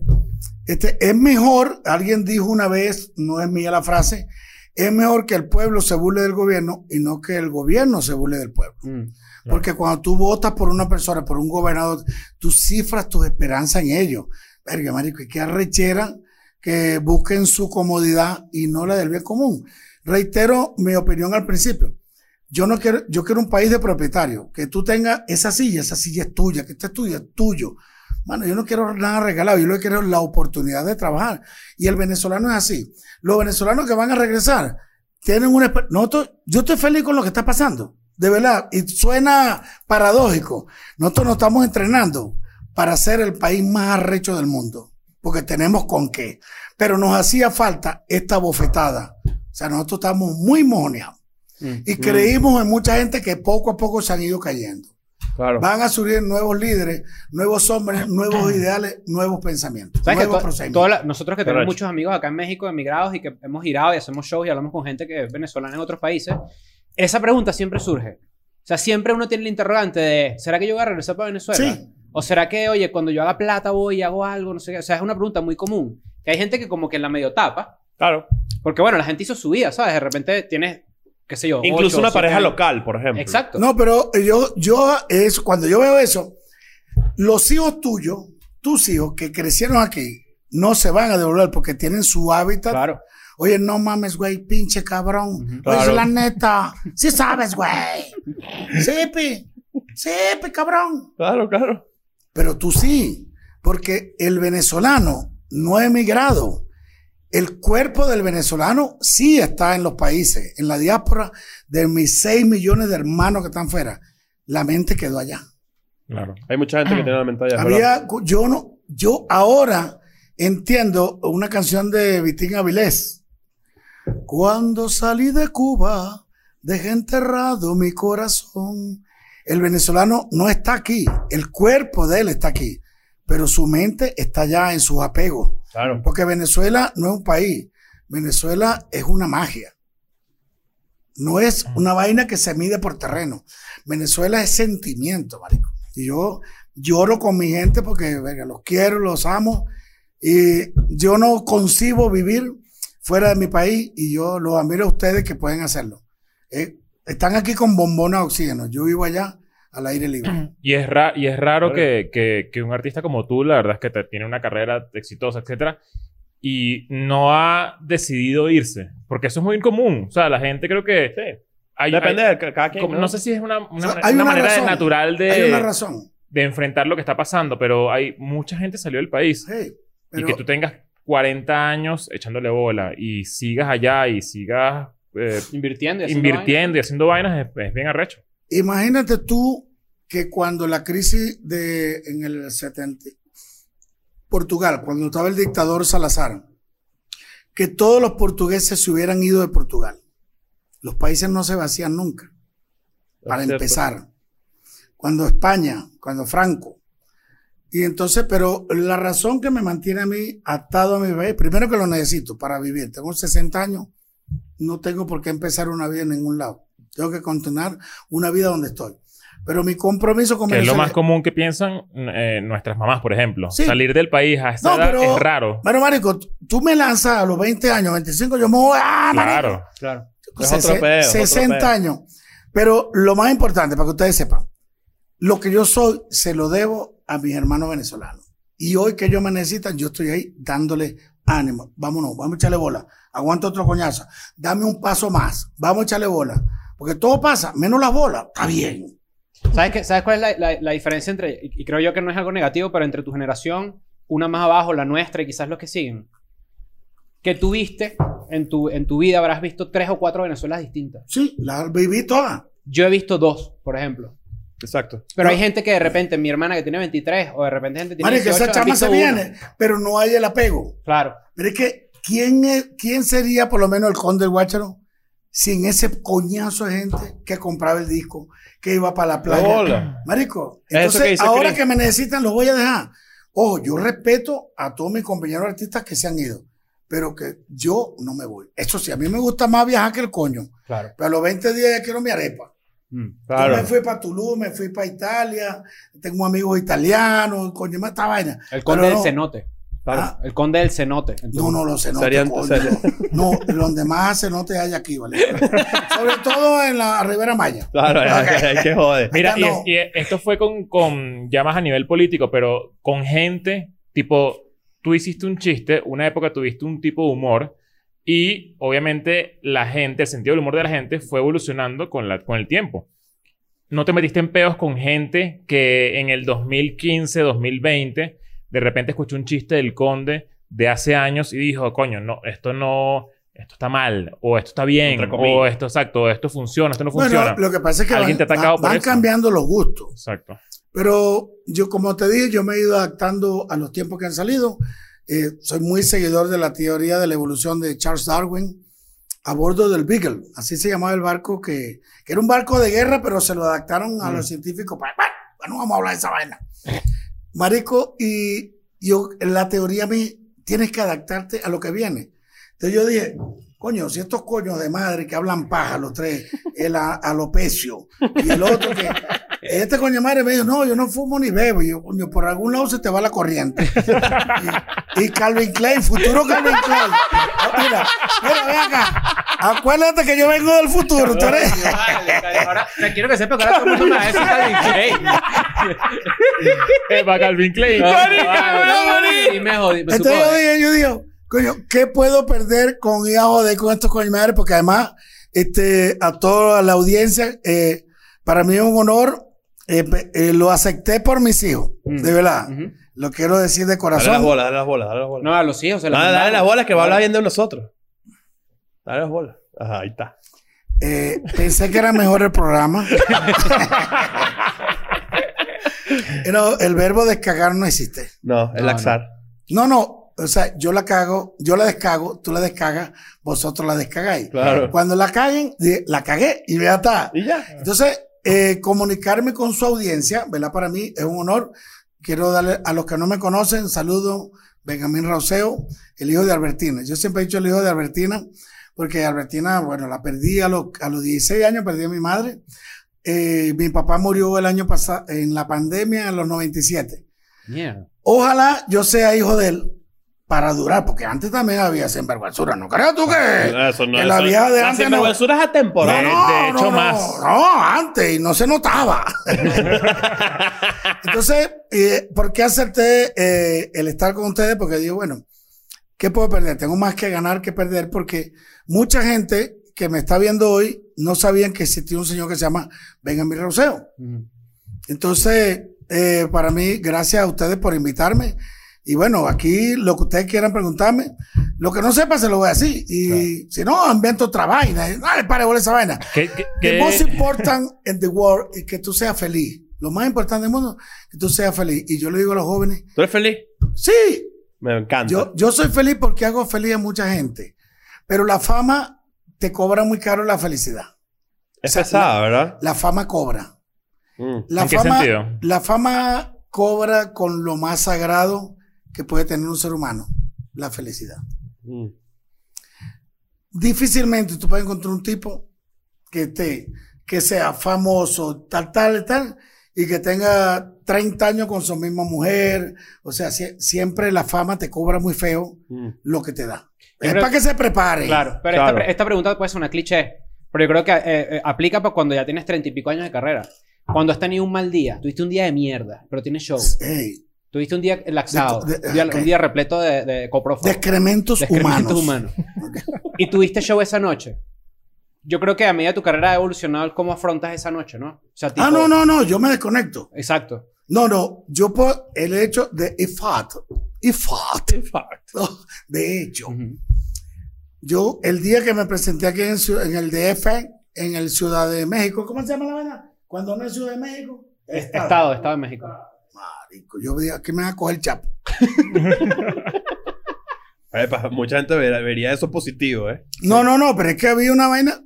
Speaker 5: este, es mejor, alguien dijo una vez, no es mía la frase, es mejor que el pueblo se burle del gobierno y no que el gobierno se burle del pueblo.
Speaker 4: Mm.
Speaker 5: Porque cuando tú votas por una persona, por un gobernador, tú cifras tus esperanzas en ellos. Verga, marico, y qué arrechera que busquen su comodidad y no la del bien común. Reitero mi opinión al principio. Yo no quiero, yo quiero un país de propietarios, que tú tengas esa silla, esa silla es tuya, que esta es tuya, es tuyo. Mano, yo no quiero nada regalado, yo lo que quiero es la oportunidad de trabajar. Y el venezolano es así. Los venezolanos que van a regresar tienen una... esper- Nosotros, yo estoy feliz con lo que está pasando, de verdad. Y suena paradójico. Nosotros nos estamos entrenando para ser el país más arrecho del mundo, porque tenemos con qué. Pero nos hacía falta esta bofetada. O sea, nosotros estamos muy mojoneados.
Speaker 4: Mm.
Speaker 5: Y creímos en mucha gente que poco a poco se han ido cayendo.
Speaker 3: Claro.
Speaker 5: Van a surgir nuevos líderes, nuevos hombres, nuevos ideales, nuevos pensamientos,
Speaker 4: ¿Sabes que
Speaker 5: nuevos
Speaker 4: to-
Speaker 5: procedimientos.
Speaker 4: toda la- nosotros que tenemos
Speaker 2: Correcto.
Speaker 4: muchos amigos acá en México, emigrados, y que hemos girado y hacemos shows y hablamos con gente que es venezolana en otros países, esa pregunta siempre surge. O sea, siempre uno tiene el interrogante de, ¿será que yo voy a regresar para Venezuela?
Speaker 5: Sí.
Speaker 4: ¿O será que, oye, cuando yo haga plata voy y hago algo? No sé qué. O sea, es una pregunta muy común. Que hay gente que como que la medio tapa,
Speaker 6: Claro.
Speaker 4: porque bueno, la gente hizo su vida, ¿sabes? De repente tienes, qué sé yo,
Speaker 6: Incluso
Speaker 4: ocho,
Speaker 6: una
Speaker 4: siete
Speaker 6: pareja
Speaker 4: años.
Speaker 6: local, por ejemplo.
Speaker 4: Exacto.
Speaker 5: No, pero yo, yo, es cuando yo veo eso, los hijos tuyos, tus hijos que crecieron aquí, no se van a devolver porque tienen su hábitat.
Speaker 4: Claro.
Speaker 5: Oye, no mames, güey, pinche cabrón. Oye,
Speaker 6: Claro.
Speaker 5: la neta. Sí sabes, güey. Sí, pi. Sí, pi, cabrón.
Speaker 6: Claro, claro.
Speaker 5: Pero tú sí, porque el venezolano no ha emigrado. El cuerpo del venezolano sí está en los países, en la diáspora de mis 6 millones de hermanos que están fuera. La mente quedó allá.
Speaker 2: Claro.
Speaker 6: Hay mucha gente que tiene la mentalidad.
Speaker 5: Ah. Había, yo no, yo ahora entiendo una canción de Vitín Avilés. Cuando salí de Cuba, dejé enterrado mi corazón. El venezolano no está aquí, el cuerpo de él está aquí, pero su mente está ya en sus apegos.
Speaker 6: Claro.
Speaker 5: Porque Venezuela no es un país, Venezuela es una magia. No es una vaina que se mide por terreno. Venezuela es sentimiento, marico. Y yo lloro con mi gente porque verga, los quiero, los amo. Y yo no concibo vivir fuera de mi país y yo los admiro a ustedes que pueden hacerlo. Eh, están aquí con bombonas de oxígeno. Yo vivo allá al aire libre.
Speaker 2: Y es, ra- y es raro
Speaker 6: Claro.
Speaker 2: que, que- que un artista como tú, la verdad es que te- tiene una carrera exitosa, etcétera, y no ha decidido irse. Porque eso es muy incomún. O sea, la gente creo que.
Speaker 6: Sí.
Speaker 2: hay-
Speaker 6: Depende de ca- cada
Speaker 2: hay-
Speaker 6: quien.
Speaker 2: como- no sé si es una, una-
Speaker 5: O sea, hay
Speaker 2: una
Speaker 5: una
Speaker 2: manera de-
Speaker 5: razón.
Speaker 2: natural de,
Speaker 5: Hay una razón.
Speaker 2: de enfrentar lo que está pasando, pero hay mucha gente salió del país.
Speaker 5: Sí,
Speaker 2: y
Speaker 5: pero-
Speaker 2: que tú tengas 40 años echándole bola y sigas allá y sigas eh,
Speaker 4: Invirtiendo. y haciendo
Speaker 2: invirtiendo y haciendo vainas, es, es bien arrecho.
Speaker 5: Imagínate tú que cuando la crisis de en el 70 Portugal, cuando estaba el dictador Salazar, que todos los portugueses se hubieran ido de Portugal. Los países no se vacían nunca. Para
Speaker 6: cierto.
Speaker 5: empezar, cuando España, cuando Franco. Y entonces, pero la razón que me mantiene a mí atado a mi país, primero que lo necesito para vivir. Tengo 60 años, no tengo por qué empezar una vida en ningún lado. Tengo que continuar una vida donde estoy. Pero mi compromiso con
Speaker 2: Que es lo
Speaker 5: Venezuela-
Speaker 2: más común que piensan eh, nuestras mamás, por ejemplo.
Speaker 5: Sí.
Speaker 2: Salir del país a esa
Speaker 5: No,
Speaker 2: edad
Speaker 5: pero-
Speaker 2: es raro.
Speaker 5: Bueno, Marico, t- tú me lanzas a los 20 años, 25, yo me voy ah, a.
Speaker 2: Claro.
Speaker 4: Claro.
Speaker 6: Es otro peo, es otro
Speaker 5: 60
Speaker 6: peo.
Speaker 5: años. Pero lo más importante, para que ustedes sepan, lo que yo soy se lo debo a mis hermanos venezolanos. Y hoy que ellos me necesitan, yo estoy ahí dándole ánimo. Vámonos, vamos a echarle bola. Aguanta otro coñazo. Dame un paso más. Vamos a echarle bola. Porque todo pasa, menos las bolas. Está bien.
Speaker 4: ¿Sabes, qué- ¿Sabes cuál es la, la- la diferencia entre, y y creo yo que no es algo negativo, pero entre tu generación, una más abajo, la nuestra y quizás los que siguen? Que tú viste en tu, en tu vida, habrás visto tres o cuatro Venezuelas distintas.
Speaker 5: Sí, las viví todas.
Speaker 4: Yo he visto dos, por ejemplo.
Speaker 6: Exacto.
Speaker 4: Pero
Speaker 5: No.
Speaker 4: hay gente que de repente, mi hermana que tiene 23, o de repente gente que tiene
Speaker 5: Marico,
Speaker 4: 18,
Speaker 5: esa
Speaker 4: han
Speaker 5: chama
Speaker 4: visto
Speaker 5: se
Speaker 4: uno.
Speaker 5: viene, pero no hay el apego.
Speaker 4: Claro.
Speaker 5: e, Pero es que, ¿quién, es- quién sería por lo menos el conde del Guácharo sin ese coñazo de gente que compraba el disco, que iba para la playa.
Speaker 6: Hola.
Speaker 5: Marico,
Speaker 6: Eso que
Speaker 5: entonces
Speaker 6: dice
Speaker 5: ahora
Speaker 6: Chris.
Speaker 5: que me necesitan los voy a dejar. Ojo, yo respeto a todos mis compañeros artistas que se han ido, pero que yo no me voy. Eso sí, a mí me gusta más viajar que el coño,
Speaker 4: Claro.
Speaker 5: pero a los 20 días ya quiero mi arepa.
Speaker 4: Mm.
Speaker 5: Yo
Speaker 6: Claro.
Speaker 5: me fui para Tulum, me fui para Italia, tengo amigos italianos, coño, esta vaina.
Speaker 4: El conde
Speaker 5: Pero
Speaker 4: del
Speaker 5: no.
Speaker 4: cenote.
Speaker 5: Ah,
Speaker 4: El conde del cenote. en
Speaker 5: no,
Speaker 4: Tulum.
Speaker 5: no, los cenotes.
Speaker 6: Serían-
Speaker 5: coño.
Speaker 6: serían-
Speaker 5: No, donde más cenotes hay aquí, ¿vale? Sobre todo en la Ribera Maya.
Speaker 6: Claro, hay que joder.
Speaker 2: Mira,
Speaker 5: Acá
Speaker 2: y,
Speaker 5: no.
Speaker 2: es- y es- esto fue con, con ya más a nivel político, pero con gente, tipo, tú hiciste un chiste, una época tuviste un tipo de humor y obviamente la gente, el sentido del humor de la gente fue evolucionando con, la, con el tiempo. No te metiste en peos con gente que en el 2015, 2020, de repente escuchó un chiste del conde de hace años y dijo, coño, no, esto no, esto está mal, o esto está bien,
Speaker 6: Entre comillas.
Speaker 2: o esto, exacto, o esto funciona, esto no funciona.
Speaker 5: Bueno, lo que pasa es que
Speaker 2: Alguien
Speaker 5: van,
Speaker 2: te ha atacado
Speaker 5: van-
Speaker 2: por
Speaker 5: van
Speaker 2: eso.
Speaker 5: cambiando los gustos.
Speaker 2: Exacto.
Speaker 5: Pero yo, como te dije, yo me he ido adaptando a los tiempos que han salido. Eh, soy muy seguidor de la teoría de la evolución de Charles Darwin a bordo del Beagle. Así se llamaba el barco que, que era un barco de guerra, pero se lo adaptaron a los científicos. Para, bueno, no vamos a hablar de esa vaina. Marico, y yo, la teoría a mí, tienes que adaptarte a lo que viene. Entonces yo dije, coño, si estos coños de madre que hablan paja, los tres, el a- alopecio y el otro que. Este coño de madre me dijo, no, yo no fumo ni bebo. Y yo, coño, por algún lado se te va la corriente. Y, y Calvin Klein, futuro Calvin Klein. Ah, Mira, mira, ven acá. Acuérdate que yo vengo del futuro. Tú eres.
Speaker 4: Vale, vale, ahora- o sea, quiero que sepa que ahora todo el mundo me va a decir Calvin Klein.
Speaker 2: Eva Eh, Calvin Klein.
Speaker 4: Vale, Y me jodí. me supo
Speaker 5: Entonces yo
Speaker 4: joder.
Speaker 5: dije, yo digo, coño, ¿qué puedo perder con ir a joder con estos coño madre? Porque además, este, a toda la audiencia, eh, para mí es un honor, eh, pe- eh, lo acepté por mis hijos,
Speaker 4: Mm.
Speaker 5: de verdad.
Speaker 4: Ujú.
Speaker 5: Lo quiero decir
Speaker 6: Dale
Speaker 5: de
Speaker 6: las
Speaker 5: corazón.
Speaker 6: bolas, dale las bolas, dale las bolas.
Speaker 4: No, a los hijos se
Speaker 6: dale, dale
Speaker 4: mandaron.
Speaker 6: las bolas que va a hablar bien de nosotros. Dale las bolas. Ajá, ahí está.
Speaker 5: Eh, pensé que era mejor el programa. Pero el verbo descagar no existe.
Speaker 6: No, el
Speaker 4: No,
Speaker 6: laxar.
Speaker 5: No, no. O sea, yo la cago, yo la descago, tú la descagas, vosotros la descagáis.
Speaker 6: Claro.
Speaker 5: Cuando la caguen, di- la cagué y ya está.
Speaker 6: Y ya.
Speaker 5: Entonces, eh, comunicarme con su audiencia, ¿verdad? Para mí es un honor. Quiero darle a los que no me conocen, saludo, Benjamín Rauseo, el hijo de Albertina. Yo siempre he dicho el hijo de Albertina, porque Albertina, bueno, la perdí a los, a los 16 años, perdí a mi madre. Eh, mi papá murió el año pasado, en la pandemia, en los 97.
Speaker 4: Mierda.
Speaker 5: Ojalá yo sea hijo de él para durar, porque antes también había sinvergüenzura. ¿No creas tú que,
Speaker 6: Eso
Speaker 5: que la vieja de antes no-
Speaker 6: vergüenzuras atemporales.
Speaker 2: de hecho, más.
Speaker 5: no, antes y no se notaba. Entonces, eh, ¿por qué acepté eh, el estar con ustedes? Porque digo, bueno, ¿qué puedo perder? Tengo más que ganar que perder porque mucha gente que me está viendo hoy no sabían que existía un señor que se llama Benjamín Roseo.
Speaker 4: Ujú.
Speaker 5: Entonces, eh, para mí, gracias a ustedes por invitarme. Y bueno, aquí lo que ustedes quieran preguntarme, lo que no sepa se lo voy a decir. Y si no, invento otra vaina. Dale, pare, bola esa vaina.
Speaker 2: ¿Qué, qué,
Speaker 5: The
Speaker 2: qué-
Speaker 5: most important in the world es que tú seas feliz. Lo más importante del mundo es que tú seas feliz. Y yo le digo a los jóvenes,
Speaker 6: ¿Tú eres feliz?
Speaker 5: sí,
Speaker 6: Me encanta.
Speaker 5: yo, yo soy feliz porque hago feliz a mucha gente. Pero la fama te cobra muy caro la felicidad.
Speaker 6: es
Speaker 5: sea,
Speaker 6: pesada, ¿verdad?
Speaker 5: La fama cobra.
Speaker 6: Mm.
Speaker 5: La
Speaker 2: ¿En qué
Speaker 5: fama,
Speaker 2: sentido?
Speaker 5: La fama cobra con lo más sagrado que puede tener un ser humano, la felicidad.
Speaker 6: Mm.
Speaker 5: difícilmente tú puedes encontrar un tipo que esté, que sea famoso, tal, tal, tal, y que tenga 30 años con su misma mujer. O sea, sie- siempre la fama te cobra muy feo
Speaker 6: Mm.
Speaker 5: lo que te da.
Speaker 4: Yo
Speaker 5: es
Speaker 4: creo-
Speaker 5: para que se prepare.
Speaker 4: Claro, pero
Speaker 6: Claro.
Speaker 4: Esta, pre- esta pregunta puede ser una cliché, pero yo creo que eh, eh, aplica para cuando ya tienes treinta y pico años de carrera. Cuando has tenido un mal día, tuviste un día de mierda, pero tienes show.
Speaker 5: Ey,
Speaker 4: Tuviste un día laxado,
Speaker 5: De- de-
Speaker 4: un día-
Speaker 5: ok.
Speaker 4: un día repleto de, de
Speaker 5: de
Speaker 4: coprófagos,
Speaker 5: excrementos,
Speaker 4: de excrementos
Speaker 5: humanos.
Speaker 4: humanos. y tuviste show esa noche. Yo creo que a medida de tu carrera ha evolucionado el cómo afrontas esa noche, ¿no? O sea, tipo-
Speaker 5: Ah, no, no, no, yo me desconecto.
Speaker 4: Exacto.
Speaker 5: No, no, yo por el hecho de ifat, ifat, de hecho.
Speaker 4: Ujú.
Speaker 5: Yo, el día que me presenté aquí en, Ciu- en el DF, en el Ciudad de México, ¿cómo se llama la vaina? Cuando no es Ciudad de México.
Speaker 4: Estado, Estado de México.
Speaker 5: Marico, yo dije, aquí me va a coger el chapo.
Speaker 6: Epa, mucha gente ver- vería eso positivo, ¿eh?
Speaker 3: ¿eh?
Speaker 5: No, no, no, pero es que había una vaina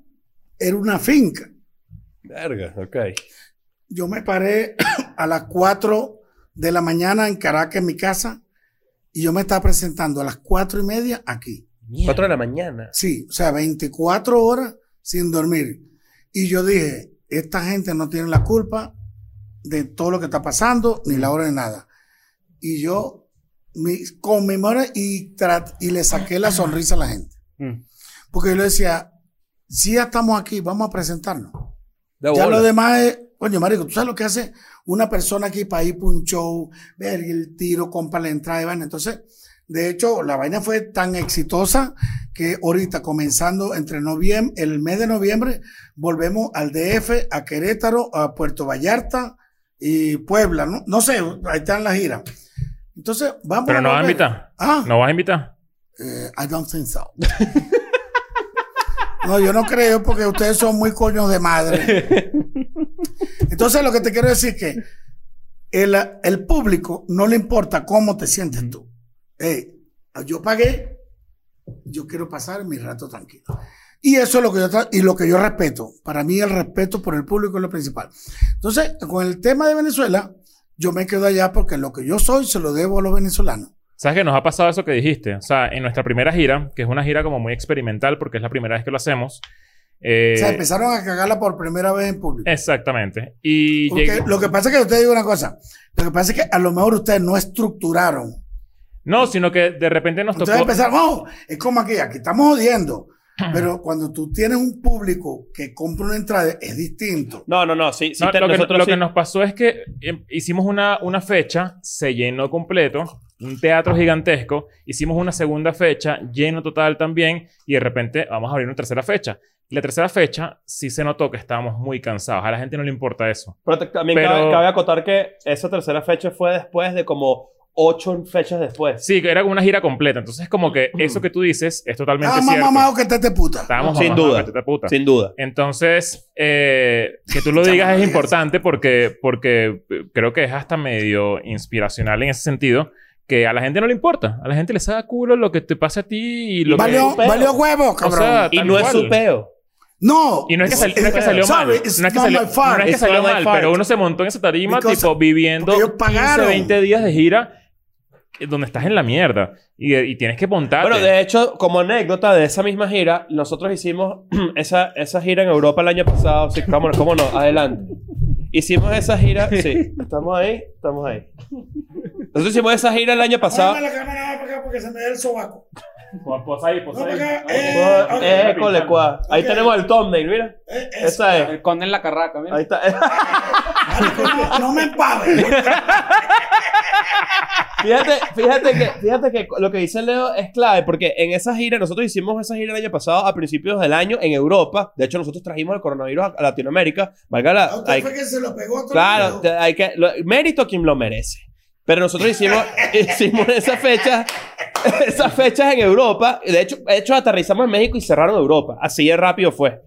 Speaker 5: era una finca.
Speaker 3: Verga, ok.
Speaker 5: Yo me paré a las 4 de la mañana en Caracas, en mi casa, y yo me estaba presentando a las 4 y media aquí.
Speaker 3: Cuatro de la mañana.
Speaker 5: Sí, o sea, 24 horas sin dormir. Y yo dije, esta gente no tiene la culpa de todo lo que está pasando, ni la hora de nada. Y yo mi, con mi memoria y, trat- y le saqué la sonrisa a la gente.
Speaker 4: Mm.
Speaker 5: Porque yo le decía, si ya estamos aquí, vamos a presentarnos.
Speaker 3: De
Speaker 5: Ya
Speaker 3: bola.
Speaker 5: lo demás es, coño, marico, ¿tú sabes lo que hace una persona aquí para ir para un show, ver el tiro, compra la entrada y vaina? Entonces, de hecho, la vaina fue tan exitosa que ahorita, comenzando entre noviembre, el mes de noviembre, volvemos al DF, a Querétaro, a Puerto Vallarta y Puebla, ¿no? No sé, ahí están las giras. Entonces, vamos
Speaker 2: Pero no vas a
Speaker 5: volver.
Speaker 2: invitar.
Speaker 5: Ah,
Speaker 2: No vas a invitar.
Speaker 5: eh, I don't think so. No, yo no creo porque ustedes son muy coños de madre. Entonces, lo que te quiero decir es que el, el público no le importa cómo te sientes tú. Eh, yo pagué, yo quiero pasar mi rato tranquilo. Y eso es lo que yo tra- y lo que yo respeto. Para mí el respeto por el público es lo principal. Entonces, con el tema de Venezuela, yo me quedo allá porque lo que yo soy se lo debo a los venezolanos.
Speaker 2: ¿Sabes que nos ha pasado eso que dijiste? O sea, en nuestra primera gira, que es una gira como muy experimental porque es la primera vez que lo hacemos. eh,
Speaker 5: o sea, empezaron a cagarla por primera vez en público.
Speaker 2: Exactamente. Y
Speaker 5: Porque
Speaker 2: llegué-
Speaker 5: lo que pasa es que usted digo una cosa. Lo que pasa es que a lo mejor ustedes no estructuraron.
Speaker 2: No, sino que de repente nos tocó...
Speaker 5: Ustedes
Speaker 2: Ah.
Speaker 5: empezaron, oh, es como aquí, aquí estamos jodiendo. Pero cuando tú tienes un público que compra una entrada, es distinto.
Speaker 3: No, no, no. Sí, sí,
Speaker 2: No,
Speaker 3: te-
Speaker 2: lo, que,
Speaker 3: nosotros
Speaker 2: lo
Speaker 3: sí-
Speaker 2: que nos pasó es que eh, hicimos una, una fecha, se llenó completo, un teatro gigantesco, hicimos una segunda fecha, lleno total también, y de repente vamos a abrir una tercera fecha. La tercera fecha sí se notó que estábamos muy cansados, a la gente no le importa eso.
Speaker 3: Pero te- también
Speaker 2: Pero-
Speaker 3: cabe, cabe acotar que esa tercera fecha fue después de como ocho fechas después.
Speaker 2: Sí, que era como una gira completa, entonces como que eso que tú dices es totalmente
Speaker 5: Nada "Ah, más
Speaker 2: cierto.
Speaker 5: mamado que te te puta.
Speaker 2: Estábamos
Speaker 3: Sin
Speaker 2: mamados,
Speaker 3: duda.
Speaker 2: vete a puta.
Speaker 3: Sin duda.
Speaker 2: Entonces, eh, que tú lo
Speaker 5: Ya
Speaker 2: digas
Speaker 5: me
Speaker 2: es
Speaker 5: ríes.
Speaker 2: importante porque, porque eh, creo que es hasta medio inspiracional en ese sentido, que a la gente no le importa, a la gente le saca culo lo que te pase a ti y lo que...
Speaker 5: Valió,
Speaker 3: pero-
Speaker 5: valió huevo, cabrón.
Speaker 2: sea,
Speaker 3: Y
Speaker 2: Tal
Speaker 3: no es
Speaker 2: cual.
Speaker 3: su peo.
Speaker 5: no.
Speaker 2: Y no es que, sal- no es que salió mal, no
Speaker 5: Sorry,
Speaker 2: es que
Speaker 5: it's
Speaker 2: salió,
Speaker 5: not my fault.
Speaker 2: no es que
Speaker 3: It's
Speaker 2: salió
Speaker 3: not my
Speaker 2: mal,
Speaker 3: fault.
Speaker 2: pero uno se montó en esa tarima
Speaker 5: Because-
Speaker 2: tipo viviendo
Speaker 5: porque ellos
Speaker 2: 15,
Speaker 5: pagaron.
Speaker 2: 20 días de gira eh, donde estás en la mierda y, y tienes que montarte.
Speaker 3: Bueno, de hecho, como anécdota de esa misma gira, nosotros hicimos esa, esa gira en Europa el año pasado. Sí, cómo, no, cómo no, adelante. Hicimos esa gira, sí, estamos ahí, estamos ahí. Nosotros hicimos esa gira el año pasado.
Speaker 5: Póngame la cámara más para acá porque se me da el sobaco.
Speaker 2: Po- posa Pues, ahí, posa
Speaker 5: No,
Speaker 2: ahí. pues.
Speaker 5: porque-
Speaker 3: Eh,
Speaker 5: ok.
Speaker 3: École, cuá. Ahí
Speaker 5: Ok.
Speaker 3: tenemos el thumbnail, mira.
Speaker 5: Eh, eh,
Speaker 3: Esa es.
Speaker 4: El conde en la carraca, mira.
Speaker 3: Ahí está.
Speaker 5: marico, no, no me empave.
Speaker 3: Fíjate, fíjate que, fíjate que lo que dice Leo es clave, porque en esa gira, nosotros hicimos esa gira el año pasado, a principios del año, en Europa. De hecho, nosotros trajimos el coronavirus a, a Latinoamérica. Valga
Speaker 5: A
Speaker 3: la.
Speaker 5: usted
Speaker 3: hay-
Speaker 5: fue que se lo pegó a todo el
Speaker 3: claro,
Speaker 5: mundo.
Speaker 3: te- hay que. lo- mérito a quien lo merece. Pero nosotros hicimos, hicimos esas fechas. Esas fechas en Europa, de hecho, de hecho aterrizamos en México y cerraron Europa, así de rápido fue.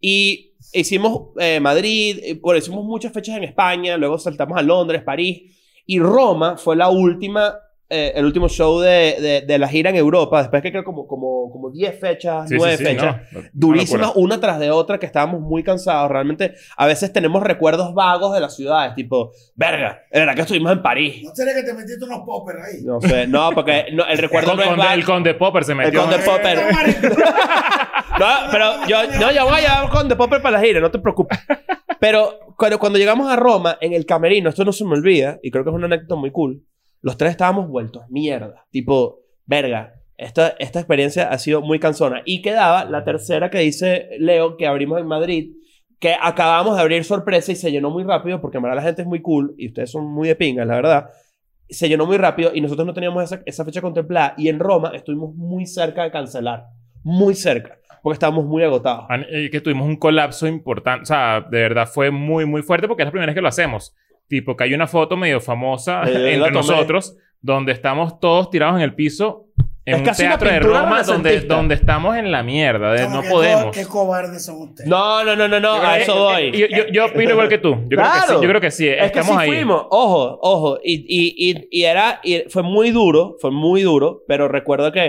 Speaker 3: Y hicimos eh, Madrid, eh, bueno, hicimos muchas fechas en España, luego saltamos a Londres, París, y Roma fue la última, eh, el último show de, de- de la gira en Europa, después que creo como, como, como 10 fechas,
Speaker 2: Sí, sí,
Speaker 3: 9
Speaker 2: sí,
Speaker 3: fechas,
Speaker 2: no, una
Speaker 3: durísimas,
Speaker 2: locura.
Speaker 3: una tras de otra, que estábamos muy cansados. Realmente, a veces tenemos recuerdos vagos de las ciudades, tipo, verga, es verdad que estuvimos en París.
Speaker 5: No será que te metiste unos poppers ahí.
Speaker 3: No sé, no, porque no, el recuerdo
Speaker 2: Con-
Speaker 3: no es
Speaker 2: con-
Speaker 3: vago.
Speaker 2: el conde Popper se metió.
Speaker 3: Conde
Speaker 2: en-
Speaker 3: Popper.
Speaker 5: No, marico.
Speaker 3: No, pero yo, no, yo voy a llevar con The Popper para la gira, no te preocupes. Pero cuando, cuando llegamos a Roma, en el camerino, esto no se me olvida, y creo que es una anécdota muy cool, los tres estábamos vueltos mierda. Tipo, verga, esta, esta experiencia ha sido muy cansona. Y quedaba la tercera que dice Leo, que abrimos en Madrid, que acabamos de abrir sorpresa y se llenó muy rápido, porque en verdad la gente es muy cool, y ustedes son muy de pingas, la verdad. Se llenó muy rápido y nosotros no teníamos esa, esa fecha contemplada. Y en Roma estuvimos muy cerca de cancelar. Muy cerca. Porque estábamos muy agotados.
Speaker 2: An- eh, que tuvimos un colapso importante. O sea, de verdad fue muy, muy fuerte porque es la primera vez que lo hacemos. Tipo, que hay una foto medio famosa
Speaker 3: Eh, yo la
Speaker 2: entre
Speaker 3: tomé.
Speaker 2: nosotros donde estamos todos tirados en el piso en
Speaker 3: Es
Speaker 2: un
Speaker 3: casi una
Speaker 2: teatro de
Speaker 3: pintura
Speaker 2: Roma donde,
Speaker 3: renacentista.
Speaker 2: donde estamos en la mierda. de
Speaker 5: Chamo,
Speaker 2: no
Speaker 5: qué co-
Speaker 2: podemos.
Speaker 5: Qué cobardes son ustedes.
Speaker 3: Pues No, no, no, no, no,
Speaker 2: Yo creo
Speaker 3: a
Speaker 2: que- eh,
Speaker 3: eso voy.
Speaker 2: Yo, yo, yo opino igual que tú. Yo, creo, que
Speaker 3: Claro.
Speaker 2: sí, yo creo que sí.
Speaker 3: es que sí
Speaker 2: Estamos ahí.
Speaker 3: fuimos, ojo, ojo, y, y, y, y era, y fue muy duro, fue muy duro, pero recuerdo que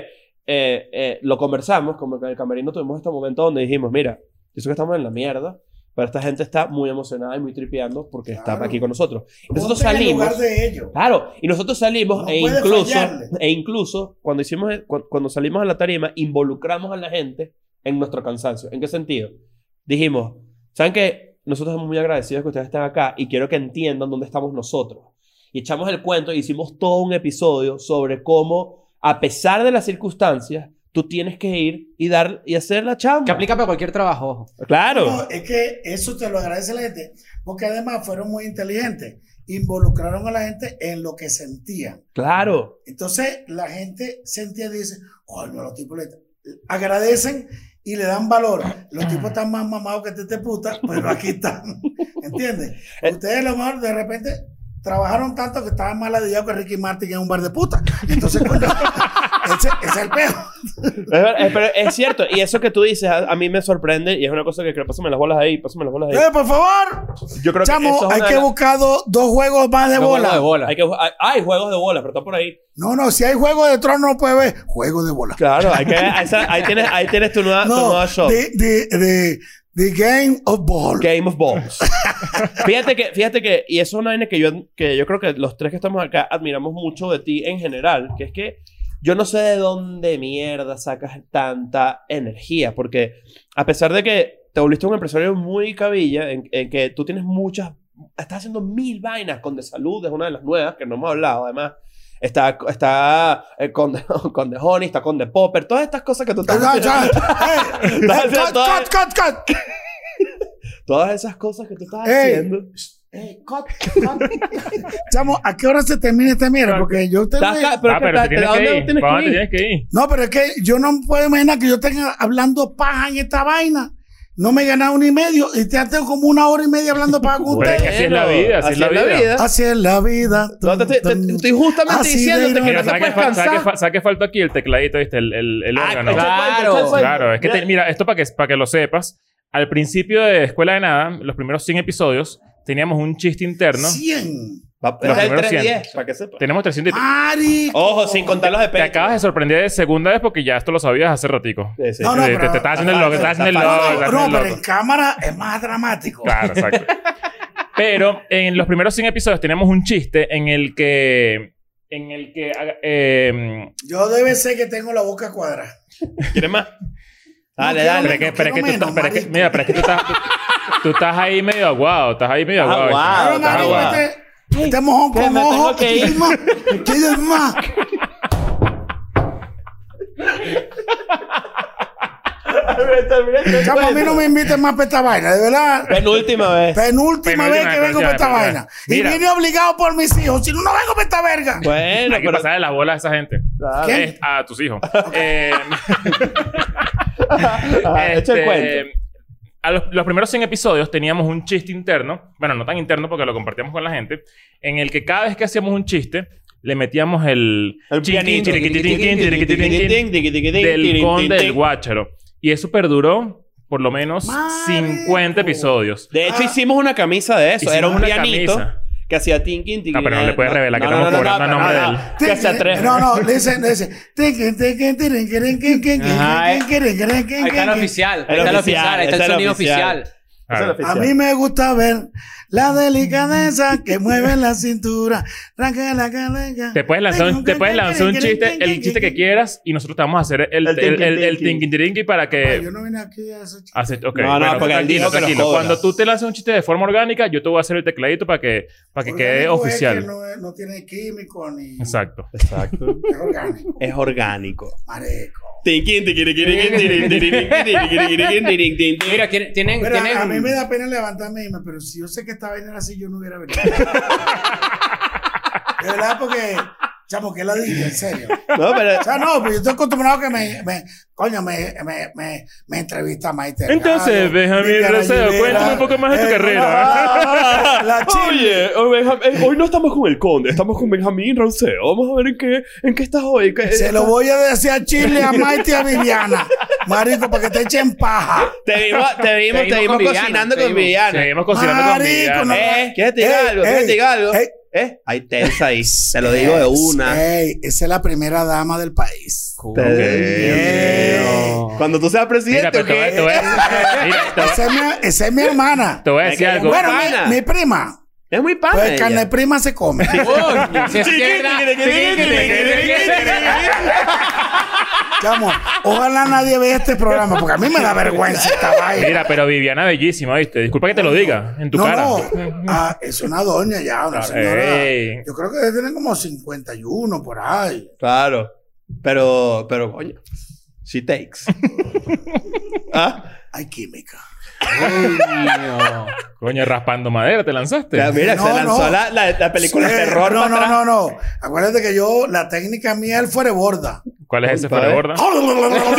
Speaker 3: eh, eh, lo conversamos, como que en el camerino tuvimos este momento donde dijimos, mira, Yo sé que estamos en la mierda, pero esta gente está muy emocionada y muy tripeando porque
Speaker 5: Claro.
Speaker 3: está aquí con nosotros. Y Nosotros
Speaker 5: Ponte en el
Speaker 3: salimos.
Speaker 5: lugar de ellos.
Speaker 3: Claro, y nosotros salimos
Speaker 5: No
Speaker 3: e
Speaker 5: puede
Speaker 3: incluso
Speaker 5: fallarle.
Speaker 3: e incluso cuando hicimos cu- cuando salimos a la tarima involucramos a la gente en nuestro cansancio. ¿En qué sentido? Dijimos, ¿saben qué? Nosotros estamos muy agradecidos que ustedes estén acá y quiero que entiendan dónde estamos nosotros. Y echamos el cuento y hicimos todo un episodio sobre cómo a pesar de las circunstancias tú tienes que ir y dar y hacer la chamba.
Speaker 4: Que aplica para cualquier trabajo, ojo.
Speaker 3: Claro.
Speaker 5: No, es que eso te lo agradece la gente, porque además fueron muy inteligentes, involucraron a la gente en lo que sentían.
Speaker 3: Claro.
Speaker 5: Entonces la gente sentía y dice, coño, los tipos le agradecen y le dan valor. Los tipos están más mamados que te, te puta, pero aquí están. ¿Entiendes? Ustedes a lo mejor de repente trabajaron tanto que estaban mal adiviados que Ricky Martin es un bar de puta. Entonces, coño, ese, ese es el peor.
Speaker 3: Es, ver- es- pero es cierto, y eso que tú dices a, a mí me sorprende y es una cosa que creo, pásame las bolas ahí, pásame las bolas ahí.
Speaker 5: por favor,
Speaker 3: Yo creo
Speaker 5: chamo,
Speaker 3: que eso es
Speaker 5: hay
Speaker 3: una
Speaker 5: que
Speaker 3: de las-
Speaker 5: buscar do- dos juegos más de
Speaker 4: No
Speaker 5: bola.
Speaker 4: juego de bola.
Speaker 3: Hay que bu- hay- hay juegos de bolas, pero está por ahí.
Speaker 5: No, no, si hay juego de trono no puede ver juego de bola.
Speaker 3: Claro, hay que, esa- ahí, tienes, ahí tienes tu nueva, tu nueva
Speaker 5: No,
Speaker 3: show.
Speaker 5: the, the, the, the game of ball.
Speaker 3: Game of Balls. fíjate que, fíjate que, y eso es una vaina que yo, que yo creo que los tres que estamos acá admiramos mucho de ti en general, que es que yo no sé de dónde mierda sacas tanta energía, porque a pesar de que te volviste un empresario muy cabilla, en, en que tú tienes muchas, estás haciendo mil vainas con de salud, es una de las nuevas que no hemos hablado, además. Está, está eh, con, con The Honey, está con The Popper, todas estas cosas que tú estás
Speaker 5: Ah,
Speaker 3: haciendo.
Speaker 5: ya, eh, eh,
Speaker 3: Estás haciendo
Speaker 5: cut,
Speaker 3: todo-
Speaker 5: cut, cut, cut.
Speaker 3: Todas esas cosas que tú estás
Speaker 5: Ey.
Speaker 3: haciendo.
Speaker 5: Eh, cut, cut. Chamo, ¿a qué hora se termina esta mierda? Porque yo tengo...
Speaker 3: Estás ca- pero,
Speaker 2: ah,
Speaker 3: que
Speaker 2: pero
Speaker 3: estás-
Speaker 2: te tienes
Speaker 3: ¿a
Speaker 2: que
Speaker 3: dónde
Speaker 2: ir.
Speaker 3: tienes
Speaker 2: ¿Para
Speaker 3: que
Speaker 2: dónde tienes
Speaker 3: ir?
Speaker 2: que ir?
Speaker 5: No, pero es que yo no puedo imaginar que yo tenga hablando paja en esta vaina. No me he ganado un y medio y ya tengo como una hora y media hablando paja con
Speaker 2: Pero es que
Speaker 5: ustedes.
Speaker 2: así es la vida, así, es la vida.
Speaker 5: Así es la vida.
Speaker 3: No, te, te- te- estoy justamente
Speaker 5: Así de
Speaker 3: diciéndote que
Speaker 5: irónico.
Speaker 3: no
Speaker 2: Mira,
Speaker 3: te
Speaker 2: ¿sabes qué
Speaker 3: puedes
Speaker 2: fal- ¿sabes qué
Speaker 3: cansar.
Speaker 2: fal- ¿sabes qué faltó aquí? El tecladito, ¿viste? El, el, el
Speaker 3: Ah,
Speaker 2: órgano.
Speaker 3: echa el cuento,
Speaker 4: Claro.
Speaker 3: echa el
Speaker 5: Pues,
Speaker 3: cuento.
Speaker 2: Claro, es que te-
Speaker 3: Mira,
Speaker 2: mira, esto para que, para que lo sepas, al principio de Escuela de Nada, los primeros 100 episodios, teníamos un chiste interno.
Speaker 5: 100.
Speaker 3: va-
Speaker 2: Los
Speaker 3: está en
Speaker 2: primeros
Speaker 3: 310, para que sepas.
Speaker 2: Tenemos 300
Speaker 5: Ah,
Speaker 2: y-
Speaker 5: Mari.
Speaker 2: Oh,
Speaker 3: Ojo, sin contar los de
Speaker 2: Te acabas de sorprender de segunda vez porque ya esto lo sabías hace ratico.
Speaker 3: Sí, sí.
Speaker 5: No, no,
Speaker 2: te,
Speaker 5: pero-
Speaker 2: te, te estás haciendo el loco, te estás haciendo
Speaker 5: No,
Speaker 2: el loco.
Speaker 5: no,
Speaker 2: te estás
Speaker 5: no,
Speaker 2: haciendo el
Speaker 5: pero
Speaker 2: loco.
Speaker 5: en cámara es más dramático.
Speaker 2: Claro, exacto. Pero en los primeros 100 episodios tenemos un chiste en el que. En el que. ah, eh,
Speaker 5: Yo debe ser que tengo la boca cuadrada.
Speaker 3: ¿Quieres más? Dale,
Speaker 5: quiero
Speaker 3: dale.
Speaker 2: pero es que, pero es que tú
Speaker 5: quiero
Speaker 2: estás. pero es que-
Speaker 5: menos,
Speaker 2: mira, pero es que tú estás. Tú, tú estás ahí medio aguado, estás ahí medio
Speaker 3: Estás
Speaker 2: aguado.
Speaker 3: aguado,
Speaker 5: Ahora,
Speaker 3: Ah, está
Speaker 5: marico,
Speaker 3: guau.
Speaker 5: este- este mojón
Speaker 3: que
Speaker 5: con
Speaker 3: me tengo
Speaker 5: ojo.
Speaker 3: que
Speaker 5: ¿Quién
Speaker 3: ir.
Speaker 5: más? ¿Quién más? Chamo, a mí no me inviten más para esta vaina, de verdad.
Speaker 3: Penúltima vez.
Speaker 5: Penúltima vez
Speaker 2: Penúltima
Speaker 5: que vengo
Speaker 2: vez,
Speaker 5: para esta
Speaker 2: ya,
Speaker 5: vaina. Y
Speaker 2: mira.
Speaker 5: vine obligado por mis hijos. Si no, no vengo para esta verga.
Speaker 3: Bueno,
Speaker 2: Hay que
Speaker 3: pero...
Speaker 2: pasar de las bolas a esa gente.
Speaker 3: Claro.
Speaker 5: ¿Qué?
Speaker 2: Es- a tus hijos. Eh,
Speaker 3: Ajá, Ah, echa el
Speaker 2: este,
Speaker 3: cuento.
Speaker 2: A los, los primeros 100 episodios teníamos un chiste interno, bueno, no tan interno porque lo compartíamos con la gente, en el que cada vez que hacíamos un chiste, le metíamos el,
Speaker 3: El
Speaker 2: chiquititín,
Speaker 3: pianito.
Speaker 2: chiquititín, chiquititín, chiquititín, del conde del guácharo. Y eso perduró por lo menos
Speaker 5: Marico.
Speaker 2: 50 episodios.
Speaker 3: De hecho,
Speaker 5: Ah.
Speaker 3: hicimos una camisa de eso.
Speaker 2: Hicimos
Speaker 3: Era un
Speaker 2: una
Speaker 3: pianito
Speaker 2: camisa.
Speaker 3: que hacía tinkin, tinkin.
Speaker 2: Ah, pero no le puedes revelar que estamos cobrando
Speaker 3: pero
Speaker 2: nombre
Speaker 3: no,
Speaker 2: de él.
Speaker 3: no. Que se atreve.
Speaker 5: No, no, le dicen, le dicen. Tinkin, tinkin, tinkin, tinkin, tinkin,
Speaker 4: Ajá, eh.
Speaker 5: tinkin, tinkin, tinkin,
Speaker 4: Ahí está el
Speaker 5: tinkin.
Speaker 4: oficial.
Speaker 3: El
Speaker 4: Ahí está
Speaker 3: oficial,
Speaker 4: el oficial. Ahí
Speaker 3: ese
Speaker 4: está el
Speaker 3: era
Speaker 4: sonido
Speaker 3: oficial.
Speaker 4: oficial.
Speaker 3: Esa es la
Speaker 2: Claro.
Speaker 5: A
Speaker 3: oficial.
Speaker 5: mí me gusta ver la delicadeza que mueve la cintura. Ranca, la calenga.
Speaker 2: Te puedes lanzar un, te puedes lanzar un chiste, el chiste que quieras, y nosotros te vamos a hacer el,
Speaker 3: El
Speaker 2: el,
Speaker 3: tinkin,
Speaker 2: el, el,
Speaker 3: tinkin.
Speaker 2: tinkin-tirinki para
Speaker 5: Ah,
Speaker 2: que
Speaker 5: Yo no vine aquí a ese chiste.
Speaker 2: Hace, ok,
Speaker 3: No, no,
Speaker 2: bueno,
Speaker 3: porque él
Speaker 2: tranquilo,
Speaker 3: dijo que los
Speaker 2: tranquilo.
Speaker 3: cobras.
Speaker 2: Cuando tú te lanzas un chiste de forma orgánica, yo te voy a hacer el tecladito para que, para que quede
Speaker 5: Orgánico es
Speaker 2: oficial.
Speaker 5: que no, es- no tiene químico ni.
Speaker 2: Exacto.
Speaker 3: Exacto.
Speaker 5: Es orgánico,
Speaker 3: Es orgánico.
Speaker 5: marico.
Speaker 3: Tinkin, tiquiri, tiquiri, tiquiri, tiquiri, tiquiri, tiquiri, tiquiri, tiquiri, tiquiri.
Speaker 4: Mira, tienen. tienen,
Speaker 5: Pero a, a mí
Speaker 4: tienen-
Speaker 5: me da pena levantarme y irme, pero si yo sé que esta vaina era así, yo no hubiera venido. De verdad, porque, chamo, que la dije, en serio.
Speaker 3: No, pero.
Speaker 5: O sea, no, pero yo estoy acostumbrado que me, me coño, me, me, me, me entrevista Maite.
Speaker 2: Entonces, Benjamín Rosado, cuéntame un poco más de tu carrera.
Speaker 5: La chile.
Speaker 3: Oye, hoy Benjam- eh, hoy no estamos con el conde, estamos con Benjamín Rauseo. Vamos a ver en qué, en qué estás hoy. ¿Qué-
Speaker 5: Se lo voy a decir a Chile, a Maite y a Viviana. Marico, para que te echen paja.
Speaker 3: Te vimos, te vimos, te
Speaker 4: Te
Speaker 3: vimos
Speaker 4: vimos con
Speaker 3: cocinando
Speaker 4: Viviana, te
Speaker 3: con
Speaker 4: vimos.
Speaker 3: Viviana.
Speaker 2: Seguimos cocinando con
Speaker 5: Marico,
Speaker 2: Viviana.
Speaker 5: no.
Speaker 3: Eh, ¿quieres
Speaker 5: Ey,
Speaker 3: tirar algo?
Speaker 5: ey,
Speaker 3: ¿Quieres tirar algo?
Speaker 5: ey.
Speaker 3: Eh, hay tensa ahí. Te lo digo de una.
Speaker 5: Ey, esa es la primera dama del país.
Speaker 3: Te-
Speaker 5: Dios
Speaker 3: mío. Cuando tú seas
Speaker 2: Mira,
Speaker 3: presidente,
Speaker 2: pero te voy a-
Speaker 3: ¿qué?
Speaker 2: te voy a mira, te voy
Speaker 5: Esa es mi, esa es mi hermana.
Speaker 2: a- te voy a
Speaker 3: Me
Speaker 2: decir
Speaker 3: cae
Speaker 2: algo.
Speaker 5: Bueno,
Speaker 3: pana.
Speaker 5: mi, mi prima.
Speaker 3: es muy
Speaker 5: Pues
Speaker 3: padre.
Speaker 5: carne prima se come.
Speaker 4: Si es piedra-
Speaker 5: Vamos, ojalá nadie vea este programa, porque a mí me da vergüenza esta vaina.
Speaker 2: Mira, pero Viviana bellísima, ¿viste? Disculpa que te lo diga en tu
Speaker 5: no,
Speaker 2: cara.
Speaker 5: no. Ah, es una doña ya, una señora.
Speaker 2: Ey.
Speaker 5: Yo creo que debe tener como 51 por ahí.
Speaker 3: Claro. Pero, pero, coño. She takes. ¿Ah?
Speaker 5: Hay química.
Speaker 4: Coño.
Speaker 2: Coño, raspando madera, te lanzaste.
Speaker 3: Ya, mira,
Speaker 5: No,
Speaker 3: se lanzó
Speaker 5: no.
Speaker 3: la, la, la película
Speaker 5: Sí,
Speaker 3: de terror.
Speaker 5: No,
Speaker 3: para
Speaker 5: no,
Speaker 3: atrás.
Speaker 5: no, no. Acuérdate que yo, la técnica mía el fuere borda.
Speaker 2: ¿Cuál es ese
Speaker 3: Compa,
Speaker 2: fuera
Speaker 3: eh.
Speaker 5: Ah,
Speaker 2: gorda?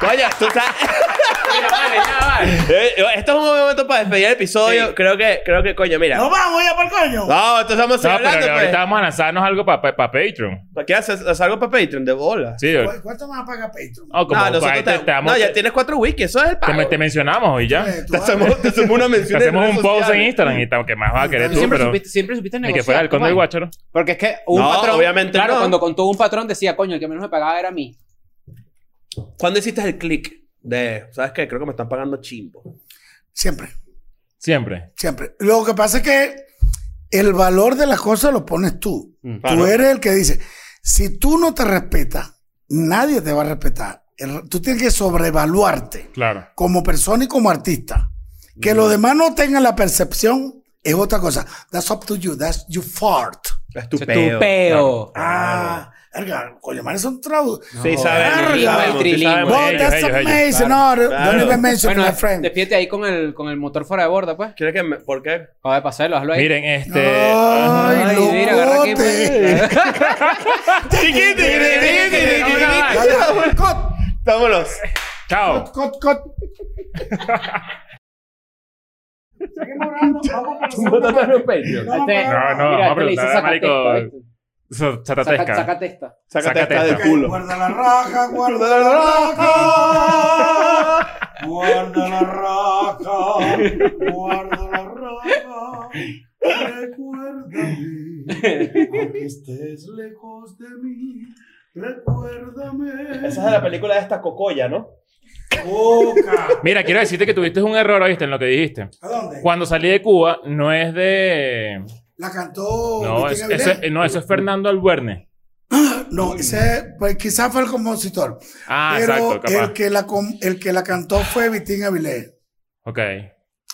Speaker 3: Coño, tú sabes. Eh, Esto es un buen momento para despedir el episodio. Creo que, creo que, coño, mira.
Speaker 5: No vamos ya por coño.
Speaker 3: No, entonces vamos a seguir
Speaker 2: No, pero
Speaker 3: hablando,
Speaker 2: ahorita
Speaker 3: pues.
Speaker 2: vamos a lanzarnos algo para Patreon.
Speaker 3: ¿Para qué haces? Haz algo para Patreon de bola?
Speaker 2: Sí,
Speaker 5: ¿Cu- ¿Cuánto más paga Patreon?
Speaker 2: no, como pues,
Speaker 3: no, nosotros
Speaker 2: ahí
Speaker 3: te-
Speaker 2: te, te damos-
Speaker 3: no, ya tienes cuatro wikis, eso es el
Speaker 2: te,
Speaker 3: pago.
Speaker 2: te mencionamos y ya.
Speaker 5: Eh, tú
Speaker 3: Te
Speaker 5: vas-
Speaker 3: hacemos, te hacemos una
Speaker 2: Te
Speaker 3: mención en
Speaker 2: hacemos
Speaker 3: redes
Speaker 2: un post en
Speaker 3: sociales.
Speaker 2: Instagram y tal, que más vas a querer
Speaker 5: Tú
Speaker 2: tú,
Speaker 4: Siempre
Speaker 2: pero
Speaker 4: supiste, siempre supiste
Speaker 2: ni
Speaker 4: negociar.
Speaker 2: que fuera el conde
Speaker 4: compadre.
Speaker 2: del guacharo.
Speaker 4: Porque es que un
Speaker 3: No,
Speaker 4: patrón.
Speaker 3: obviamente
Speaker 4: claro,
Speaker 3: no.
Speaker 4: cuando contó un patrón decía, coño, el que menos me pagaba era a mí.
Speaker 3: ¿Cuándo hiciste el click de, ¿sabes qué? Creo que me están pagando chimbo?
Speaker 5: Siempre,
Speaker 2: Siempre.
Speaker 5: siempre. Lo que pasa es que el valor de las cosas lo pones tú. Tú
Speaker 3: Claro.
Speaker 5: eres el que dice, si tú no te respetas, nadie te va a respetar. El- tú tienes que sobrevaluarte.
Speaker 2: Claro.
Speaker 5: como persona y como artista. Que
Speaker 2: Mm.
Speaker 5: los demás no tengan la percepción es otra cosa. That's up to you. That's you fart.
Speaker 3: Es tu
Speaker 4: Tu
Speaker 3: peo.
Speaker 4: peo.
Speaker 5: Ah, verga, coño, man, es un trago.
Speaker 3: Sí,
Speaker 5: Verga.
Speaker 3: sabemos, sí
Speaker 5: El
Speaker 3: sabemos, sí
Speaker 4: Ah, trilingüe.
Speaker 3: sabemos.
Speaker 5: Well,
Speaker 2: ellos,
Speaker 5: that's
Speaker 2: ellos, ellos,
Speaker 5: amazing.
Speaker 3: claro,
Speaker 5: no,
Speaker 3: claro.
Speaker 5: don't even mention
Speaker 4: Bueno,
Speaker 5: my friend.
Speaker 4: despídete ahí con el, con el motor fuera de borda, pues.
Speaker 3: ¿Quieres que me, ¿Por qué?
Speaker 4: A ver, pasarlo, hazlo ahí.
Speaker 2: Miren, este.
Speaker 5: Ay,
Speaker 2: ajá.
Speaker 5: locote.
Speaker 4: mira, agarra aquí, pues.
Speaker 5: Ya, ya, cut,
Speaker 3: Vámonos.
Speaker 2: Chao.
Speaker 5: cut, cut. Seguimos grabando, vamos para la segunda parte. Vamos
Speaker 4: Este-
Speaker 5: para la-
Speaker 2: No, no, vamos
Speaker 4: Mira,
Speaker 2: a
Speaker 4: este le dice
Speaker 2: preguntar,
Speaker 4: sácate
Speaker 2: marico.
Speaker 4: esto, ¿viste?
Speaker 2: Sa-
Speaker 4: Saca-
Speaker 2: Satatesca.
Speaker 4: Sácate esta.
Speaker 3: Sácate
Speaker 2: Sácate
Speaker 3: esta
Speaker 2: esta.
Speaker 3: de culo.
Speaker 5: Guarda la raja, guarda la raja. Guarda la raja, guarda la raja. Recuérdame, aunque estés lejos de mí.
Speaker 6: Esa
Speaker 5: Recuérdame.
Speaker 6: es de la película de esta Cocoya, ¿no?
Speaker 5: Boca.
Speaker 2: Mira, quiero decirte que tuviste un error, ¿oíste? En lo que dijiste.
Speaker 5: ¿A dónde?
Speaker 2: Cuando salí de Cuba, no es de.
Speaker 5: La cantó.
Speaker 2: No, es-
Speaker 5: Cristina
Speaker 2: eso,
Speaker 5: Aguilera.
Speaker 2: es- no eso es Fernando Albuerne.
Speaker 5: No, ese, pues quizás fue el compositor.
Speaker 2: Ah,
Speaker 5: pero
Speaker 2: exacto, capaz.
Speaker 5: el que, la, com- el que la cantó fue Vitín Avilés.
Speaker 2: Ok.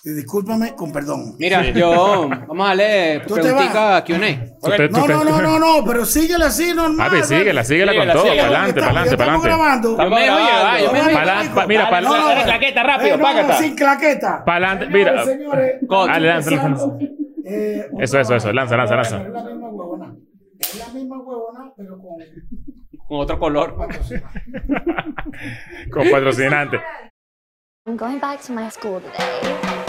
Speaker 5: Y discúlpame con perdón.
Speaker 4: Mira, yo. Vamos a darle
Speaker 5: Tú te
Speaker 4: preguntica a QA.
Speaker 2: Usted-
Speaker 5: No,
Speaker 2: usted-
Speaker 5: no, no, no, no, pero síguela así, normal.
Speaker 2: Papi, síguela, síguela con
Speaker 4: Síguela,
Speaker 2: todo. Para
Speaker 4: síguela.
Speaker 2: adelante, para adelante, para
Speaker 5: Estamos
Speaker 2: adelante.
Speaker 5: grabando.
Speaker 4: Yo me dejo llevar, yo me dejo
Speaker 5: Vamos,
Speaker 2: Para
Speaker 5: vamos,
Speaker 2: adelante. Mira, para
Speaker 5: No, no,
Speaker 2: adelante.
Speaker 4: claqueta,
Speaker 5: Eh, no, no, sin claqueta.
Speaker 2: Para adelante.
Speaker 5: Señores,
Speaker 2: Mira.
Speaker 5: señores,
Speaker 4: Coach.
Speaker 2: Dale, lanza, lanza, lanza.
Speaker 5: eh, otra
Speaker 2: Eso, eso, eso.
Speaker 5: vez.
Speaker 2: Lanza, lanza, lanza.
Speaker 5: Es la misma huevona. Es la misma huevona, pero con
Speaker 4: Con otro color.
Speaker 2: Con patrocinante.
Speaker 1: I'm going back to my school today.